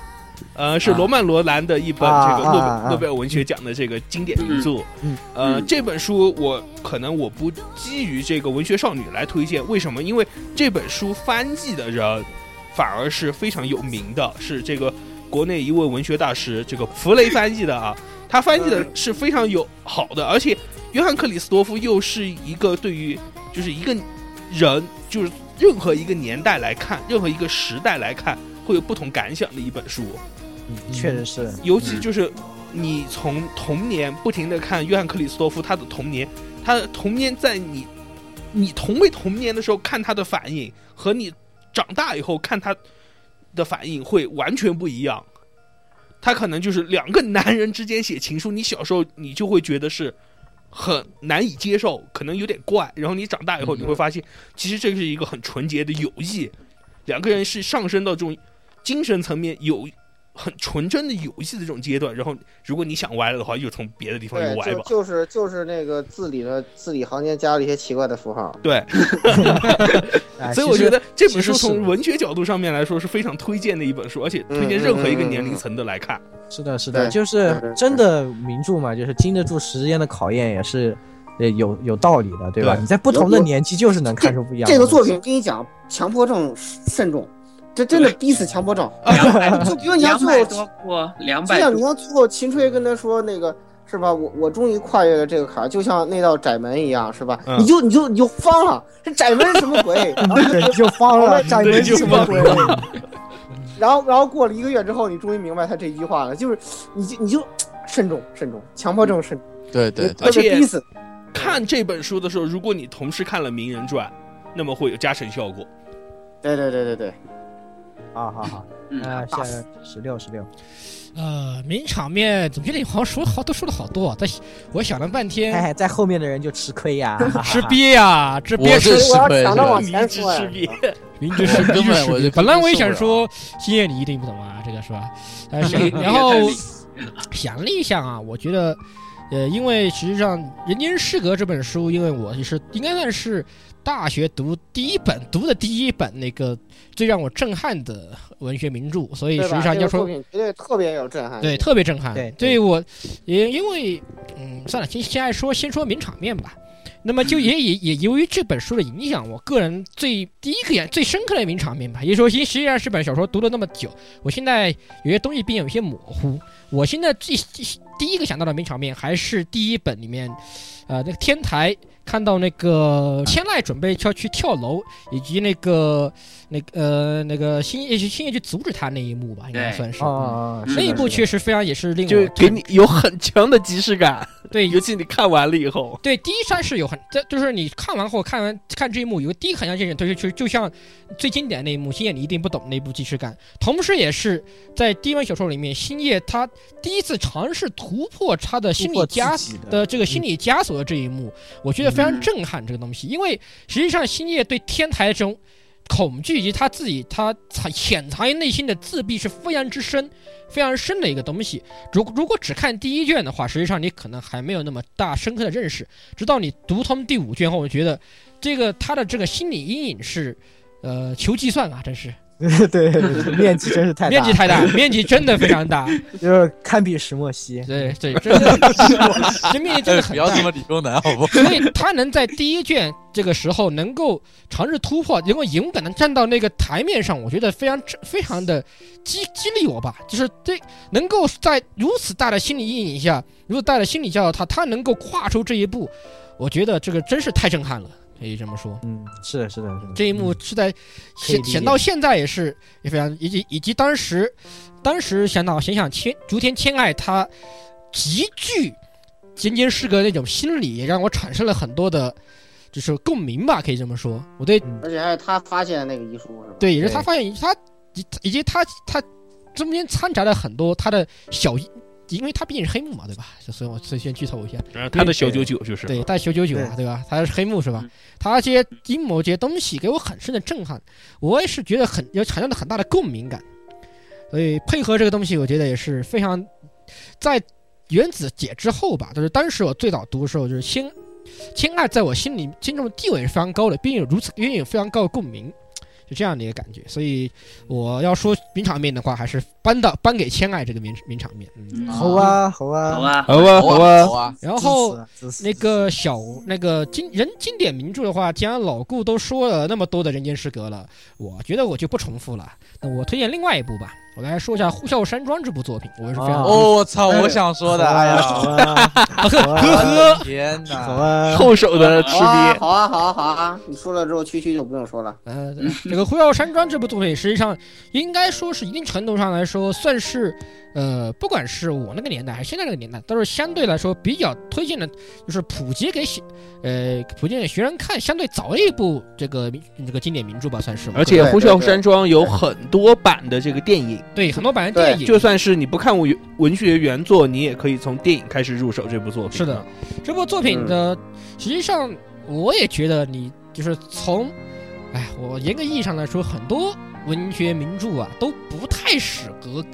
呃，是啊罗曼罗兰的一本啊这个诺贝、啊啊啊诺贝尔文学奖的这个经典名著。嗯呃，嗯这本书我可能我不基于这个文学少女来推荐，为什么？因为这本书翻译的人反而是非常有名的，是这个国内一位文学大师这个弗雷翻译的啊，他翻译的是非常有好的，而且约翰克里斯多夫又是一个对于就是一个人就是任何一个年代来看，任何一个时代来看会有不同感想的一本书。嗯确实是，尤其就是你从童年不停的看约翰克里斯多夫他的童年，他的童年在你你同为童年的时候看他的反应，和你长大以后看他的反应会完全不一样。他可能就是两个男人之间写情书，你小时候你就会觉得是很难以接受，可能有点怪。然后你长大以后，你会发现，其实这是一个很纯洁的友谊，两个人是上升到这种精神层面有很纯真的友谊的这种阶段。然后，如果你想歪了的话，又从别的地方又对，歪就吧。就是就是那个字里的字里行间加了一些奇怪的符号。对，哎所以我觉得这本其实是书从文学角度上面来说是非常推荐的一本书，而且推荐任何一个年龄层的来看。是的，是的，对就是真的名著嘛，就是经得住时间的考验，也是呃有有道理的，对吧？对你在不同的我年纪就是能看出不一样的这个东西作品跟你讲，强迫症慎重，这真的逼死强迫症。两百 就比如你看两最百后多部，两就百像多你像最后秦桧跟他说那个是吧？我我终于跨越了这个坎儿，就像那道窄门一样，是吧？嗯你就你就你就慌了，这窄门是什么鬼？然后 对 就慌了，窄对门就是什么忘鬼？然后然后过了一个月之后，你终于明白他这一句话了，就是你就你就慎重慎重，强迫症慎重，对对呃对，会被逼死。看这本书的时候，如果你同时看了《名人传》，那么会有加成效果。对对对对对，啊，好好，嗯那下十六十六，呃，名场面怎么觉得你好像说好都说了好多，啊但是我想了半天，哎，在后面的人就吃亏呀，哈哈哈 吃瘪呀，这我瘪是是失我要败想是到吧往前说呀，明知是根本我就本来我受也不想了说，星夜你一定不懂啊，这个是吧？呃， 想然后想了一下啊，我觉得，呃，因为实际上《人间失格》这本书，因为我也是应该算是大学读第一本读的第一本那个最让我震撼的文学名著，所以对实际吧？上这要个作说品绝对特别有震撼。对，特别震撼。对对对我也因为嗯，算了，先先爱说先说名场面吧。那么就也 也也由于这本书的影响，我个人最第一个也最深刻的名场面吧，也就是说，因实际上这本小说读了那么久，我现在有些东西并有些模糊。我现在最第第一个想到的名场面还是第一本里面，呃，那个天台看到那啊个千濑准备要去跳楼，以及那个那个呃那个星夜去星夜去阻止他那一幕吧，应该对算是。啊，是的那一是嗯部的确实非常也是令就我给你有很强的即视感，对尤其你看完了以后，对第一山是有很，这就是你看完后看完看这一幕，有个第一很像这种，就是就就像最经典的那一幕，星夜你一定不懂那一部即视感。同时，也是在第一本小说里面，星夜他第一次尝试突破他的心突理破枷自己的 的这个心理枷锁的这一幕，我觉得非嗯常震撼这个东西，因为实际上星夜对天台这种恐惧以及他自己他藏潜藏于内心的自闭是非常之深、非常深的一个东西。如如果只看第一卷的话，实际上你可能还没有那么大深刻的认识，直到你读通第五卷后，我觉得这个他的这个心理阴影是。呃，求计算啊，真是对对 对，面积真是太大，面积太大，面积真的非常大， 就是堪比石墨烯，对对，真 的，这面积真哎的很不 要大这。么理工男好不好？ 所以他能在第一卷这个时候能够尝试突破，能够勇敢的站到那个台面上，我觉得非常非常的激激励我吧。就是对能够在如此大的心理阴影下，如此大的心理教导他，他能够跨出这一步，我觉觉得这个真是太震撼了，可以这么说。嗯，是的，是的，是的嗯这一幕是在可以理显解显到现在也是也非常，以及以及当时，当时想到想想千竹田千爱他极具尖尖是个那种心理，也让我产生了很多的，就是共鸣吧，可以这么说。我对嗯而且还是他发现那个遗书是吧？对，也是他对发现他以以及他他中间掺杂了很多他的小，因为他毕竟是黑幕嘛，对吧？所以我最先剧透一下。然后他的小九九就是对，带九九九嘛，对吧？他是黑幕是吧？他这些阴谋这些东西给我很深的震撼，我也是觉得很有产生了很大的共鸣感，所以配合这个东西，我觉得也是非常在原子解之后吧，就是当时我最早读的时候，就是亲亲爱在我心里心中的地位是非常高的，并有如此，并有非常高的共鸣。是这样的一个感觉。所以我要说名场面的话，还是颁到颁给千爱这个名名场面。嗯，好啊，好啊，好啊，好啊好啊好啊，然后支持那个小那个经人经典名著的话，既然老顾都说了那么多的《人间失格》了，我觉得我就不重复了。那我推荐另外一部吧，我来说一下《呼啸山庄》这部作品，我是非啊常、呃哦，我操，我想说的，哎呀， 好啊，好啊，我的 天好哪！啊，后手的吃好啊，瘪，好啊，好啊，好啊！你说了之后，区区就不用说了。呃，这个《呼啸山庄》这部作品，实际上应该说是一定程度上来说，算是呃，不管是我那个年代还是现在这个年代，都是相对来说比较推荐的，就是普及给学呃普及给学生看，相对早一部这个名这个经典名著吧，算是。而且《对呼对啸对山庄》有很多版的这个电影，对很多版的电影，就算是你不看我原文学原作，你也可以从电影开始入手这部作品。是的，这部作品的，实际上我也觉得你就是从，哎，我严格意义上来说，很多文学名著啊都不太适合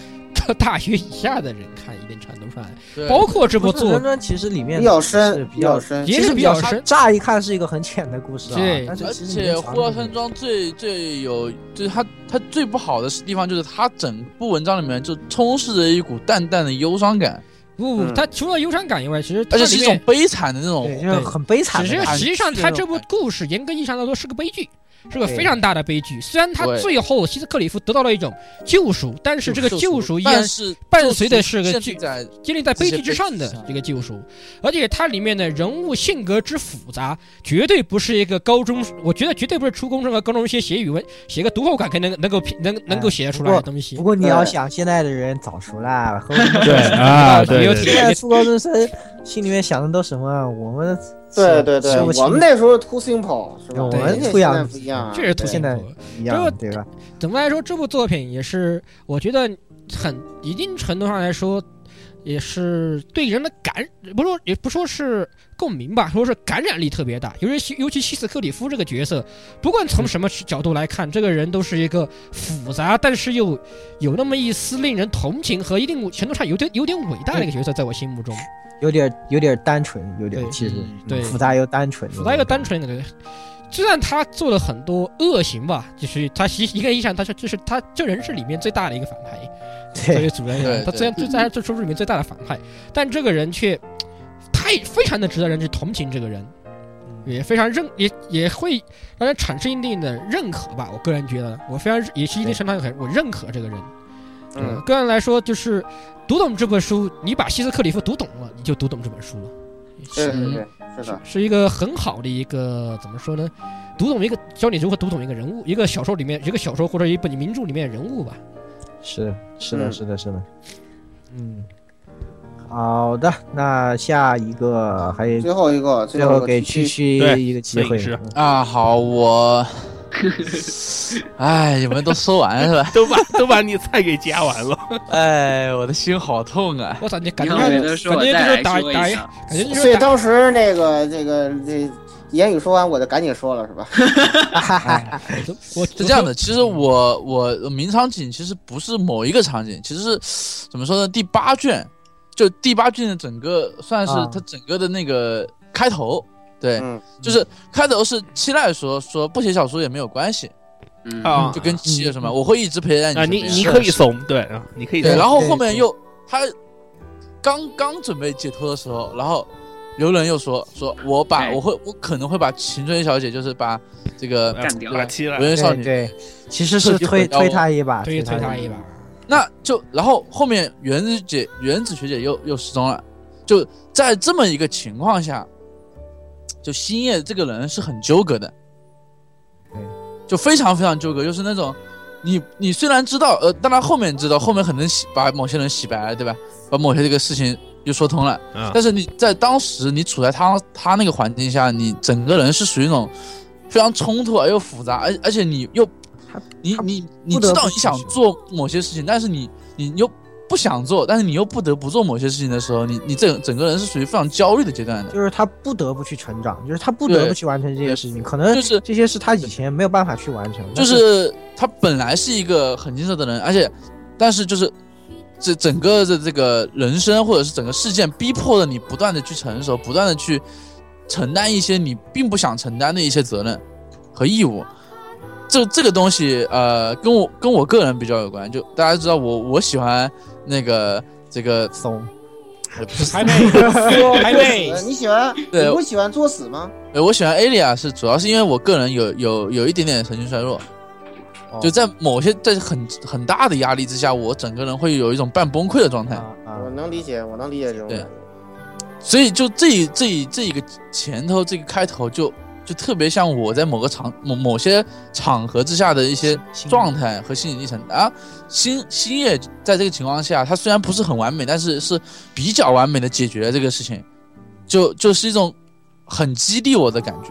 大学以下的人看，一定程度上来，对包括这部不是作人，们其实里面比较是深，比比较较深。也其是实比较较深。乍一看是一个很浅的故事啊，对但是而其实且《呼啸山庄》最最有，就是它它最不好的地方，就是它整部文章里面就充斥着一股淡淡的忧伤感，不，嗯它除了忧伤感以外，其实它而且里是一种面，悲惨的那对，种。就是很悲惨只的是感实觉。际上它这部这种故事，严格意义上来说是个悲剧。是个对非常大的悲剧，虽然他对最后希斯克里夫得到了一种救赎，但是这个救赎依然但是伴随的是个现剧在建立在悲剧之上这些的悲剧这个救赎，而且它里面的人物性格之复杂，绝对不是一个高中，我觉得绝对不是初中生和高中生写语文写个读后感可以能能够能能够写得出来的东西不。过你要对想，现在的人早熟了，后面对啊，对没有对体对 现在初高中生心里面想的都什么？我们对对对，说不清我们那时候 too simple 是吧？我们人家不一样现在不一样啊，确实凸对显现在出一这个样，对吧？总的来说，这部作品也是我觉得很一定程度上来说，也是对人的感，不说也不说是共鸣吧，说是感染力特别大。尤其尤其希斯克里夫这个角色，不管从什么角度来看，这个人都是一个复杂，但是又有那么一丝令人同情和一定程度上有点有点伟大的一个角色，在我心目中，有点有点单纯，有点对其实嗯对复杂又单纯，复杂又单纯的人。虽然他做了很多恶行吧，就是他一一个印象，他是就是他这人是里面最大的一个反派。作为对，主人对人，他对虽然最在这收入里面最大的反派，但这个人却太非常的值得人去同情，这个人也非常认也也会让人产生一定的认可吧。我个人觉得，我非常也是一定程度上很我认可这个人。呃嗯，个人来说，就是读懂这本书，你把希斯克里夫读懂了，你就读懂这本书了。对对嗯对，是的，是一个很好的一个怎么说呢？读懂一个教你如何读懂一个人物，一个小说里面一个小说或者一本名著里面的人物吧。 是是的，嗯是的，是的，嗯，好的，那下一个还有最后一个，最后一后个给区区区，区对一个机摄会影，师啊，好，我，哎，你们都说完了是吧？都把 都把你菜给夹完了。哎，我的心好痛啊！我操，你感你觉好，感没觉得就说，我再是来打说一打一，下。感觉就是所以打当时那个这个这言语说完，我就赶紧说了，是吧？哎我是这样的，，其实我我我名场景其实不是某一个场景，其实是怎么说呢？第八卷，就第八卷的整个算是啊它整个的那个开头，对，嗯就是开头是七濑说说不写小说也没有关系，嗯啊就跟七有什么，我会一直陪在你啊，身你边。你可以怂，对啊，你可以对，怂。然后后对面对又他刚刚准备解脱的时候，然后刘仁又说说我把哎我会我可能会把晴春小姐就是把这个哎干掉打七了文，人少对女对，其实是特别推毁掉推我他一把，推推推他一把，把。嗯那就然后后面原子姐、原子学姐又又失踪了，就在这么一个情况下，就星夜这个人是很纠葛的，对，就非常非常纠葛，就是那种你你虽然知道，呃，当然后面知道，后面可能洗把某些人洗白了，对吧？把某些这个事情又说通了，嗯但是你在当时你处在他他那个环境下，你整个人是属于那种非常冲突而又复杂，而而且你又他你他你你不得知不道你去想选做某些事情，但是你你又不想做，但是你又不得不做某些事情的时候，你你整整个人是属于非常焦虑的阶段的。就是他不得不去成长，就是他不得对不去完成这些对事情，可能就是这些是他以前没有办法去完成，就但是他本来是一个很精色的人，而且，但是就是这整个的这个人生或者是整个事件逼迫着你不断的去成熟，不断的去承担一些你并不想承担的一些责任和义务。就这个东西，呃，跟我跟我个人比较有关。就大家知道我我喜欢那个这个松，也不是还没还没呃作死你喜欢？对你不喜欢作死吗？呃，我喜欢 Alia 是主要是因为我个人有有有一点点神经衰弱，哦就在某些在很很大的压力之下，我整个人会有一种半崩溃的状态。啊啊我能理解，我能理解这种对感觉。所以就这一这一这一个前头这个开头就就特别像我在某个场某某些场合之下的一些心状态和心理历程啊。星星夜在这个情况下，他虽然不是很完美，但是是比较完美的解决了这个事情，就就是一种很激励我的感觉，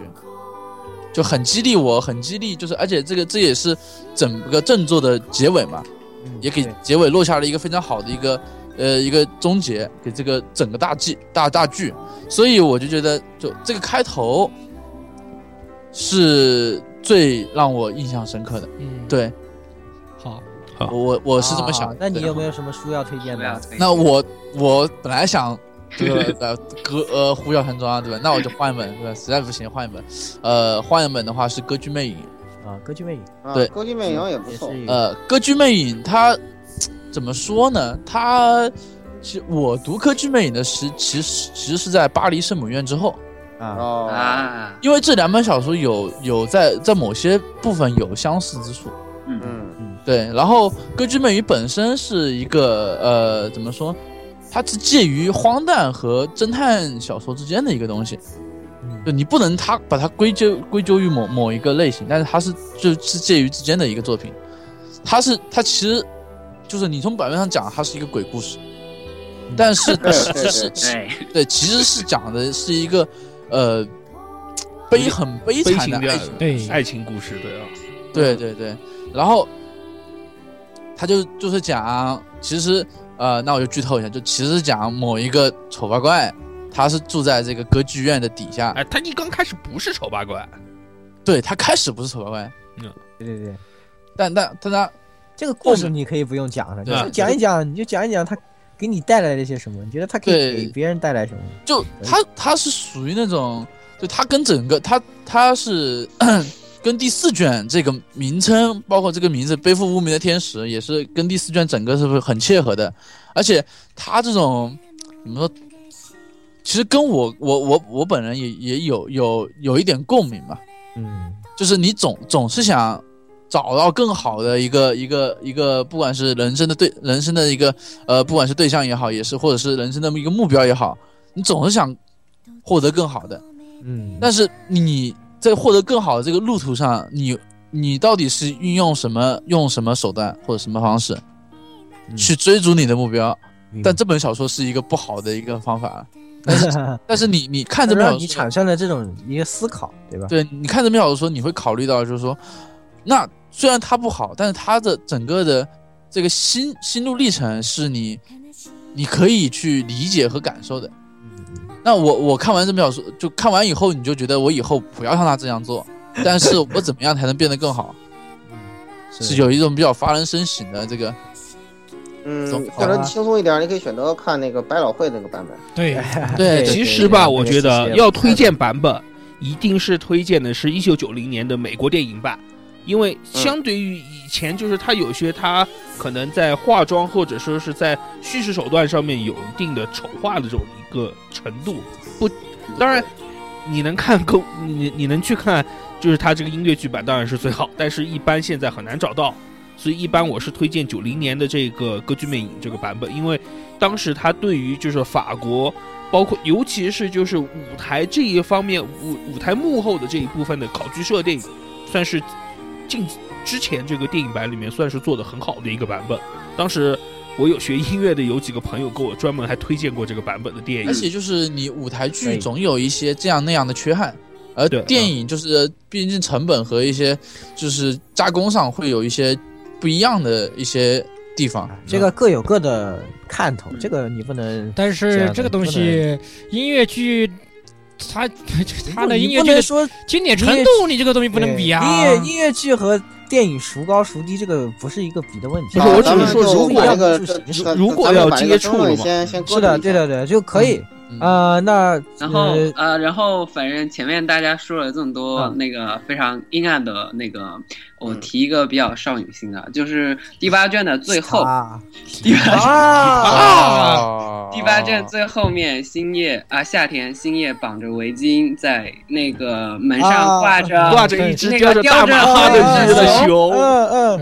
就很激励我，很激励，就是而且这个这也是整个振作的结尾嘛，嗯也给对结尾落下了一个非常好的一个呃一个终结，给这个整个大剧大大剧，所以我就觉得就这个开头是最让我印象深刻的。嗯，，对好，我我我是这么想啊的。那你对有没有什么书要推荐不要的？推荐那我我本来想这 个呃歌呃《呼啸山庄》对吧？那我就换一本对吧？实在不行换一本，呃换一本的话是《歌剧魅影》。啊，歌剧魅影啊对歌剧魅影也不也错是。一个呃，《歌剧魅影》它怎么说呢？它是我读《歌剧魅影》的时，其实其实是在《巴黎圣母院》之后，啊，哦，啊，因为这两本小说有有在在某些部分有相似之处。嗯，嗯，对，然后《歌剧魅影》本身是一个呃，怎么说？它是介于荒诞和侦探小说之间的一个东西。嗯就你不能它把它归咎归咎于某某一个类型，但是它是就是介于之间的一个作品。它是它其实就是你从表面上讲，它是一个鬼故事，嗯但是它对对其实是是对，对，其实是讲的是一个呃悲很悲悲惨的情爱的情对爱情故事，对啊，对对对，然后他就就是讲，其实呃，那我就剧透一下，就其实讲某一个丑八怪，他是住在这个歌剧院的底下，哎，他一刚开始不是丑八怪，对他开始不是丑八怪，对对对，但但但他这个故事你可以不用讲了，你对啊就讲一讲，你就讲一讲他给你带来了些什么，你觉得他可以对给别人带来什么？就他哎他是属于那种，就他跟整个他他是 跟第四卷这个名称，包括这个名字《背负无名的天使》，也是跟第四卷整个是不是很切合的？而且他这种怎么说，其实跟我我我我本人也也有有有一点共鸣吧，嗯，就是你总总是想找到更好的一个一个一个，不管是人生的对人生的一个呃，不管是对象也好，也是或者是人生的一个目标也好，你总是想获得更好的，嗯，但是你在获得更好的这个路途上，你你到底是运用什么用什么手段或者什么方式嗯去追逐你的目标？明白但这本小说是一个不好的一个方法，但是你你看这能本 让小你说产，生了这种一个思考，对吧？对，你看这本小说，你会考虑到就是说，那虽然它不好，但是它的整个的这个心心路历程是你你可以去理解和感受的。嗯那我我看完这本小说，就看完以后，你就觉得我以后不要像他这样做，但是我怎么样才能变得更好，是有一种比较发人深省的这个。走嗯，或好者吧轻松一点，你可以选择看那个百老汇那个版本。 对，对其实吧，我觉得要对对对对对推。对对对对对对对荐版本，一定是推荐的是一九九零年的美国电影版，因嗯为相对于以前，就是它有些它可能在化妆或者说是在叙事手段上面有一定的丑化的这种一个程度。不，当然你能看够，你你能去看，就是它这个音乐剧版当然是最好，但是一般现在很难找到。所以一般我是推荐九零年的这个《歌剧魅影》这个版本，因为当时它对于就是法国包括尤其是就是舞台这一方面，舞舞台幕后的这一部分的考据设定，算是近之前这个电影版里面算是做的很好的一个版本。当时我有学音乐的，有几个朋友给我专门还推荐过这个版本的电而影。且就是你舞台嗯剧对总有一些这样那样的缺憾，而对电影就是毕竟成本和一些就是加工上会有一些不一样的一些地方。啊这个各有各的看头，嗯这个你不能但这样是的这个东不西，音乐剧，它它的音你乐剧不能的说经典程音乐度，你这个东西不能对比啊。音乐音乐剧和电影孰高孰低，这个不是一个比的问题。不是我啊只咱是们说就如把果这个就是这如咱如果咱们要把这接个触争论了嘛先先搁是的，置一对下的，对的，就可以。嗯呃，那然后呃呃，然后反正前面大家说了这么多嗯那个非常阴暗的那个，我嗯提一个比较少女心的，就是第八卷的最后，啊第八啊，第八哦卷最后面，星夜啊，夏天星夜绑着围巾，在那个门啊上挂着、挂着一只那叼个着吊大着马哈的的鸡的熊。嗯嗯，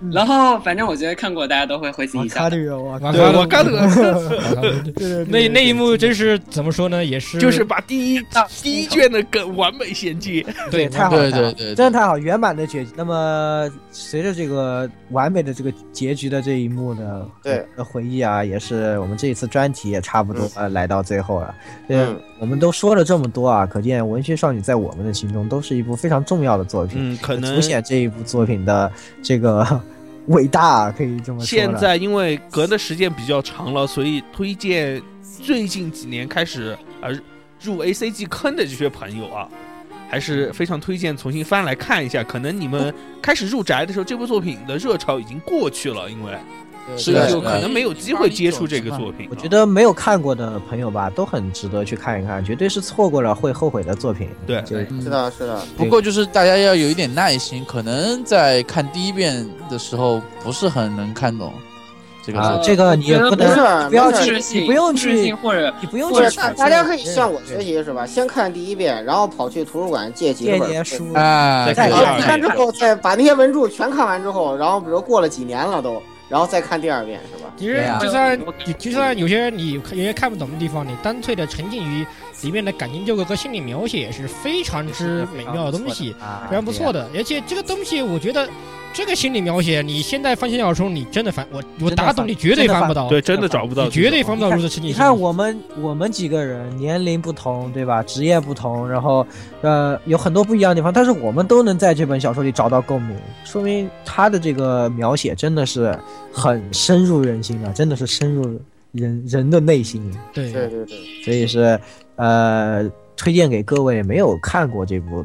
嗯，然后反正我觉得看过，大家都会会心我一笑卡的。里我瓦卡卡对，鲁我看了，对对对那那一幕真是怎么说呢？也是就是把第一第一卷的梗完美衔接。对太好了，对太好了对对真的太好，圆满的结局。那么随着这个完美的这个结局的这一幕呢，对呃回忆啊，也是我们这一次专题也差不多、呃来到最后了。呃嗯，我们都说了这么多啊，可见《文学少女》在我们的心中都是一部非常重要的作品，嗯，可能凸显这一部作品的这个 伟大啊，可以这么说了。现在因为隔的时间比较长了，所以推荐最近几年开始呃入 A C G 坑的这些朋友啊，还是非常推荐重新翻来看一下。可能你们开始入宅的时候，这部作品的热潮已经过去了，因为是对的，对是就的可能没有机会接触这个作品了。啊我觉得没有看过的朋友吧，都很值得去看一看，绝对是错过了会后悔的作品。对就是的，是的，嗯不过就是大家要有一点耐心，可能在看第一遍的时候不是很能看懂这个作啊，品。这个你也不没能事儿，不要没事儿去自你信，不用自去信，或者你不用或者去大揣测大家可以向我学对习是吧？先看第一遍，然后跑去图书馆借几借本儿点书，书。啊，再看然一下后看之后再把那些文著全看完之后，然后比如过了几年了都，然后再看第二遍是吧？其实对啊就算你就算有些你有些看不懂的地方，你干脆的沉浸于里面的感情纠葛和心理描写，也嗯是非常之美妙的东西，啊，非常不错的。的。而且这个东西，我觉得这个心理描写，你现在翻新小说，你真的翻我真我的打翻赌你绝对真的翻翻不到，对，真的找不到你这种，绝对翻不到如此情景。你看我们我们几个人年龄不同，对吧？职业不同，然后呃有很多不一样的地方，但是我们都能在这本小说里找到共鸣，说明他的这个描写真的是很深入人心啊的，真的是深入人人的内心。对对对对，所以是呃，推荐给各位没有看过这部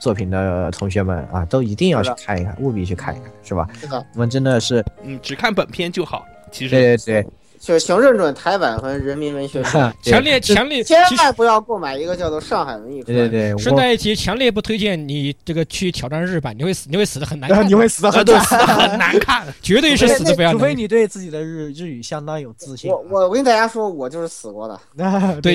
作品的同学们啊，都一定要去看一看，务必去看一看，是吧？是的，我们真的是嗯，只看本片就好。其实对对就请认准台版和人民文学对， 出版，对强烈强烈，千其实万不要购买一个叫做上海文艺出版对对对，顺我带一提，强烈不推荐你这个去挑战日版，你会死，你会死的很哎难然后看你，会死的很呃，对，死得很难 看。绝啊对是死的不要除非难。你对自己的日日语相当有自信我。我我跟大家说，我就是死过的。对，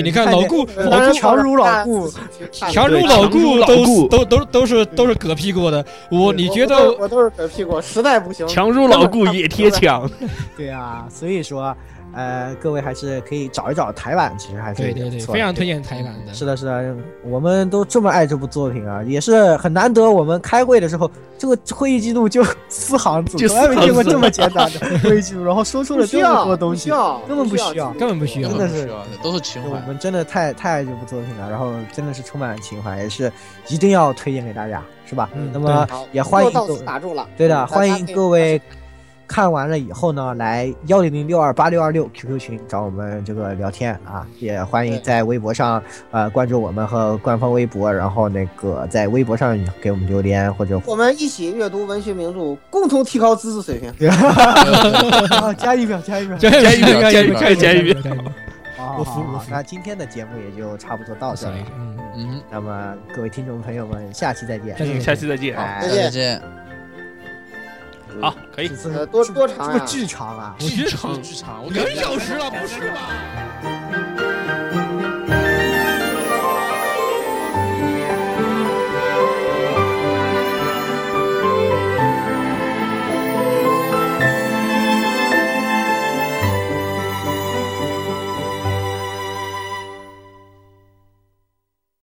你看老顾当老然顾强如老顾，强如老顾对强如老都顾都都都是都是嗝屁过的，我你觉我得我都是嗝屁股，实在不行，强如老顾也贴墙，对啊，所以说，呃，各位还是可以找一找台版，其实还是对对对，不错的非常推荐台版的。是的，是的，我们都这么爱这部作品啊，也是很难得。我们开会的时候，这个会议记录就四行字，就从来没四行见过字这么简单 的会议记录，然后说出不了需这么要，多东西不需。要，根本不需要这个根本不需要真的是都是情我怀。们真的太太爱这部作品了，然后真的是充满了情怀，也是一定要推荐给大家，是吧？嗯那么好也欢迎到各此位打住了。对的，嗯欢迎各。位看完了以后呢，来幺零零六二八六二六 QQ 群找我们这个聊天啊，也欢迎对在微博上呃关注我们和官方微博，然后那个在微博上给我们留言或者我们一起阅读文学名著，共同提高知识水平。啊加一秒，加一秒， 加油加油加油加油！好好好好那今天的节目也就差不多到这了。嗯，嗯，那么各位听众朋友们，下期再见。再见嗯，下期再见。哎再再见见。好，可 以这。次呃，多多长这呀、么剧长啊！剧场剧场，我两小时了，不是吧？